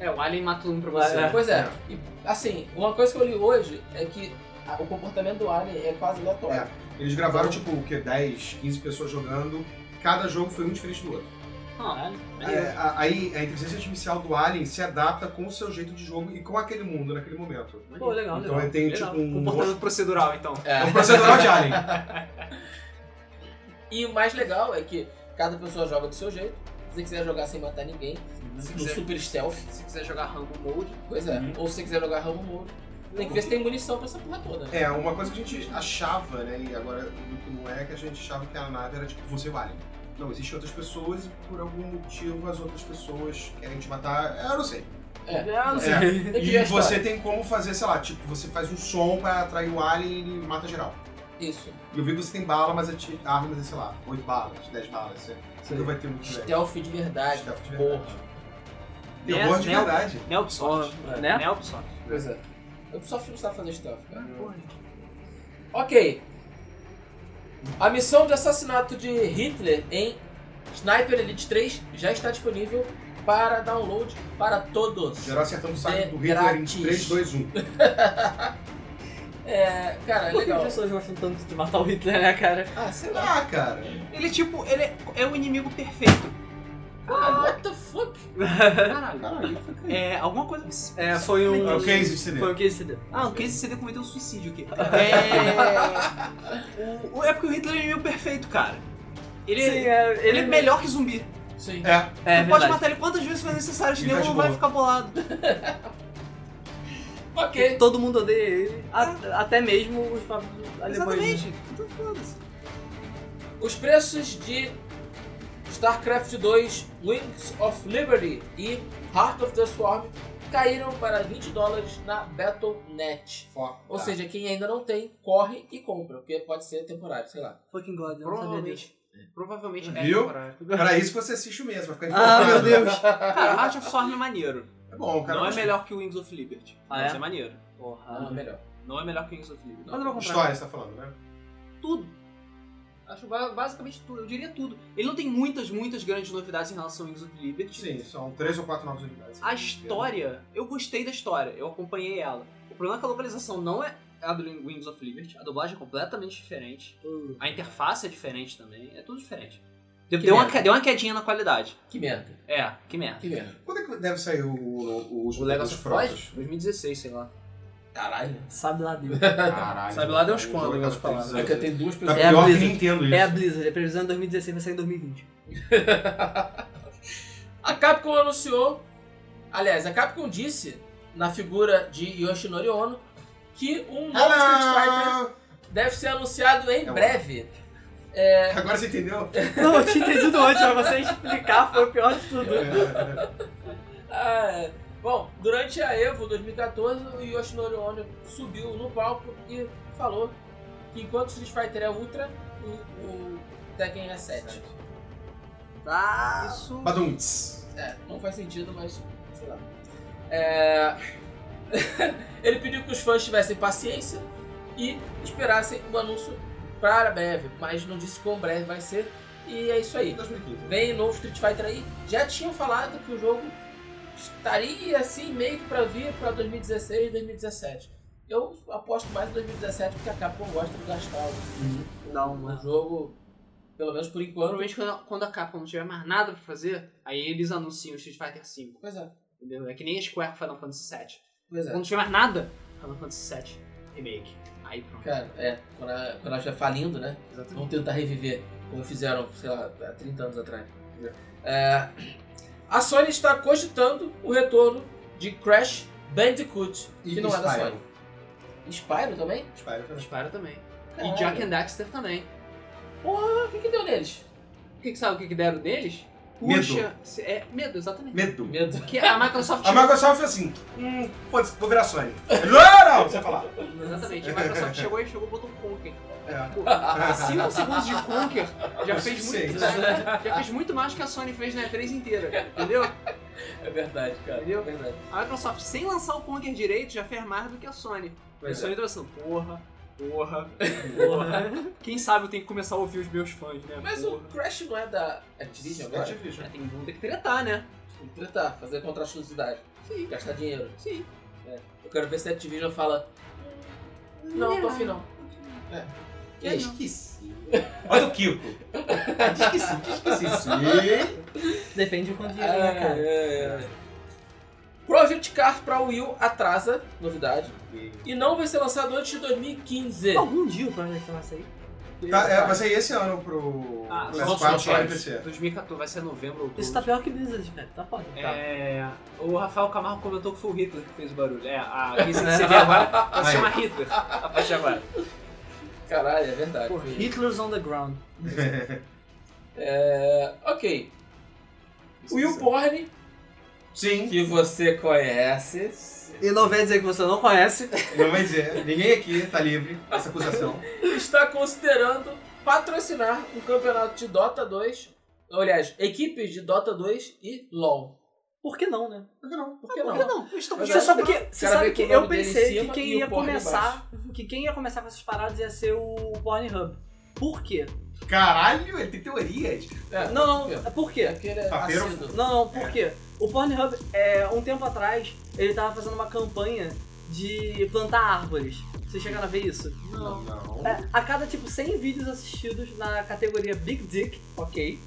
[SPEAKER 2] É, o Alien mata todo mundo pra
[SPEAKER 4] Vai,
[SPEAKER 2] você.
[SPEAKER 4] vai.
[SPEAKER 1] Pois é, e, assim, uma coisa que eu li hoje é que a- o comportamento do Alien é quase aleatório.
[SPEAKER 3] Eles gravaram, tipo, o quê? 10, 15 pessoas jogando. Cada jogo foi um diferente do outro.
[SPEAKER 2] Caralho.
[SPEAKER 3] É, a- aí a inteligência artificial do Alien se adapta com o seu jeito de jogo e com aquele mundo naquele momento.
[SPEAKER 2] é.
[SPEAKER 4] Pô, legal,
[SPEAKER 3] então
[SPEAKER 4] legal.
[SPEAKER 3] ele tem
[SPEAKER 2] Legal.
[SPEAKER 3] tipo um,
[SPEAKER 2] Comportamento procedural, então.
[SPEAKER 1] É.
[SPEAKER 3] é um procedural de Alien.
[SPEAKER 1] E o mais legal é que cada pessoa joga do seu jeito. Se você quiser jogar sem matar ninguém,
[SPEAKER 2] Se
[SPEAKER 1] no
[SPEAKER 2] quiser,
[SPEAKER 1] super stealth,
[SPEAKER 2] se quiser jogar Rambo Mode,
[SPEAKER 1] pois é.
[SPEAKER 3] Uhum.
[SPEAKER 1] Ou se você quiser jogar Rambo Mode, tem que ver se tem munição pra essa porra toda. né?
[SPEAKER 3] É, uma coisa que a gente achava, né, e agora não é que a gente achava que a nave era tipo você e o Alien. Não, existem outras pessoas e por algum motivo as outras pessoas querem te matar, eu não sei.
[SPEAKER 4] É, não sei.
[SPEAKER 1] Tem que ver
[SPEAKER 3] E
[SPEAKER 1] a história.
[SPEAKER 3] você tem como fazer, sei lá, tipo, você faz um som pra atrair o Alien e mata geral.
[SPEAKER 1] Isso.
[SPEAKER 3] E eu vi que você tem bala, mas ati- armas, é, sei lá, 8 balas, 10 balas, você, você não vai ter muito velho.
[SPEAKER 1] Stealth de verdade.
[SPEAKER 3] Stealth de
[SPEAKER 1] Porra.
[SPEAKER 3] verdade. Eu
[SPEAKER 2] Né-
[SPEAKER 3] gosto de
[SPEAKER 2] né-
[SPEAKER 3] verdade.
[SPEAKER 2] Nelpsoft.
[SPEAKER 4] Ó, né?
[SPEAKER 2] Nelpsoft.
[SPEAKER 1] Pois é. Eu só filme está fazendo stealth, cara. Ok. A missão de assassinato de Hitler em Sniper Elite 3 já está disponível para download para todos.
[SPEAKER 3] Geral acertando o saco
[SPEAKER 1] É
[SPEAKER 3] do Hitler em um.
[SPEAKER 1] grátis.
[SPEAKER 3] 3, 2, 1.
[SPEAKER 1] É, cara, é
[SPEAKER 4] Por que as
[SPEAKER 1] legal.
[SPEAKER 4] pessoas gostam tanto de matar o Hitler, né, cara?
[SPEAKER 1] Ah, sei lá.
[SPEAKER 3] Ah, cara.
[SPEAKER 2] Ele, tipo, ele é, é o inimigo perfeito.
[SPEAKER 1] Ah, what the fuck?
[SPEAKER 2] Caralho.
[SPEAKER 3] Caralho, fica aí.
[SPEAKER 2] É, alguma coisa...
[SPEAKER 4] É, foi um.
[SPEAKER 3] É o case de CD.
[SPEAKER 4] Foi o case dele.
[SPEAKER 2] Ah, o Casey CD cometeu um suicídio aqui. É... o, o- é porque o Hitler é o inimigo perfeito, cara. Ele,
[SPEAKER 4] Sim, é, ele,
[SPEAKER 2] ele é melhor que zumbi.
[SPEAKER 1] Sim.
[SPEAKER 3] É,
[SPEAKER 4] É,
[SPEAKER 2] tu
[SPEAKER 4] verdade.
[SPEAKER 2] pode matar ele quantas vezes for necessário,
[SPEAKER 3] Ele
[SPEAKER 2] senão
[SPEAKER 3] tá de
[SPEAKER 2] não vai
[SPEAKER 3] boa.
[SPEAKER 2] ficar bolado.
[SPEAKER 1] Ok.
[SPEAKER 4] Todo mundo odeia ele. A- até mesmo os próprios alemães. né?
[SPEAKER 2] Exatamente. Então foda-se.
[SPEAKER 1] Os preços de StarCraft 2, Wings of Liberty e Heart of the Swarm caíram para 20 dólares na Battle.net.
[SPEAKER 3] foda.
[SPEAKER 1] Ou seja, quem ainda não tem, corre e compra, porque pode ser temporário, sei lá.
[SPEAKER 4] Fucking God, eu não sabia disso.
[SPEAKER 2] Provavelmente. Provavelmente é
[SPEAKER 3] Viu?
[SPEAKER 2] temporário.
[SPEAKER 3] Era isso que você assiste o mesmo, vai ficar
[SPEAKER 4] Ah,
[SPEAKER 3] informado.
[SPEAKER 4] meu Deus.
[SPEAKER 2] Cara, Heart of Swarm é maneiro.
[SPEAKER 3] É bom, cara.
[SPEAKER 2] não é
[SPEAKER 3] mas-
[SPEAKER 2] melhor que o Wings of Liberty.
[SPEAKER 4] Ah,
[SPEAKER 2] mas
[SPEAKER 4] é?
[SPEAKER 2] é maneiro.
[SPEAKER 1] Ah,
[SPEAKER 3] Uhum.
[SPEAKER 4] Porra.
[SPEAKER 1] melhor.
[SPEAKER 2] Não é melhor que o Wings of Liberty.
[SPEAKER 4] Mas eu vou comprar.
[SPEAKER 3] História, você tá falando, né?
[SPEAKER 2] Tudo. Acho ba- basicamente tudo. Eu diria tudo. Ele não tem muitas, muitas grandes novidades em relação ao Wings of Liberty.
[SPEAKER 3] Sim, são três ou quatro novas unidades.
[SPEAKER 2] A história, eu gostei da história, eu acompanhei ela. O problema é que a localização não é a do Wings of Liberty, a dublagem é completamente diferente,
[SPEAKER 4] Uh,
[SPEAKER 2] a interface é diferente também, é tudo diferente. Deu, deu uma,
[SPEAKER 1] merda.
[SPEAKER 2] que- deu uma quedinha na qualidade.
[SPEAKER 1] Que merda,
[SPEAKER 2] É, que merda.
[SPEAKER 1] que merda.
[SPEAKER 3] Quando é que deve sair o, o, os
[SPEAKER 2] O Legacy
[SPEAKER 3] os
[SPEAKER 2] of
[SPEAKER 3] próprios?
[SPEAKER 2] Frost? 2016, sei lá.
[SPEAKER 1] Caralho.
[SPEAKER 4] Sabe lá Deus.
[SPEAKER 3] Caralho.
[SPEAKER 2] Sabe lá Deus
[SPEAKER 3] O
[SPEAKER 2] quando,
[SPEAKER 3] jogo
[SPEAKER 2] eu vou
[SPEAKER 3] tá
[SPEAKER 2] te falar.
[SPEAKER 3] precisando.
[SPEAKER 1] É que eu tenho duas
[SPEAKER 3] Tá
[SPEAKER 1] pessoas.
[SPEAKER 4] É a
[SPEAKER 3] pior que
[SPEAKER 4] Blizzard.
[SPEAKER 3] Nintendo isso.
[SPEAKER 4] É a Blizzard, a previsão é 2016, vai sair em 2020.
[SPEAKER 1] A Capcom anunciou, aliás, a Capcom disse na figura de Yoshinori Ono que um novo Street
[SPEAKER 3] Hello!
[SPEAKER 1] Fighter deve ser anunciado em
[SPEAKER 3] É o-
[SPEAKER 1] breve.
[SPEAKER 3] Agora você entendeu?
[SPEAKER 4] Não, eu tinha entendido antes, mas você explicar foi o pior de
[SPEAKER 3] É,
[SPEAKER 4] tudo.
[SPEAKER 1] Ah, é. Bom, durante a EVO 2014, o Yoshinori Ono subiu no palco e falou que enquanto o Street Fighter é Ultra, o, o Tekken é 7.
[SPEAKER 4] Ah,
[SPEAKER 2] Isso.
[SPEAKER 3] Badunts.
[SPEAKER 1] É, não faz sentido, mas sei lá. É, Ele pediu que os fãs tivessem paciência e esperassem o anúncio para breve, mas não disse quão breve vai ser. E é isso aí.
[SPEAKER 3] 2015.
[SPEAKER 1] Vem novo Street Fighter aí. Já tinham falado que o jogo estaria assim meio que pra vir pra 2016, 2017. Eu aposto mais em 2017 porque a Capcom gosta de gastar o
[SPEAKER 4] Dá
[SPEAKER 1] o
[SPEAKER 4] uma.
[SPEAKER 1] jogo, pelo menos por enquanto.
[SPEAKER 2] Provavelmente quando, quando a Capcom não tiver mais nada pra fazer, aí eles anunciam o Street Fighter V,
[SPEAKER 1] Pois é,
[SPEAKER 2] entendeu? É que nem a Square com Final Fantasy VII.
[SPEAKER 1] pois é.
[SPEAKER 2] Quando não tiver mais nada, Final Fantasy VII Remake. Aí pronto.
[SPEAKER 1] Cara, é, quando ela, quando ela estiver falindo, né?
[SPEAKER 2] Exatamente.
[SPEAKER 1] Vão tentar reviver, como fizeram, sei lá, há 30 anos atrás. É, a Sony está cogitando o retorno de Crash Bandicoot, que não é da Sony. Spyro também?
[SPEAKER 3] Spyro também.
[SPEAKER 2] Disparo também.
[SPEAKER 1] Caralho.
[SPEAKER 2] E Jack and Daxter também.
[SPEAKER 1] Porra, Ah, o que, que deu neles?
[SPEAKER 2] O que, que sabe o que, que deram deles?
[SPEAKER 3] Medo.
[SPEAKER 2] Puxa. se- É, medo, exatamente.
[SPEAKER 3] Medo.
[SPEAKER 1] Medo.
[SPEAKER 2] Que a Microsoft.
[SPEAKER 3] A Microsoft foi assim, hum, foda-se, vou virar Sony. Não, não, você vai falar.
[SPEAKER 2] Exatamente. A Microsoft chegou e chegou e botou um Conker.
[SPEAKER 3] É.
[SPEAKER 2] Cinco segundos de Conker já fez muito. né?
[SPEAKER 3] Suficiente.
[SPEAKER 2] Já fez muito mais que a Sony fez na E3 inteira. Entendeu?
[SPEAKER 1] É verdade, cara.
[SPEAKER 2] Entendeu?
[SPEAKER 1] É verdade.
[SPEAKER 2] A Microsoft, sem lançar o Conker direito, já fez mais do que a Sony. E a
[SPEAKER 1] Pois é.
[SPEAKER 2] Sony tava assim, porra. Porra, porra. Quem sabe eu tenho que começar a ouvir os meus fãs, né?
[SPEAKER 1] Mas o
[SPEAKER 2] porra.
[SPEAKER 1] Crash não é da Activision agora?
[SPEAKER 2] É, tem, vão ter que tretar, né?
[SPEAKER 1] Tem que Tretar, fazer contratualidade,
[SPEAKER 2] Sim,
[SPEAKER 1] gastar dinheiro. É.
[SPEAKER 2] sim.
[SPEAKER 1] Eu quero ver se a Activision fala. Não, tô afim não.
[SPEAKER 3] Que é esquisito. Olha o Kiko. Esquisito, esquisito.
[SPEAKER 4] Depende de quanto dinheiro, né, cara?
[SPEAKER 1] É, é, é. Project Cars pra Wii U atrasa, novidade. E não vai ser lançado antes de 2015.
[SPEAKER 4] Algum dia o projeto vai sair.
[SPEAKER 3] Tá, é, vai sair esse ano pro
[SPEAKER 2] Ah,
[SPEAKER 3] pro
[SPEAKER 2] os nossos
[SPEAKER 3] PS4 e
[SPEAKER 2] consoles.
[SPEAKER 3] PC.
[SPEAKER 2] 2014 vai ser novembro ou outubro.
[SPEAKER 4] Isso tá pior que Blizzard, cara. Tá foda.
[SPEAKER 2] É, o Rafael Camargo comentou que foi o Hitler que fez o barulho. É, a Kiss de CD agora vai se chamar Hitler. A partir de agora.
[SPEAKER 1] Caralho, é verdade.
[SPEAKER 4] Pô, Hitler's on the ground.
[SPEAKER 1] É, ok. O
[SPEAKER 2] é
[SPEAKER 1] Will Porn,
[SPEAKER 3] Sim,
[SPEAKER 1] que você conhece,
[SPEAKER 4] E não vem dizer que você não conhece.
[SPEAKER 3] não vai dizer. Ninguém aqui tá livre dessa acusação.
[SPEAKER 1] está considerando patrocinar um campeonato de Dota 2. Aliás, equipes de Dota 2 e LoL.
[SPEAKER 4] Por que não, né?
[SPEAKER 3] Por que não?
[SPEAKER 1] Por que
[SPEAKER 4] Por
[SPEAKER 1] não?
[SPEAKER 4] que não?
[SPEAKER 2] Eles tão
[SPEAKER 1] Eu
[SPEAKER 4] Você
[SPEAKER 1] já
[SPEAKER 2] jogando-
[SPEAKER 4] sabe
[SPEAKER 1] acho
[SPEAKER 4] que, você sabe
[SPEAKER 1] ver
[SPEAKER 4] que
[SPEAKER 1] com o
[SPEAKER 4] eu
[SPEAKER 1] nome dele em
[SPEAKER 4] pensei
[SPEAKER 1] cima
[SPEAKER 4] que
[SPEAKER 1] e
[SPEAKER 4] quem
[SPEAKER 1] o
[SPEAKER 4] ia
[SPEAKER 1] porn
[SPEAKER 4] começar, que quem ia começar com essas paradas ia ser o Pornhub. Por quê?
[SPEAKER 3] Caralho, ele tem teorias.
[SPEAKER 1] É,
[SPEAKER 4] Não,
[SPEAKER 1] por quê?
[SPEAKER 4] não, por
[SPEAKER 1] É
[SPEAKER 4] quê?
[SPEAKER 1] porque ele é
[SPEAKER 3] Papeiro?
[SPEAKER 1] assíduo.
[SPEAKER 4] Não, não, por quê? O Pornhub, é, um tempo atrás, ele tava fazendo uma campanha de plantar árvores. Vocês chegaram a ver isso?
[SPEAKER 3] Não. não.
[SPEAKER 4] É, a cada, tipo, 100 vídeos assistidos na categoria Big Dick, ok,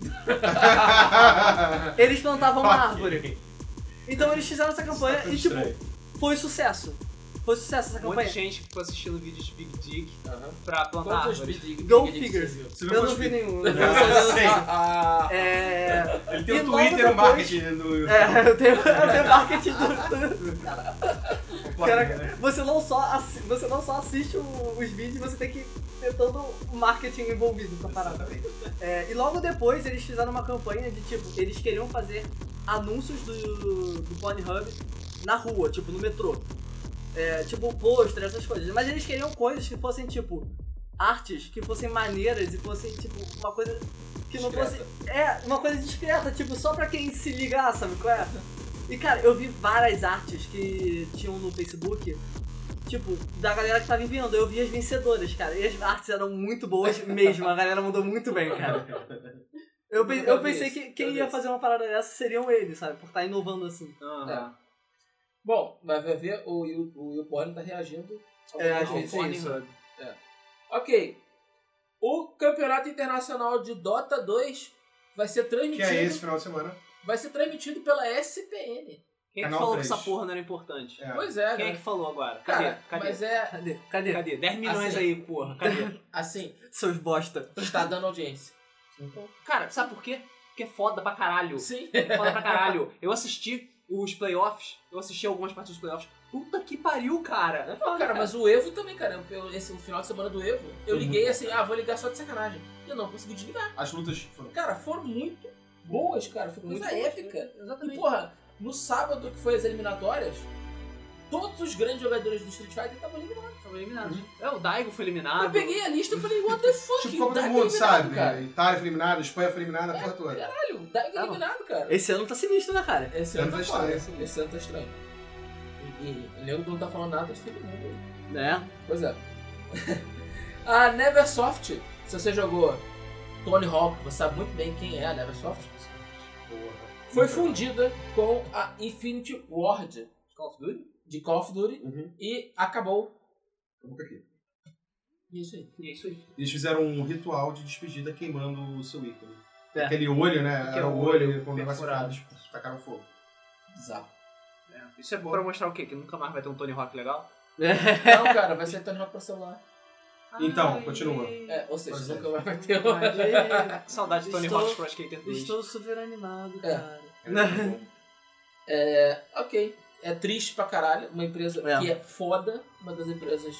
[SPEAKER 4] eles plantavam uma
[SPEAKER 3] Tá
[SPEAKER 4] árvore. Então eles fizeram essa campanha
[SPEAKER 1] tá
[SPEAKER 4] e, tipo, foi sucesso. Foi sucesso essa
[SPEAKER 2] Um monte de
[SPEAKER 4] campanha.
[SPEAKER 2] gente ficou assistindo vídeos de Big Dick
[SPEAKER 1] Aham.
[SPEAKER 2] pra plantar
[SPEAKER 1] Quantos
[SPEAKER 2] árvores.
[SPEAKER 1] big-
[SPEAKER 4] Go
[SPEAKER 1] big dicks
[SPEAKER 4] figures.
[SPEAKER 1] você viu?
[SPEAKER 3] Você viu
[SPEAKER 4] Eu não
[SPEAKER 3] quantos
[SPEAKER 4] vi
[SPEAKER 3] vídeos?
[SPEAKER 4] nenhum.
[SPEAKER 3] Eu
[SPEAKER 4] eu só vi
[SPEAKER 3] sei.
[SPEAKER 4] essa-
[SPEAKER 1] Ah,
[SPEAKER 4] É,
[SPEAKER 3] Ele tem
[SPEAKER 4] E
[SPEAKER 3] o
[SPEAKER 4] logo
[SPEAKER 3] Twitter, o
[SPEAKER 4] depois-
[SPEAKER 3] marketing do.
[SPEAKER 4] é, eu tenho, eu tenho marketing do, do-
[SPEAKER 3] do planeta, né?
[SPEAKER 4] Caraca, você não só, assi- você não só assiste o- os vídeos, você tem que ir tentando o marketing envolvido com a parada.
[SPEAKER 3] Exatamente.
[SPEAKER 4] É, e logo depois eles fizeram uma campanha de tipo, eles queriam fazer anúncios do, do Pornhub na rua, tipo, no metrô. É, tipo, pôster, essas coisas. Mas eles queriam coisas que fossem, tipo, artes, que fossem maneiras e fossem, tipo, uma coisa que não fosse. É, uma coisa discreta, tipo, só pra quem se ligar, sabe qual é? E cara, eu vi várias artes que tinham no Facebook. Tipo, da galera que tava enviando, eu vi as vencedoras, cara. E as artes eram muito boas mesmo, a galera mandou muito bem, cara. Eu, pe- eu
[SPEAKER 1] Nunca vi
[SPEAKER 4] pensei
[SPEAKER 1] isso.
[SPEAKER 4] que quem
[SPEAKER 1] Nunca
[SPEAKER 4] ia
[SPEAKER 1] vi
[SPEAKER 4] fazer uma parada dessa seriam eles, sabe? Por estar inovando assim.
[SPEAKER 2] Ah, Aham.
[SPEAKER 1] Bom, mas vai ver, o Will- o YouPorn tá reagindo. ao-
[SPEAKER 4] É, às
[SPEAKER 1] ao
[SPEAKER 4] vezes é
[SPEAKER 1] Pornhub.
[SPEAKER 2] isso.
[SPEAKER 1] Ok. O Campeonato Internacional de Dota 2 vai ser
[SPEAKER 3] Que
[SPEAKER 1] transmitido,
[SPEAKER 3] é esse final de semana.
[SPEAKER 1] vai ser transmitido pela SPN.
[SPEAKER 2] Quem é que
[SPEAKER 3] Canal
[SPEAKER 2] falou
[SPEAKER 3] três.
[SPEAKER 2] que essa porra não era importante?
[SPEAKER 3] É.
[SPEAKER 1] Pois é,
[SPEAKER 2] Quem é
[SPEAKER 1] né?
[SPEAKER 2] que falou agora? Cadê?
[SPEAKER 1] Cara,
[SPEAKER 2] Cadê?
[SPEAKER 1] mas é
[SPEAKER 4] Cadê? Cadê?
[SPEAKER 2] Cadê? 10 milhões
[SPEAKER 1] Assim.
[SPEAKER 2] aí, porra. Cadê?
[SPEAKER 1] assim,
[SPEAKER 4] Seus bosta.
[SPEAKER 1] está dando audiência.
[SPEAKER 2] Cara, sabe por quê? Porque é foda pra caralho.
[SPEAKER 1] Sim.
[SPEAKER 2] Foda pra caralho. Eu assisti os playoffs, eu assisti algumas partes dos playoffs. Puta que pariu, cara. É foda,
[SPEAKER 1] Cara, mas o Evo também, cara. eu- Esse o final de semana do Evo, eu liguei assim, ah, vou ligar só de sacanagem. E eu não consegui desligar.
[SPEAKER 3] As lutas foram.
[SPEAKER 1] Cara, foram muito boas, cara. Foi coisa
[SPEAKER 2] Muito boas, né?
[SPEAKER 1] épica. E,
[SPEAKER 2] Exatamente.
[SPEAKER 1] porra, no sábado que foi as eliminatórias, todos os grandes jogadores do Street Fighter estavam eliminados.
[SPEAKER 2] Tava eliminado. É, o Daigo foi eliminado.
[SPEAKER 1] Eu peguei a lista e falei, what the fuck?
[SPEAKER 3] Tipo, Copa
[SPEAKER 1] Dá
[SPEAKER 3] do Mundo,
[SPEAKER 1] eliminado,
[SPEAKER 3] sabe?
[SPEAKER 1] Cara.
[SPEAKER 3] né? Itália foi eliminada, Espanha foi eliminada, a porra toda.
[SPEAKER 1] Caralho, Dag
[SPEAKER 2] Tá bom.
[SPEAKER 1] eliminado, cara.
[SPEAKER 4] Esse ano tá sinistro, né, cara?
[SPEAKER 1] Esse
[SPEAKER 3] ano
[SPEAKER 1] ano
[SPEAKER 3] tá
[SPEAKER 1] tá
[SPEAKER 3] estranho.
[SPEAKER 1] foda. Esse esse ano tá estranho. E, e, e Leandro não tá falando nada de todo mundo. aí.
[SPEAKER 4] Né?
[SPEAKER 1] Pois é. a Neversoft, se você jogou Tony Hawk, você sabe muito bem quem é a Neversoft.
[SPEAKER 3] Porra. Então,
[SPEAKER 1] Foi fundida com a Infinity Ward
[SPEAKER 2] Call of Duty?
[SPEAKER 1] de Call of Duty
[SPEAKER 3] Uhum.
[SPEAKER 1] e acabou.
[SPEAKER 3] Eu vou aqui.
[SPEAKER 1] Isso aí.
[SPEAKER 2] E é isso aí.
[SPEAKER 3] Eles fizeram um ritual de despedida queimando o seu ícone.
[SPEAKER 4] É.
[SPEAKER 3] Aquele olho, né?
[SPEAKER 2] Aquele
[SPEAKER 3] Era o
[SPEAKER 2] olho
[SPEAKER 3] olho com o negócio
[SPEAKER 2] perfurado.
[SPEAKER 3] eles tacaram fogo.
[SPEAKER 1] Bizarro.
[SPEAKER 2] É. Isso é bom pra mostrar o quê? Que nunca mais vai ter um Tony Hawk legal?
[SPEAKER 4] É.
[SPEAKER 1] Não, cara, vai ser Tony Hawk pra celular.
[SPEAKER 3] Então,
[SPEAKER 2] Ai,
[SPEAKER 3] continua.
[SPEAKER 1] É, ou seja,
[SPEAKER 3] Pois é.
[SPEAKER 1] nunca vai ter um.
[SPEAKER 2] Ai, Saudade de Tony
[SPEAKER 4] Estou-
[SPEAKER 2] Hawk Pro Skater 2.
[SPEAKER 4] Estou super animado,
[SPEAKER 1] É.
[SPEAKER 4] cara.
[SPEAKER 3] Era muito bom.
[SPEAKER 1] É, ok. É triste pra caralho. Uma empresa
[SPEAKER 4] É.
[SPEAKER 1] que é foda. Uma das empresas.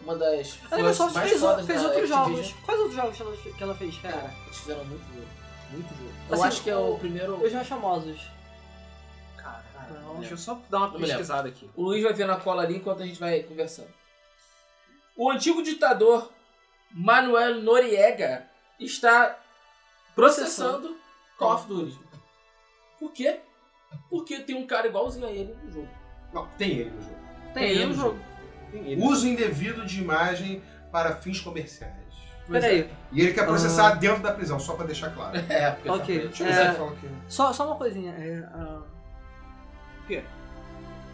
[SPEAKER 1] Uma das.
[SPEAKER 4] A
[SPEAKER 1] fãs
[SPEAKER 4] Microsoft
[SPEAKER 1] mais
[SPEAKER 4] fez,
[SPEAKER 1] fodas
[SPEAKER 4] fez
[SPEAKER 1] da
[SPEAKER 4] outros
[SPEAKER 1] Activision.
[SPEAKER 4] jogos. Quais outros jogos ela fe- que ela fez, cara?
[SPEAKER 1] Cara, eles fizeram muito jogo. Muito jogo. Eu
[SPEAKER 4] Assim,
[SPEAKER 1] acho que é o
[SPEAKER 4] o-
[SPEAKER 1] primeiro.
[SPEAKER 4] Os mais famosos.
[SPEAKER 2] Cara, cara,
[SPEAKER 1] Não.
[SPEAKER 2] deixa eu só dar uma
[SPEAKER 1] Não me lembro.
[SPEAKER 2] pesquisada aqui.
[SPEAKER 1] O Luiz vai ver na cola ali enquanto a gente vai conversando. O antigo ditador Manuel Noriega está processando Call of Duty. Por quê? Porque tem um cara igualzinho a ele no jogo.
[SPEAKER 3] Não, tem ele no jogo.
[SPEAKER 1] Tem ele no jogo.
[SPEAKER 2] Tem ele.
[SPEAKER 3] Uso indevido de imagem para fins comerciais.
[SPEAKER 4] Peraí,
[SPEAKER 3] E ele quer processar
[SPEAKER 2] Ah.
[SPEAKER 3] dentro da prisão, só pra deixar claro.
[SPEAKER 1] É, porque tá
[SPEAKER 4] Ok.
[SPEAKER 1] preso.
[SPEAKER 3] Deixa eu ver
[SPEAKER 4] É.
[SPEAKER 3] se ele fala que.
[SPEAKER 4] só, só uma coisinha. É, ah,
[SPEAKER 2] O quê?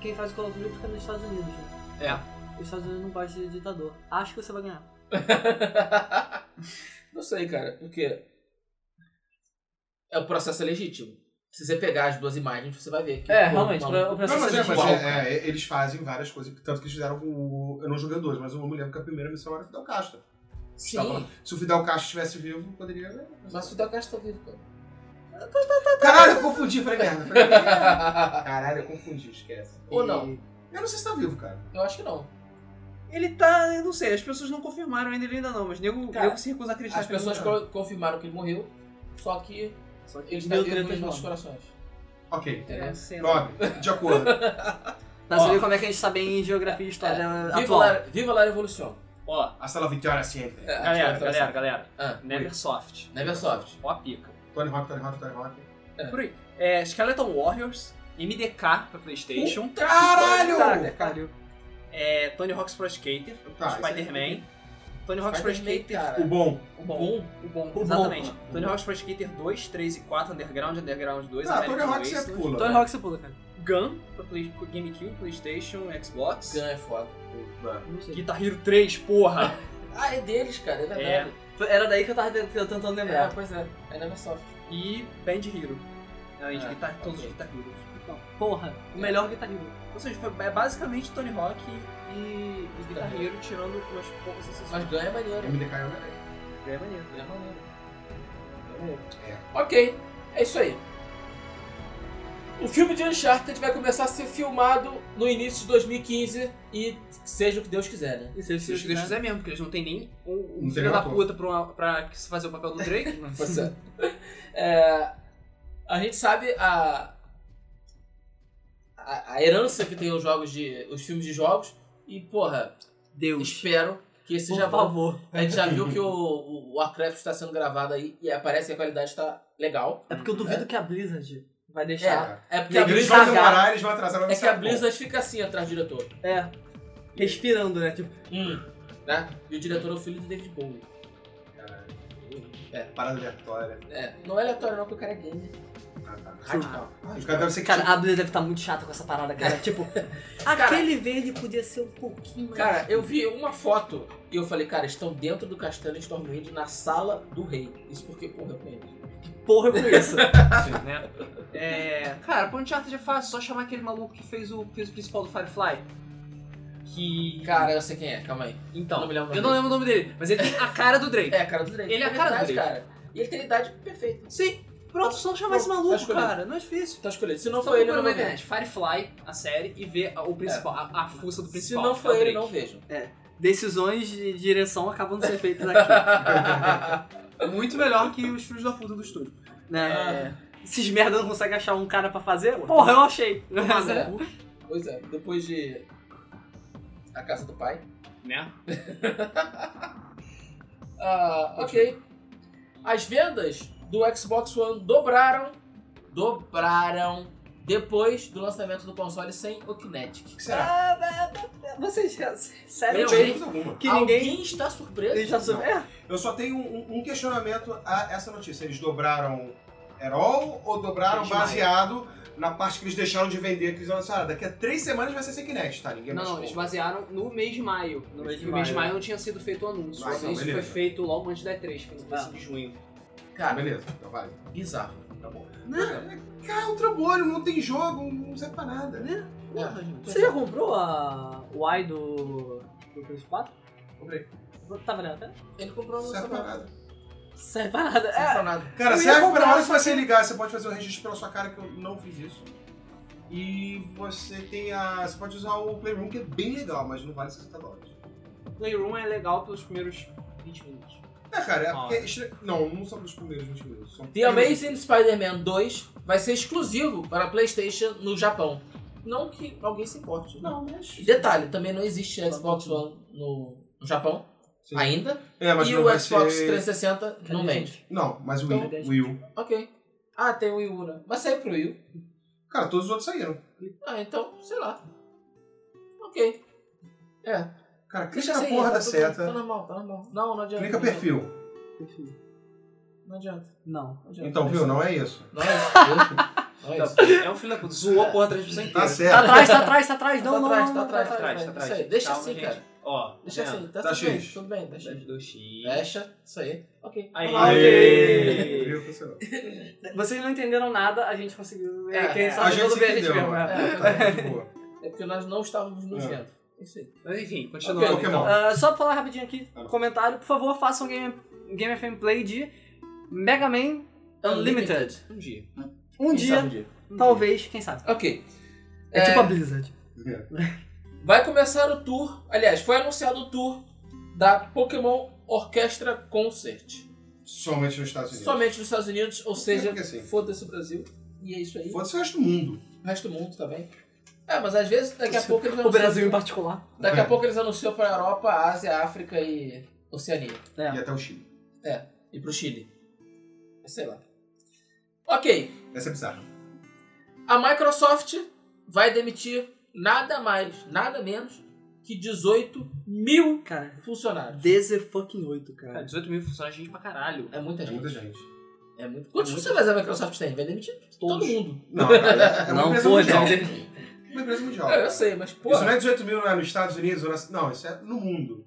[SPEAKER 4] Quem faz o Call of Duty fica nos Estados Unidos, né?
[SPEAKER 2] É.
[SPEAKER 4] Os Estados Unidos não gostam de ditador. Acho que você vai ganhar.
[SPEAKER 1] Não sei, cara, porque é o processo é legítimo. Se você pegar as duas imagens, você vai ver que.
[SPEAKER 4] É,
[SPEAKER 1] pô,
[SPEAKER 4] realmente,
[SPEAKER 1] o
[SPEAKER 4] pra-
[SPEAKER 1] maluco- tá
[SPEAKER 4] pra
[SPEAKER 3] Não, mas, é, mas
[SPEAKER 1] Igual,
[SPEAKER 3] é,
[SPEAKER 1] cara.
[SPEAKER 3] é, eles fazem várias coisas, tanto que eles fizeram com o. Eu não joguei o dois, mas eu me lembro que a primeira missão era Fidel Castro.
[SPEAKER 1] Sim,
[SPEAKER 3] Tava- Se o Fidel Castro estivesse vivo, poderia.
[SPEAKER 1] mas o Fidel Castro tá vivo,
[SPEAKER 3] Caralho, eu confundi, falei merda. falei merda.
[SPEAKER 1] cara.
[SPEAKER 3] Caralho, eu confundi, esquece.
[SPEAKER 1] Ou não.
[SPEAKER 3] Eu não sei se tá vivo, cara.
[SPEAKER 1] Eu acho que não.
[SPEAKER 2] Ele tá, eu não sei, as pessoas não confirmaram ainda, ele ainda não, mas nego,
[SPEAKER 1] Cara,
[SPEAKER 2] nego se recusa
[SPEAKER 4] tá
[SPEAKER 2] a acreditar.
[SPEAKER 1] As
[SPEAKER 2] que ele
[SPEAKER 1] pessoas
[SPEAKER 2] morreu.
[SPEAKER 1] co- confirmaram que ele morreu, só que
[SPEAKER 4] Só que
[SPEAKER 1] ele está
[SPEAKER 4] meu
[SPEAKER 1] vivo
[SPEAKER 4] treta
[SPEAKER 1] nos
[SPEAKER 4] de
[SPEAKER 1] nossos
[SPEAKER 4] novo.
[SPEAKER 1] corações. É.
[SPEAKER 3] Ok.
[SPEAKER 1] Entendeu?
[SPEAKER 2] sei lá.
[SPEAKER 3] Nobre, de acordo.
[SPEAKER 1] Ó.
[SPEAKER 4] Tá
[SPEAKER 1] É.
[SPEAKER 4] sabendo como é que a gente tá bem em geografia e história
[SPEAKER 1] Viva
[SPEAKER 4] atual?
[SPEAKER 1] la, viva la revolução.
[SPEAKER 2] Ó,
[SPEAKER 3] A sala Vitória sempre.
[SPEAKER 1] É,
[SPEAKER 2] galera,
[SPEAKER 1] acho que é
[SPEAKER 2] galera, galera.
[SPEAKER 1] Ah,
[SPEAKER 2] Neversoft.
[SPEAKER 1] Neversoft.
[SPEAKER 2] Ó a pica.
[SPEAKER 3] Tony Hawk, Tony Hawk, Tony Hawk.
[SPEAKER 2] Por aí. É, Skeleton Warriors MDK pra Playstation,
[SPEAKER 3] Caralho!
[SPEAKER 4] Tá, caralho.
[SPEAKER 2] é, Tony Hawk's Pro Skater,
[SPEAKER 3] Tá, isso aí-
[SPEAKER 2] Spider-Man, Tony Hawk's Pro
[SPEAKER 1] Spider-Man,
[SPEAKER 2] Skater
[SPEAKER 1] cara.
[SPEAKER 3] O bom.
[SPEAKER 1] O bom.
[SPEAKER 2] O bom,
[SPEAKER 4] bom.
[SPEAKER 2] exatamente.
[SPEAKER 4] O bom.
[SPEAKER 2] Tony Hawk's Pro Skater 2, 3 e 4, Underground, Underground 2,
[SPEAKER 3] Ah, Tony Hawk você
[SPEAKER 2] Wasteland.
[SPEAKER 3] pula.
[SPEAKER 4] Tony Hawk você pula, né? cara.
[SPEAKER 2] Gun pra Play- GameCube, Playstation, Xbox.
[SPEAKER 1] Gun é foda.
[SPEAKER 4] Ah, Não sei.
[SPEAKER 2] Guitar Hero 3, porra!
[SPEAKER 1] Ah, é deles, cara, é verdade.
[SPEAKER 4] Era daí que eu tava tentando- tentando
[SPEAKER 1] É,
[SPEAKER 4] lembrar.
[SPEAKER 1] pois é. É Neversoft.
[SPEAKER 2] E Band Hero. Além de
[SPEAKER 1] Ah,
[SPEAKER 2] guitar, todos
[SPEAKER 1] ok.
[SPEAKER 2] os Guitar Heroes.
[SPEAKER 4] Porra, o melhor tá Guitar Hero.
[SPEAKER 2] Ou seja, foi- é basicamente Tony Hawk e, e Guitar Hero tirando umas poucas
[SPEAKER 1] Mas
[SPEAKER 2] exceções.
[SPEAKER 1] Gun é maneiro.
[SPEAKER 3] MDK é o melhor.
[SPEAKER 2] Mas é maneiro.
[SPEAKER 1] Gun é maneiro. Gun é maneiro.
[SPEAKER 3] É.
[SPEAKER 1] Ok, é isso aí. O filme de Uncharted vai começar a ser filmado no início de 2015 e seja o que Deus quiser, né?
[SPEAKER 4] E se
[SPEAKER 2] Se os dois fizer mesmo, porque eles não tem nem um, um
[SPEAKER 3] Não tem
[SPEAKER 2] filho da
[SPEAKER 3] ator.
[SPEAKER 2] puta pra, uma- pra que se fazer o papel do Drake.
[SPEAKER 1] Pois é. É, a gente sabe a, a, a herança que tem os jogos de. os filmes de jogos. E, porra,
[SPEAKER 4] Deus.
[SPEAKER 1] espero que esse
[SPEAKER 4] Por
[SPEAKER 1] já vá.
[SPEAKER 4] favor.
[SPEAKER 1] A gente já viu que o, o Warcraft está sendo gravado aí e parece que a qualidade está legal.
[SPEAKER 4] É porque eu duvido que a Blizzard vai deixar.
[SPEAKER 1] É porque
[SPEAKER 3] E
[SPEAKER 1] a
[SPEAKER 3] eles
[SPEAKER 1] Blizzard.
[SPEAKER 3] vão
[SPEAKER 4] Blizzard-
[SPEAKER 3] demorar, eles vão atrasar, vai
[SPEAKER 1] É que a
[SPEAKER 3] ficar bom.
[SPEAKER 1] Blizzard fica assim atrás do diretor.
[SPEAKER 4] É. Respirando, né? Tipo,
[SPEAKER 1] Hum, né? E o diretor é o filho do David Bowie.
[SPEAKER 3] Caralho,
[SPEAKER 1] É.
[SPEAKER 3] Parada aleatória.
[SPEAKER 1] É, não é aleatório não, que o cara é gamer.
[SPEAKER 3] Ah, tá. Radical. Ah, Os caras devem ser
[SPEAKER 4] cara, a Blizzard deve estar muito chata com essa parada, cara. Tipo, aquele verde podia ser um pouquinho mais.
[SPEAKER 1] Cara, eu vi uma foto e eu falei, cara, estão dentro do castelo de Stormwind na sala do rei. Isso porque, porra, é eu conheço.
[SPEAKER 4] porra eu conheço.
[SPEAKER 2] Sim, né? É, cara, pro Uncharted é fácil, só chamar aquele maluco que fez o, fez o principal do Firefly. Que.
[SPEAKER 1] Cara, eu sei quem é, calma aí.
[SPEAKER 2] então,
[SPEAKER 1] não me lembro o nome
[SPEAKER 2] eu não lembro o nome dele, mas ele tem a cara do Drake.
[SPEAKER 1] É, a cara do Drake.
[SPEAKER 2] Ele é a
[SPEAKER 1] Na
[SPEAKER 2] cara do
[SPEAKER 1] verdade, cara. E ele tem a idade perfeita.
[SPEAKER 2] Sim, pronto, só chamar esse
[SPEAKER 1] Pronto, tá
[SPEAKER 2] maluco,
[SPEAKER 1] escolhido.
[SPEAKER 2] cara, não é difícil.
[SPEAKER 1] Tá escolhido. Se
[SPEAKER 2] Não
[SPEAKER 1] não for ele, eu
[SPEAKER 2] não
[SPEAKER 1] não vejo.
[SPEAKER 2] internet. Firefly, a série, e ver a- o principal, a, a fuça do
[SPEAKER 1] Se
[SPEAKER 2] principal.
[SPEAKER 1] não
[SPEAKER 2] é
[SPEAKER 1] for
[SPEAKER 2] o
[SPEAKER 1] ele,
[SPEAKER 2] Drake.
[SPEAKER 1] não vejo.
[SPEAKER 4] Decisões de direção acabam de ser feitas aqui.
[SPEAKER 2] É muito melhor que os filhos da puta do estúdio.
[SPEAKER 1] É.
[SPEAKER 4] Né? Esses merda não conseguem achar um cara pra fazer? Porra, eu achei.
[SPEAKER 1] Pois é. Pois é, depois de. A casa do pai.
[SPEAKER 2] Né?
[SPEAKER 1] Ah, ok. As vendas do Xbox One dobraram, dobraram depois do lançamento do console sem o Kinetic.
[SPEAKER 3] O que será?
[SPEAKER 4] Vocês, sério
[SPEAKER 1] Eu
[SPEAKER 3] Eu
[SPEAKER 1] tirei-
[SPEAKER 4] mesmo?
[SPEAKER 3] tive alguma.
[SPEAKER 4] Que
[SPEAKER 1] Alguém
[SPEAKER 4] ninguém.
[SPEAKER 1] está surpreso.
[SPEAKER 4] Ele já soube. É,
[SPEAKER 3] Eu só tenho um, um questionamento a essa notícia. Eles dobraram Herol ou dobraram
[SPEAKER 2] Eles
[SPEAKER 3] baseado na parte que eles deixaram de vender? Que eles lançaram, ah, daqui a três semanas vai ser sem Kinect, tá? Ninguém
[SPEAKER 2] Não,
[SPEAKER 3] mais
[SPEAKER 2] não,
[SPEAKER 3] compra.
[SPEAKER 2] eles basearam no mês de maio. No mês de, maio.
[SPEAKER 4] é.
[SPEAKER 2] não tinha sido feito o anúncio.
[SPEAKER 3] Ah,
[SPEAKER 2] o
[SPEAKER 3] então,
[SPEAKER 2] anúncio foi
[SPEAKER 3] beleza.
[SPEAKER 2] feito logo antes da E3, foi no começo
[SPEAKER 4] Ah.
[SPEAKER 2] de junho.
[SPEAKER 3] Ah,
[SPEAKER 1] Cara,
[SPEAKER 3] beleza, então vale.
[SPEAKER 1] bizarro. Tá bom.
[SPEAKER 3] Não, cara, um trambolho, não tem jogo, não serve pra nada.
[SPEAKER 4] né?
[SPEAKER 1] É.
[SPEAKER 2] Porra, gente.
[SPEAKER 4] Você já comprou a Y do. do PS4?
[SPEAKER 3] Comprei.
[SPEAKER 4] Tá valendo até?
[SPEAKER 1] Ele comprou um
[SPEAKER 3] Não
[SPEAKER 1] no
[SPEAKER 3] serve pra
[SPEAKER 1] celular.
[SPEAKER 3] nada.
[SPEAKER 4] Serve pra nada.
[SPEAKER 1] Não
[SPEAKER 4] É,
[SPEAKER 1] comprou nada.
[SPEAKER 3] Cara,
[SPEAKER 4] Eu ia
[SPEAKER 3] serve
[SPEAKER 4] comprar,
[SPEAKER 3] pra hora se
[SPEAKER 4] só
[SPEAKER 3] você ligar, você pode fazer o registro pela sua cara, que eu não fiz isso. E você tem a. Você pode usar o Playroom, que é bem legal, mas não vale 60 dólares.
[SPEAKER 2] Playroom é legal pelos primeiros 20 minutos.
[SPEAKER 3] É, cara, é
[SPEAKER 2] Ah,
[SPEAKER 3] porque. estre- Não, não são os primeiros 20 minutos. São
[SPEAKER 1] The Amazing Spider-Man 2 vai ser exclusivo para PlayStation no Japão. Não que alguém se importe. né?
[SPEAKER 3] Não, mas.
[SPEAKER 1] Detalhe, também não existe Xbox One no, no Japão
[SPEAKER 3] Sim.
[SPEAKER 1] ainda.
[SPEAKER 3] É, mas
[SPEAKER 1] e
[SPEAKER 3] não
[SPEAKER 1] o
[SPEAKER 3] vai
[SPEAKER 1] Xbox
[SPEAKER 3] ser-
[SPEAKER 1] 360 não vende.
[SPEAKER 3] Não, mas o
[SPEAKER 1] Então,
[SPEAKER 3] Will. Will.
[SPEAKER 1] Ok. Ah, tem o Wii U, né? Mas saiu pro Wii U.
[SPEAKER 3] Cara, todos os outros saíram.
[SPEAKER 1] Ah, então, sei lá. Ok. É.
[SPEAKER 3] Cara,
[SPEAKER 1] Deixa
[SPEAKER 3] clica na
[SPEAKER 1] sem,
[SPEAKER 3] porra
[SPEAKER 1] tá
[SPEAKER 3] da
[SPEAKER 1] tudo- Tá
[SPEAKER 3] seta,
[SPEAKER 1] normal, tá normal. Não, não adianta.
[SPEAKER 3] clica
[SPEAKER 1] não adianta.
[SPEAKER 3] perfil.
[SPEAKER 1] Não adianta,
[SPEAKER 4] Não.
[SPEAKER 1] não adianta.
[SPEAKER 3] Então, viu? Não é isso.
[SPEAKER 1] Não é isso. Não é isso.
[SPEAKER 2] Então, é um filho da puta. Zoou a porra da transmissão
[SPEAKER 3] Tá
[SPEAKER 2] inteira.
[SPEAKER 4] Tá
[SPEAKER 3] certo.
[SPEAKER 4] atrás, tá atrás, tá atrás. Não,
[SPEAKER 1] Tá
[SPEAKER 4] não,
[SPEAKER 1] atrás,
[SPEAKER 4] não,
[SPEAKER 1] tá
[SPEAKER 4] não,
[SPEAKER 1] atrás,
[SPEAKER 4] tá
[SPEAKER 1] tá atrás.
[SPEAKER 2] tá
[SPEAKER 1] Isso aí, deixa
[SPEAKER 2] Calma,
[SPEAKER 1] assim,
[SPEAKER 2] gente.
[SPEAKER 1] cara.
[SPEAKER 2] Ó, né? Um,
[SPEAKER 1] Deixa
[SPEAKER 2] vendo?
[SPEAKER 1] assim, tá,
[SPEAKER 3] Tá
[SPEAKER 1] tudo bem,
[SPEAKER 3] X.
[SPEAKER 1] tudo bem, tá X.
[SPEAKER 2] 10-2x.
[SPEAKER 1] Fecha, isso aí. Ok.
[SPEAKER 2] Aí.
[SPEAKER 1] Vamos lá.
[SPEAKER 2] Aê!
[SPEAKER 3] Viu, Tá funcionou.
[SPEAKER 4] Vocês não entenderam nada, a gente conseguiu.
[SPEAKER 1] É,
[SPEAKER 4] quem
[SPEAKER 1] é.
[SPEAKER 4] sabe
[SPEAKER 3] A gente
[SPEAKER 4] tudo
[SPEAKER 3] se
[SPEAKER 4] bem,
[SPEAKER 3] entendeu.
[SPEAKER 4] mesmo, é.
[SPEAKER 1] é.
[SPEAKER 3] É, tá, de boa.
[SPEAKER 1] É porque nós não estávamos nos
[SPEAKER 3] É.
[SPEAKER 1] vendo. Isso aí.
[SPEAKER 4] um
[SPEAKER 2] Mas enfim, continuando.
[SPEAKER 3] Ok,
[SPEAKER 2] então.
[SPEAKER 3] Pokémon.
[SPEAKER 4] Ah, só pra falar rapidinho aqui,
[SPEAKER 3] Ah.
[SPEAKER 4] comentário, por favor, façam game, game FM Play de Mega Man Unlimited.
[SPEAKER 2] Um dia.
[SPEAKER 4] Um
[SPEAKER 1] Então, Quem
[SPEAKER 4] dia,
[SPEAKER 1] sabe dia.
[SPEAKER 4] talvez, quem sabe.
[SPEAKER 1] Ok.
[SPEAKER 4] É, tipo a Blizzard.
[SPEAKER 1] Vai começar o tour, aliás, foi anunciado o tour da Pokémon Orquestra Concert.
[SPEAKER 3] Somente nos Estados Unidos.
[SPEAKER 1] Somente nos Estados Unidos, ou seja,
[SPEAKER 3] porque assim-
[SPEAKER 1] foda-se o Brasil. E é isso aí.
[SPEAKER 3] Foda-se o resto do mundo.
[SPEAKER 1] O resto do mundo também. É, mas às vezes daqui a pouco eles
[SPEAKER 4] O
[SPEAKER 1] anunciam.
[SPEAKER 4] Brasil em particular.
[SPEAKER 1] Daqui a
[SPEAKER 3] É.
[SPEAKER 1] pouco eles anunciam pra Europa, Ásia, África e Oceania.
[SPEAKER 3] E até o Chile.
[SPEAKER 1] E pro Chile. Sei lá. Ok.
[SPEAKER 3] Essa é bizarra.
[SPEAKER 1] A Microsoft vai demitir nada mais, nada menos que 18 mil
[SPEAKER 4] Cara,
[SPEAKER 1] funcionários.
[SPEAKER 4] 18 fucking 8,
[SPEAKER 2] Cara,
[SPEAKER 4] cara.
[SPEAKER 2] 18 mil funcionários, gente pra caralho.
[SPEAKER 1] É muita
[SPEAKER 3] É
[SPEAKER 1] gente.
[SPEAKER 3] muita gente.
[SPEAKER 1] É muito. Quantos
[SPEAKER 2] É muito.
[SPEAKER 1] funcionários a Microsoft tem? Vai demitir todo
[SPEAKER 2] Todos.
[SPEAKER 1] mundo.
[SPEAKER 3] Não, cara, é, é uma
[SPEAKER 4] Não,
[SPEAKER 3] empresa
[SPEAKER 4] pô,
[SPEAKER 3] mundial.
[SPEAKER 4] não.
[SPEAKER 3] É uma empresa mundial.
[SPEAKER 1] É, eu sei, mas pô.
[SPEAKER 3] Isso não é 18 mil né, nos Estados Unidos, ou na- não, isso é no mundo.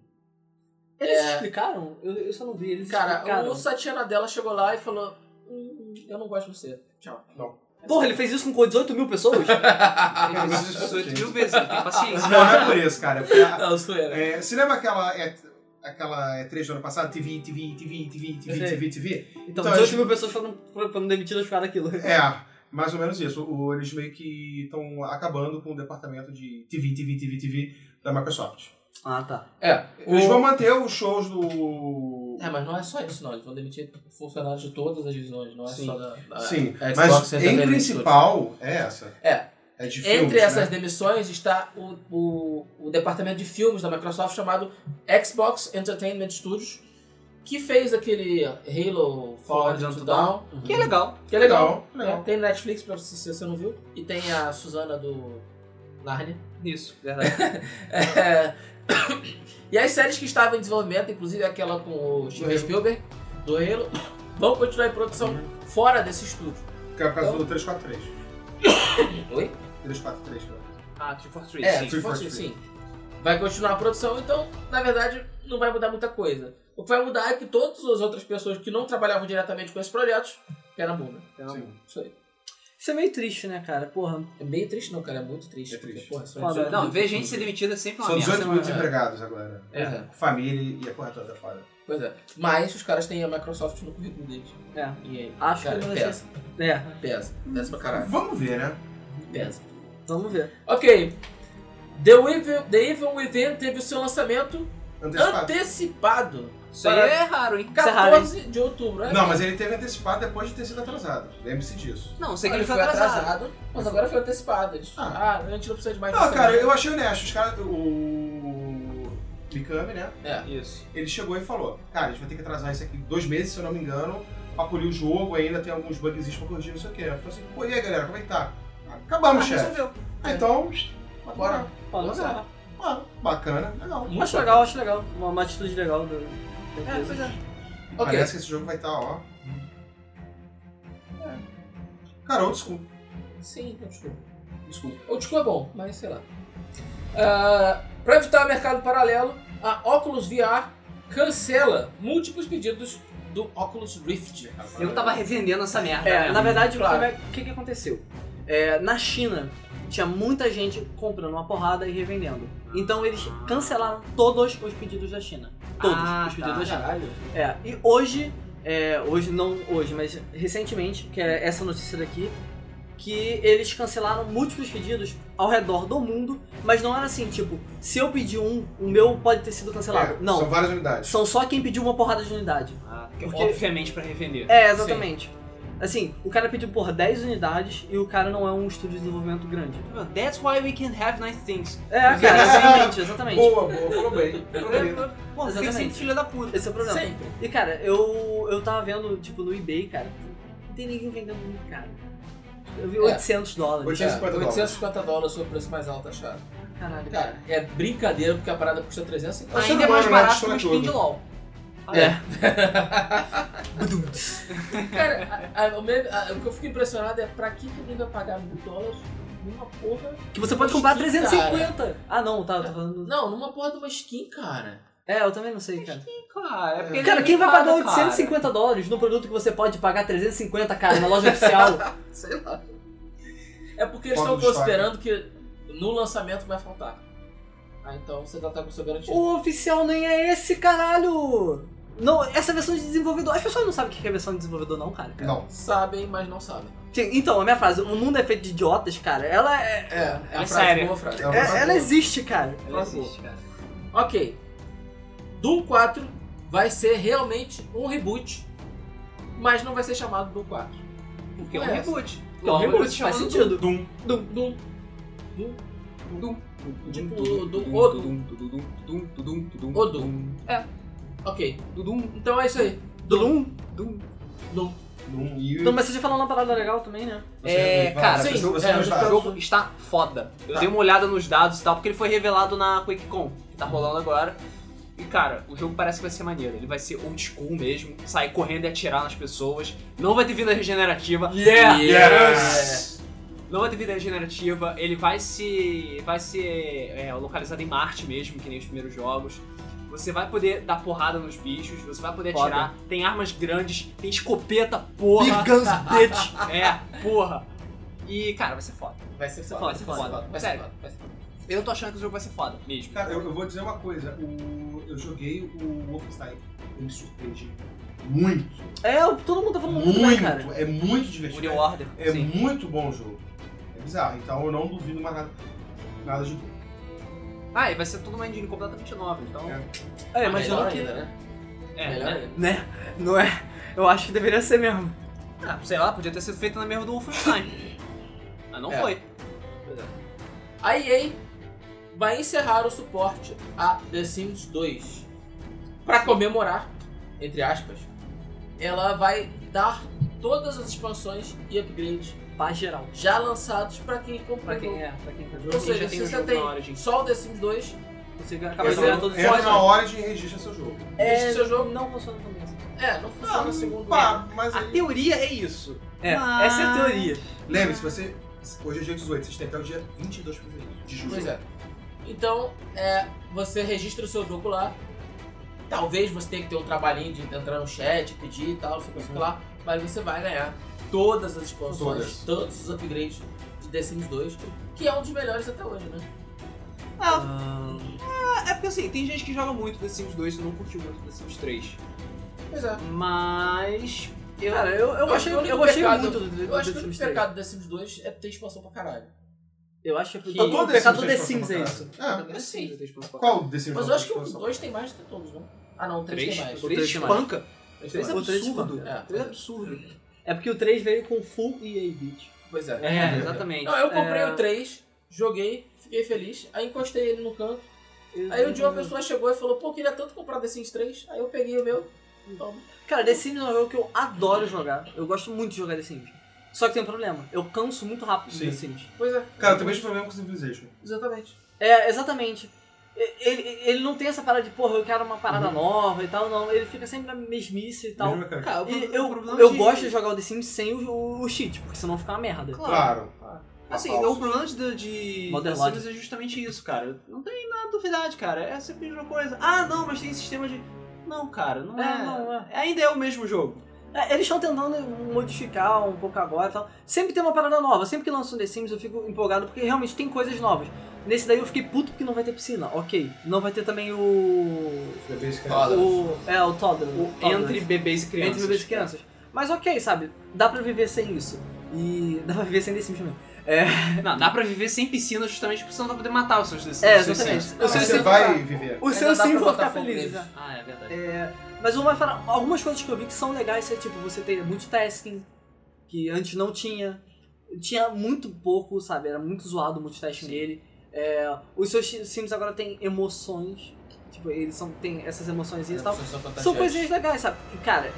[SPEAKER 4] Eles
[SPEAKER 1] É.
[SPEAKER 4] explicaram? Eu, eu só não vi. Eles
[SPEAKER 1] Cara,
[SPEAKER 4] explicaram.
[SPEAKER 1] o Satiana dela chegou lá e falou: "Hum, Eu não gosto de você. Tchau.
[SPEAKER 3] Não.
[SPEAKER 4] Porra, ele fez isso com 18 mil pessoas?
[SPEAKER 2] Ele fez isso 18 mil vezes, ele tem
[SPEAKER 3] Não,
[SPEAKER 2] paciência.
[SPEAKER 3] não é por isso, cara. é porque a-
[SPEAKER 1] Não, zoeira.
[SPEAKER 3] É, você lembra aquela, é, aquela E3 do ano passado? TV, TV, TV, TV, TV,
[SPEAKER 4] Eu sei.
[SPEAKER 3] TV, TV?
[SPEAKER 4] Então,
[SPEAKER 3] Então,
[SPEAKER 4] 18
[SPEAKER 3] acho-
[SPEAKER 4] mil pessoas foram, foram demitidas por causa daquilo.
[SPEAKER 3] É, mais ou menos isso. O- Eles meio que estão acabando com o departamento de TV, TV, TV, TV da Microsoft.
[SPEAKER 4] Ah, tá.
[SPEAKER 1] É,
[SPEAKER 3] Eles
[SPEAKER 1] o-
[SPEAKER 3] vão manter os shows do...
[SPEAKER 1] É, mas não é só isso, não. Eles vão demitir funcionários de todas as divisões, não é
[SPEAKER 2] Sim.
[SPEAKER 1] só da, da
[SPEAKER 3] Sim,
[SPEAKER 1] a Xbox é
[SPEAKER 3] mas
[SPEAKER 1] e a
[SPEAKER 3] em
[SPEAKER 1] Nintendo.
[SPEAKER 3] principal é essa.
[SPEAKER 1] É.
[SPEAKER 3] É de filmes,
[SPEAKER 1] Entre essas
[SPEAKER 3] né?
[SPEAKER 1] demissões está o, o, o departamento de filmes da Microsoft chamado Xbox Entertainment Studios, que fez aquele Halo Fallout
[SPEAKER 2] Fallout
[SPEAKER 1] to Down,
[SPEAKER 2] Que
[SPEAKER 4] Uhum.
[SPEAKER 2] é legal.
[SPEAKER 1] que é legal.
[SPEAKER 3] legal.
[SPEAKER 1] É, tem Netflix, pra você, se você não viu, e tem a Suzana do Narnia.
[SPEAKER 2] Isso, verdade.
[SPEAKER 1] É. E as séries que estavam em desenvolvimento, inclusive aquela com o Steven
[SPEAKER 3] Halo.
[SPEAKER 1] Spielberg, do Halo, vão continuar em produção fora desse estúdio.
[SPEAKER 3] Que é por causa do 343.
[SPEAKER 1] Então- Oi?
[SPEAKER 3] 343, cara.
[SPEAKER 2] Ah, 343,
[SPEAKER 1] É,
[SPEAKER 2] sim.
[SPEAKER 1] se
[SPEAKER 3] Free
[SPEAKER 1] for
[SPEAKER 3] for
[SPEAKER 1] assim,
[SPEAKER 3] free.
[SPEAKER 1] sim. Vai continuar a produção, então, na verdade, não vai mudar muita coisa. O que vai mudar é que todas as outras pessoas que não trabalhavam diretamente com esses projetos, pé na bunda.
[SPEAKER 3] Sim.
[SPEAKER 1] Isso aí.
[SPEAKER 4] Isso é meio triste, né, cara? Porra.
[SPEAKER 1] É meio triste não, cara. É muito triste.
[SPEAKER 3] É triste.
[SPEAKER 1] porque, porra, são
[SPEAKER 4] Foda.
[SPEAKER 1] 18
[SPEAKER 2] Não,
[SPEAKER 1] mil
[SPEAKER 2] ver gente
[SPEAKER 1] pessoas.
[SPEAKER 2] ser demitida é sempre uma
[SPEAKER 3] São 18
[SPEAKER 2] merda.
[SPEAKER 3] mil desempregados agora.
[SPEAKER 1] Pois é,
[SPEAKER 3] Família e a porra toda fora.
[SPEAKER 1] pois é. Mas os caras têm a Microsoft no currículo deles.
[SPEAKER 4] É.
[SPEAKER 1] E aí,
[SPEAKER 4] Acho
[SPEAKER 1] cara,
[SPEAKER 4] que não vai
[SPEAKER 1] pesa,
[SPEAKER 4] ser. É,
[SPEAKER 1] pesa. Pesa pra caralho.
[SPEAKER 3] Vamos ver, né?
[SPEAKER 1] Pesa.
[SPEAKER 4] vamos ver.
[SPEAKER 1] Ok. The Evil, The Evil Within teve o seu lançamento
[SPEAKER 3] Antecipado.
[SPEAKER 1] antecipado.
[SPEAKER 2] Isso aí é raro, hein?
[SPEAKER 4] Isso é raro, hein?
[SPEAKER 1] 14 de outubro. é?
[SPEAKER 3] Não, mas ele teve antecipado depois de ter sido atrasado. Lembre-se disso.
[SPEAKER 2] Não, sei que
[SPEAKER 1] Olha,
[SPEAKER 2] ele foi atrasado.
[SPEAKER 1] mas agora foi antecipado. Eles falaram, ah, a gente não precisa de mais
[SPEAKER 3] Não,
[SPEAKER 1] isso,
[SPEAKER 3] cara, eu achei honesto. Os caras. O. Mikami, né?
[SPEAKER 1] É.
[SPEAKER 2] Isso.
[SPEAKER 3] Ele chegou e falou: Cara, a gente vai ter que atrasar isso aqui dois meses, se eu não me engano, pra polir o jogo ainda, tem alguns bugzinhos pra corrigir, não sei o quê. Eu falei assim: Pô, e aí, galera, como é que tá? Acabamos, chefe.
[SPEAKER 2] resolveu.
[SPEAKER 3] Ah, então.
[SPEAKER 1] Bora.
[SPEAKER 4] Vamos ver.
[SPEAKER 1] Bora.
[SPEAKER 3] Ah, bacana, legal.
[SPEAKER 1] Muito
[SPEAKER 4] Acho legal, acho legal. Uma, uma atitude legal do. da
[SPEAKER 2] É,
[SPEAKER 4] empresa.
[SPEAKER 2] pois é.
[SPEAKER 1] Ok.
[SPEAKER 3] Parece que esse jogo vai estar, ó. É. Cara, old school.
[SPEAKER 1] Sim, eu desculpa.
[SPEAKER 3] Desculpa.
[SPEAKER 1] O desculpa é bom, mas sei lá. Ah, pra evitar mercado paralelo, a Oculus VR cancela múltiplos pedidos do Oculus Rift.
[SPEAKER 3] Ah,
[SPEAKER 2] Eu tava revendendo essa merda.
[SPEAKER 4] É,
[SPEAKER 2] né?
[SPEAKER 4] na verdade,
[SPEAKER 1] Claro.
[SPEAKER 4] como é- o que, que aconteceu? É, na China, tinha muita gente comprando uma porrada e revendendo. Então eles cancelaram todos os pedidos da China. Todos
[SPEAKER 2] Ah,
[SPEAKER 4] os pedidos
[SPEAKER 2] tá.
[SPEAKER 4] da China.
[SPEAKER 1] Caralho.
[SPEAKER 4] É, e hoje, é, hoje não hoje, mas recentemente, que é essa notícia daqui, que eles cancelaram múltiplos pedidos ao redor do mundo, mas não era assim, tipo, se eu pedir um, o meu pode ter sido cancelado.
[SPEAKER 3] É,
[SPEAKER 4] não,
[SPEAKER 3] São várias unidades.
[SPEAKER 4] são só quem pediu uma porrada de unidade.
[SPEAKER 2] Ah, porque,
[SPEAKER 4] Porque-
[SPEAKER 2] obviamente pra revender.
[SPEAKER 4] É, exatamente. Assim, o cara pediu por 10 unidades e o cara não é um estúdio de desenvolvimento grande.
[SPEAKER 2] That's why we can have nice things.
[SPEAKER 4] É, cara, exatamente, exatamente.
[SPEAKER 3] Boa, boa, falou bem. Falou bem.
[SPEAKER 2] Pô, tem que ser
[SPEAKER 4] Exatamente.
[SPEAKER 2] filha da puta.
[SPEAKER 4] Esse é o problema.
[SPEAKER 1] Sempre.
[SPEAKER 4] E cara, eu, eu tava vendo, tipo, no eBay, cara, não tem ninguém vendendo muito caro. Eu vi
[SPEAKER 1] É.
[SPEAKER 4] 800 dólares.
[SPEAKER 3] 850
[SPEAKER 1] é,
[SPEAKER 3] dólares.
[SPEAKER 1] 850 dólares foi o preço mais alto achado.
[SPEAKER 4] Caralho,
[SPEAKER 1] Cara,
[SPEAKER 4] cara.
[SPEAKER 1] é brincadeira porque a parada custa 350.
[SPEAKER 3] o ser
[SPEAKER 2] Ainda é mais
[SPEAKER 3] humano, né?
[SPEAKER 2] barato que
[SPEAKER 3] Chora
[SPEAKER 2] um skin de
[SPEAKER 3] tudo.
[SPEAKER 2] LOL.
[SPEAKER 1] Cara, a- a- o, me- a- o que eu fico impressionado é pra que que alguém vai pagar mil dólares numa porra.
[SPEAKER 4] Que você pode comprar
[SPEAKER 1] Cara.
[SPEAKER 4] 350. Ah, não, tá, eu tô falando.
[SPEAKER 1] Não, numa porra de uma skin, cara.
[SPEAKER 4] É, eu também não sei, cara.
[SPEAKER 2] Cara, é porque
[SPEAKER 4] Cara,
[SPEAKER 2] ele
[SPEAKER 4] quem vai pagar
[SPEAKER 2] paga, cara.
[SPEAKER 4] 850 dólares num produto que você pode pagar 350, cara, na loja oficial?
[SPEAKER 1] Sei lá. É porque eles
[SPEAKER 3] Foda
[SPEAKER 1] estão
[SPEAKER 3] do estoque.
[SPEAKER 1] considerando que no lançamento vai faltar. Ah, então você já tá com sua garantia.
[SPEAKER 4] o oficial nem é esse, caralho! Não, essa é a versão de desenvolvedor. As pessoas não sabem o que é a versão de desenvolvedor, não, cara.
[SPEAKER 3] Não.
[SPEAKER 1] Sabem, mas não sabem.
[SPEAKER 4] Sim, Então, a minha frase, o mundo é feito de idiotas, cara, ela é.
[SPEAKER 1] É, é uma frase,
[SPEAKER 2] Mas sério.
[SPEAKER 1] boa frase. É,
[SPEAKER 3] É uma
[SPEAKER 4] é-
[SPEAKER 3] frase
[SPEAKER 4] ela
[SPEAKER 3] boa.
[SPEAKER 4] existe, cara.
[SPEAKER 2] Ela existe, cara.
[SPEAKER 1] Ok. Doom 4 vai ser realmente um reboot, mas não vai ser chamado Doom 4.
[SPEAKER 2] Porque é um
[SPEAKER 1] Não é essa.
[SPEAKER 2] reboot.
[SPEAKER 4] É um reboot,
[SPEAKER 2] chama
[SPEAKER 4] faz
[SPEAKER 2] do-
[SPEAKER 4] sentido.
[SPEAKER 3] Dum.
[SPEAKER 1] Doom. Doom.
[SPEAKER 2] Dum,
[SPEAKER 1] Tipo,
[SPEAKER 2] dum,
[SPEAKER 1] do-
[SPEAKER 2] dum,
[SPEAKER 1] o-
[SPEAKER 2] dum, dum, dum, dum, dum, dum, dum,
[SPEAKER 1] O Dum.
[SPEAKER 2] dum,
[SPEAKER 1] Ok.
[SPEAKER 2] dum, dum,
[SPEAKER 1] Então é isso aí.
[SPEAKER 4] Dum,
[SPEAKER 2] dum.
[SPEAKER 1] Doom.
[SPEAKER 3] Num- e-
[SPEAKER 4] Então, mas você já falou uma parada legal também, né?
[SPEAKER 3] você
[SPEAKER 2] É,
[SPEAKER 3] vai-
[SPEAKER 2] cara,
[SPEAKER 3] você-
[SPEAKER 1] sim,
[SPEAKER 3] você
[SPEAKER 1] é,
[SPEAKER 3] vai
[SPEAKER 1] eu já
[SPEAKER 2] O
[SPEAKER 3] falar.
[SPEAKER 2] jogo está foda. Eu
[SPEAKER 3] Tá.
[SPEAKER 2] dei uma olhada nos dados e tal, porque ele foi revelado na QuakeCon, que tá rolando agora. E cara, o jogo parece que vai ser maneiro. Ele vai ser old school mesmo, sair correndo e atirar nas pessoas. Não vai ter vida regenerativa.
[SPEAKER 1] Yeah!
[SPEAKER 3] Yes!
[SPEAKER 2] Não vai ter vida regenerativa. Ele vai se. vai ser é, localizado em Marte mesmo, que nem os primeiros jogos. Você vai poder dar porrada nos bichos, você vai poder
[SPEAKER 4] Foda.
[SPEAKER 2] atirar. Tem armas grandes, tem escopeta, porra.
[SPEAKER 3] Big Guns Bitch!
[SPEAKER 2] É, porra. E, cara, vai ser foda.
[SPEAKER 1] Vai ser foda,
[SPEAKER 2] Vai
[SPEAKER 1] vai
[SPEAKER 2] ser
[SPEAKER 1] ser
[SPEAKER 2] foda.
[SPEAKER 1] foda, vai ser
[SPEAKER 2] Sério.
[SPEAKER 1] foda. vai ser foda.
[SPEAKER 2] Eu tô achando que o jogo vai ser foda mesmo.
[SPEAKER 3] Cara, eu, eu vou dizer uma coisa. O- eu joguei o Wolfenstein. Eu me surpreendi. Muito.
[SPEAKER 4] É, todo mundo tá falando muito, bem,
[SPEAKER 3] Muito.
[SPEAKER 4] cara.
[SPEAKER 3] É muito
[SPEAKER 2] O
[SPEAKER 3] divertido.
[SPEAKER 2] New Order, assim.
[SPEAKER 3] É
[SPEAKER 2] sim.
[SPEAKER 3] muito bom o jogo. É bizarro. Então eu não duvido mais nada, nada de bom.
[SPEAKER 2] Ah, e vai ser tudo uma engine completamente nova, então.
[SPEAKER 3] É.
[SPEAKER 4] É,
[SPEAKER 1] Ah,
[SPEAKER 4] imagina
[SPEAKER 1] melhor
[SPEAKER 4] que.
[SPEAKER 1] ainda, né?
[SPEAKER 2] É,
[SPEAKER 1] melhor
[SPEAKER 2] né?
[SPEAKER 1] ainda.
[SPEAKER 4] Né? Não é? Eu acho que deveria ser mesmo.
[SPEAKER 2] Ah, sei lá, podia ter sido feito na mesma do Wolfenstein. Mas não
[SPEAKER 1] É.
[SPEAKER 2] foi.
[SPEAKER 1] Pois é. A EA vai encerrar o suporte a The Sims 2. Para comemorar, entre aspas, ela vai dar todas as expansões e upgrades
[SPEAKER 4] Pra geral.
[SPEAKER 1] já lançados para quem comprou.
[SPEAKER 4] Pra quem é, pra quem tá
[SPEAKER 1] Ou
[SPEAKER 4] jogando.
[SPEAKER 1] seja,
[SPEAKER 2] já tem
[SPEAKER 1] se
[SPEAKER 2] o
[SPEAKER 1] você
[SPEAKER 2] jogo na
[SPEAKER 1] tem
[SPEAKER 2] Origin.
[SPEAKER 1] só o The Sims 2,
[SPEAKER 4] Você acaba
[SPEAKER 1] Mas
[SPEAKER 4] de
[SPEAKER 1] é-
[SPEAKER 4] ganhar todos os
[SPEAKER 3] Entra
[SPEAKER 4] jogos. né? É,
[SPEAKER 3] na Origin e registra seu jogo.
[SPEAKER 1] Existe seu jogo?
[SPEAKER 4] Não funciona também.
[SPEAKER 1] é, não funciona segundo
[SPEAKER 3] Ah, pá, mas
[SPEAKER 2] A
[SPEAKER 3] aí...
[SPEAKER 2] teoria é isso.
[SPEAKER 4] É,
[SPEAKER 2] Mas-
[SPEAKER 4] essa é a teoria.
[SPEAKER 3] Lembre-se, você... Hoje é dia 18, vocês têm até o dia 22 pra fazer isso, de julho.
[SPEAKER 1] Pois é. Então, é, você registra o seu jogo lá. Talvez você tenha que ter um trabalhinho de entrar no chat, pedir e tal, não sei o que, não sei o que lá. Mas você vai ganhar todas as expansões,
[SPEAKER 3] Todas.
[SPEAKER 1] todos os upgrades de The Sims 2, que é um dos melhores até hoje, né?
[SPEAKER 2] Ah, é porque assim, tem gente que joga muito The Sims 2 e não curtiu muito The Sims 3.
[SPEAKER 1] Pois é.
[SPEAKER 2] Mas. Eu,
[SPEAKER 4] Cara, eu, eu,
[SPEAKER 1] acho que
[SPEAKER 4] achei,
[SPEAKER 1] é o único
[SPEAKER 4] eu gostei
[SPEAKER 1] pecado-
[SPEAKER 4] muito do, do,
[SPEAKER 1] Eu acho
[SPEAKER 4] do
[SPEAKER 1] que é o
[SPEAKER 4] Sims
[SPEAKER 1] único
[SPEAKER 4] 3.
[SPEAKER 1] pecado do The Sims 2 é ter expansão pra caralho.
[SPEAKER 4] Eu acho que,
[SPEAKER 1] Então,
[SPEAKER 4] o
[SPEAKER 1] todo
[SPEAKER 4] pecado do
[SPEAKER 3] The
[SPEAKER 4] The
[SPEAKER 3] Sims
[SPEAKER 4] Sims é
[SPEAKER 3] tem
[SPEAKER 4] isso.
[SPEAKER 3] É.
[SPEAKER 1] Mas
[SPEAKER 2] assim,
[SPEAKER 1] sim.
[SPEAKER 3] Qual o The
[SPEAKER 1] Mas
[SPEAKER 3] Sims não
[SPEAKER 1] eu
[SPEAKER 3] tem
[SPEAKER 1] acho que é um o
[SPEAKER 3] expansão?
[SPEAKER 1] 2 tem mais do que todos, né? Ah não, o 3
[SPEAKER 2] Três?
[SPEAKER 1] tem mais.
[SPEAKER 2] O
[SPEAKER 4] três
[SPEAKER 2] 3
[SPEAKER 4] tem mais.
[SPEAKER 2] espanca. O 3 é
[SPEAKER 4] O três
[SPEAKER 2] absurdo.
[SPEAKER 1] espanca. É,
[SPEAKER 2] O 3 é
[SPEAKER 1] pois é.
[SPEAKER 2] absurdo.
[SPEAKER 4] É porque o 3 veio com full EA Beat.
[SPEAKER 1] Pois é.
[SPEAKER 2] É, exatamente.
[SPEAKER 1] Não, eu comprei
[SPEAKER 4] É.
[SPEAKER 1] o 3, joguei, fiquei feliz, aí encostei ele no canto. Aí um dia uma pessoa chegou e falou, pô, eu queria tanto comprar The Sims 3. Aí eu peguei o meu. Toma.
[SPEAKER 4] Cara, The Sims é um jogo que eu adoro jogar. Eu gosto muito de jogar The Sims. Só que tem um problema. Eu canso muito rápido de
[SPEAKER 3] Sim.
[SPEAKER 4] The Sims.
[SPEAKER 1] Pois é.
[SPEAKER 3] Cara, eu tenho o mesmo problema com o Civilization.
[SPEAKER 1] Exatamente.
[SPEAKER 4] É, exatamente. E- Ele, ele não tem essa parada de, porra, eu quero uma parada nova e tal, não. Ele fica sempre na mesmice e tal.
[SPEAKER 3] Mesma cara.
[SPEAKER 2] Cara, o
[SPEAKER 4] E
[SPEAKER 2] pro- o
[SPEAKER 4] eu,
[SPEAKER 2] problema é
[SPEAKER 4] eu
[SPEAKER 2] de-
[SPEAKER 4] gosto de jogar o The Sims sem o, o, o cheat, porque senão fica uma merda.
[SPEAKER 3] Claro.
[SPEAKER 2] Assim,
[SPEAKER 3] Falso.
[SPEAKER 2] o problema de, de
[SPEAKER 4] Modern
[SPEAKER 2] das
[SPEAKER 4] Lodge.
[SPEAKER 2] Sims é justamente isso, cara. Não tem nada novidade, cara. É sempre a mesma coisa. Ah, não, mas tem sistema de. Não, cara, não é.
[SPEAKER 4] É, não é.
[SPEAKER 2] Ainda é o mesmo jogo.
[SPEAKER 4] É, eles estão tentando modificar um pouco agora e tal. Sempre tem uma parada nova. Sempre que lança um The Sims eu fico empolgado porque realmente tem coisas novas. Nesse daí eu fiquei puto porque não vai ter piscina. Ok. Não vai ter também o.
[SPEAKER 3] The Basic
[SPEAKER 1] Claro.
[SPEAKER 3] House.
[SPEAKER 4] O. É, o Toddler.
[SPEAKER 2] O-
[SPEAKER 4] Toddlers.
[SPEAKER 2] entre bebês e crianças.
[SPEAKER 4] Entre bebês e crianças. Mas ok, sabe? Dá pra viver sem isso. E. Dá pra viver sem The Sims também.
[SPEAKER 2] Não, dá pra viver sem piscina justamente porque você não vai poder matar os seus
[SPEAKER 4] É,
[SPEAKER 2] seus
[SPEAKER 4] exatamente.
[SPEAKER 2] Sims.
[SPEAKER 4] Eu sei
[SPEAKER 3] Mas
[SPEAKER 4] se-
[SPEAKER 3] Você vai viver.
[SPEAKER 1] Ainda
[SPEAKER 4] Os seus
[SPEAKER 1] dá
[SPEAKER 4] Sims
[SPEAKER 1] pra
[SPEAKER 4] vão
[SPEAKER 1] botar
[SPEAKER 4] ficar
[SPEAKER 1] fogo
[SPEAKER 4] felizes.
[SPEAKER 1] neles.
[SPEAKER 4] né?
[SPEAKER 2] Ah, é verdade.
[SPEAKER 4] É, mas uma, fala- algumas coisas que eu vi que são legais é tipo, você ter multitasking, que antes não tinha. Tinha muito pouco, sabe? Era muito zoado o multitasking dele. É, os seus Sims agora têm emoções. Tipo, eles são, têm essas emoções e tal. então, São coisinhas legais, sabe? E, cara,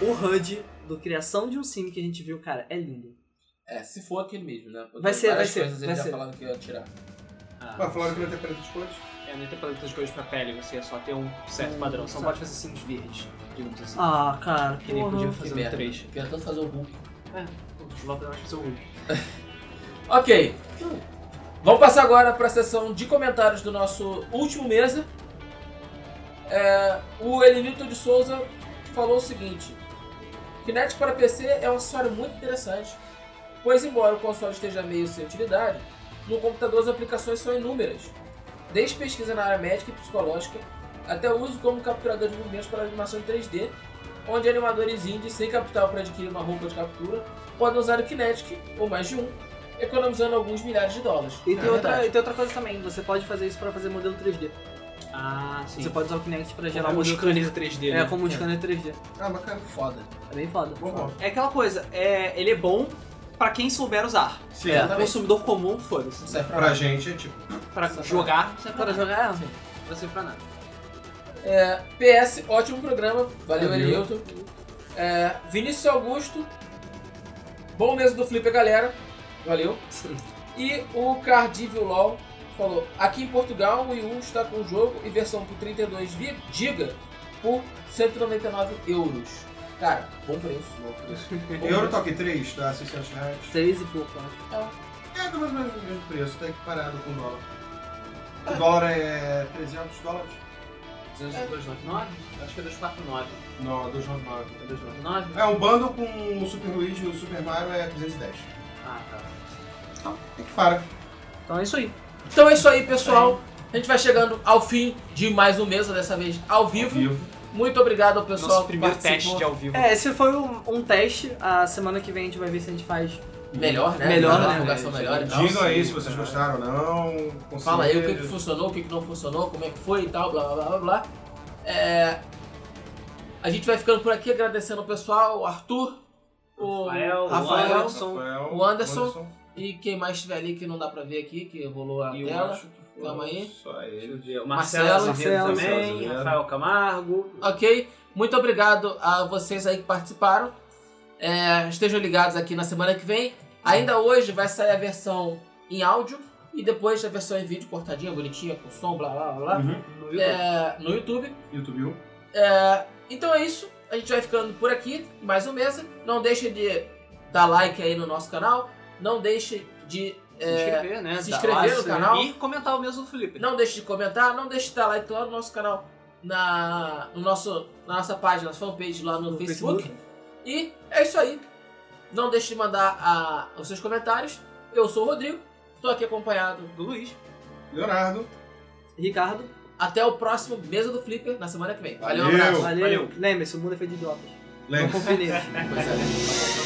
[SPEAKER 4] o HUD do criação de um Sim que a gente viu, cara, é lindo.
[SPEAKER 1] É, se for aquele mesmo, né? Porque
[SPEAKER 4] Vai ser,
[SPEAKER 1] várias
[SPEAKER 4] vai ser,
[SPEAKER 1] coisas
[SPEAKER 4] vai
[SPEAKER 1] eles já
[SPEAKER 4] ser.
[SPEAKER 1] falaram que ia tirar.
[SPEAKER 3] Mas
[SPEAKER 2] Ah, é,
[SPEAKER 3] falaram que não tem 40 de coisas.
[SPEAKER 2] eu não tenho pra muitas coisas pra pele, você é só ter um certo
[SPEAKER 4] Hum,
[SPEAKER 2] padrão. Só
[SPEAKER 4] sabe.
[SPEAKER 2] pode fazer sims verdes, digamos assim.
[SPEAKER 4] Ah, cara,
[SPEAKER 2] que nem podia
[SPEAKER 1] que
[SPEAKER 2] fazer
[SPEAKER 4] um
[SPEAKER 2] no
[SPEAKER 1] merda.
[SPEAKER 2] 3.
[SPEAKER 1] Queria tanto fazer o Hulk.
[SPEAKER 2] Lá pra mais ruim.
[SPEAKER 1] Ok. Vamos passar agora para a sessão de comentários do nosso último mesa. É, o Elenilton de Souza falou o seguinte: Kinetic para PC é um acessório muito interessante, pois, embora o console esteja meio sem utilidade, no computador as aplicações são inúmeras, desde pesquisa na área médica e psicológica até o uso como capturador de movimentos para animação em 3D, onde animadores indies sem capital para adquirir uma roupa de captura podem usar o Kinetic, ou mais de um, economizando alguns milhares de dólares.
[SPEAKER 4] E tem,
[SPEAKER 1] É
[SPEAKER 4] outra,
[SPEAKER 1] verdade.
[SPEAKER 4] e tem outra coisa também, você pode fazer isso pra fazer modelo 3D.
[SPEAKER 2] Ah, sim.
[SPEAKER 4] Você pode usar o Kinect pra gerar
[SPEAKER 2] gerar um
[SPEAKER 4] modelo 3D.
[SPEAKER 2] scanner 3D.
[SPEAKER 4] É,
[SPEAKER 2] né?
[SPEAKER 4] como um scanner 3D.
[SPEAKER 3] Ah, mas cara,
[SPEAKER 1] Foda.
[SPEAKER 4] É bem foda.
[SPEAKER 3] bom, bom.
[SPEAKER 2] É aquela coisa, é, ele é bom pra quem souber usar.
[SPEAKER 3] Sim.
[SPEAKER 1] É.
[SPEAKER 2] Pra Consumidor comum, foda-se.
[SPEAKER 1] Não serve pra
[SPEAKER 3] Pra gente é tipo...
[SPEAKER 2] Pra
[SPEAKER 1] Só pra-
[SPEAKER 2] jogar, não serve
[SPEAKER 4] Para
[SPEAKER 2] pra nada.
[SPEAKER 4] jogar, é,
[SPEAKER 2] Não serve pra nada.
[SPEAKER 1] PS, ótimo programa. Valeu,
[SPEAKER 3] Valeu.
[SPEAKER 1] Elielton. É, Vinícius Augusto. Bom mesmo do Flipper, galera. Valeu. E o Cardívio LOL falou: aqui em Portugal o Wii U está com o jogo em versão por 32 vi- giga por 199 euros. Cara, bom preço. Bom preço. Bom
[SPEAKER 3] Euro
[SPEAKER 1] preço.
[SPEAKER 3] Talk 3 dá 600 reais.
[SPEAKER 4] Três e pouco, né? eu acho.
[SPEAKER 3] É mais ou menos o mesmo preço, tá equiparado com o dólar. O dólar é 300 dólares?
[SPEAKER 2] 299? Acho que é 249.
[SPEAKER 3] Não, é 299.
[SPEAKER 2] É 299?
[SPEAKER 3] É, um bundle com o Super Luigi e o Super Mario é 210.
[SPEAKER 2] Ah, tá.
[SPEAKER 3] Equipara.
[SPEAKER 4] Então é isso aí.
[SPEAKER 1] Então é isso aí, pessoal. A gente vai chegando ao fim de mais um mesa, dessa vez ao vivo. Muito obrigado ao pessoal
[SPEAKER 2] Nosso
[SPEAKER 1] que
[SPEAKER 2] primeiro
[SPEAKER 1] participou.
[SPEAKER 2] teste de ao vivo.
[SPEAKER 4] É, esse foi um, um teste. A semana que vem a gente vai ver se a gente faz.
[SPEAKER 1] Melhor, né?
[SPEAKER 4] Melhor,
[SPEAKER 1] Uma
[SPEAKER 4] né?
[SPEAKER 1] divulgação melhor e tal.
[SPEAKER 3] Digam aí se vocês gostaram ou não. conselhos.
[SPEAKER 1] Fala aí o que, que funcionou, o que, que não funcionou, como é que foi e tal, blá blá blá blá blá. É, A gente vai ficando por aqui agradecendo o pessoal, o Arthur, o
[SPEAKER 2] Rafael, o
[SPEAKER 1] Rafael,
[SPEAKER 2] Anderson.
[SPEAKER 1] o Anderson. e quem mais estiver ali que não dá pra ver aqui, que rolou a
[SPEAKER 2] E o
[SPEAKER 1] tela.
[SPEAKER 2] acho que foi
[SPEAKER 1] Calma aí.
[SPEAKER 2] Só ele.
[SPEAKER 1] Marcelo
[SPEAKER 2] Marcelo,
[SPEAKER 4] Azevedo
[SPEAKER 2] Azevedo
[SPEAKER 3] também,
[SPEAKER 2] também, Rafael Camargo.
[SPEAKER 1] Ok? Muito obrigado a vocês aí que participaram. É, estejam ligados aqui na semana que vem. Ainda hoje vai sair a versão em áudio e depois a versão em vídeo, cortadinha, bonitinha, com som, blá blá blá. blá.
[SPEAKER 3] Uhum.
[SPEAKER 2] No YouTube.
[SPEAKER 1] É, no YouTube.
[SPEAKER 3] YouTube. um.
[SPEAKER 1] É, então é isso. A gente vai ficando por aqui, mais um mês. Não deixe de dar like aí no nosso canal. Não deixe de.
[SPEAKER 2] se
[SPEAKER 1] é,
[SPEAKER 2] inscrever, né?
[SPEAKER 1] se
[SPEAKER 2] Dar
[SPEAKER 1] inscrever
[SPEAKER 2] like,
[SPEAKER 1] no
[SPEAKER 2] né?
[SPEAKER 1] canal.
[SPEAKER 2] E comentar o mesmo do Felipe.
[SPEAKER 1] não deixe de comentar. Não deixe de dar like lá no nosso canal. Na, no nosso, na nossa página, nossa fanpage lá no,
[SPEAKER 4] No
[SPEAKER 1] Facebook.
[SPEAKER 4] Facebook.
[SPEAKER 1] E é isso aí. Não deixe de mandar ah, os seus comentários. Eu sou o Rodrigo. Estou aqui acompanhado.
[SPEAKER 2] Do Luiz.
[SPEAKER 3] Leonardo.
[SPEAKER 4] Ricardo,
[SPEAKER 1] Até o próximo Mesa do Flipper na semana que vem.
[SPEAKER 3] Valeu.
[SPEAKER 1] um abraço.
[SPEAKER 4] valeu.
[SPEAKER 2] Valeu.
[SPEAKER 4] Lembre-se, o mundo é feito de idiotas. Não
[SPEAKER 3] Lembra.
[SPEAKER 4] confie neles.
[SPEAKER 1] Pois é.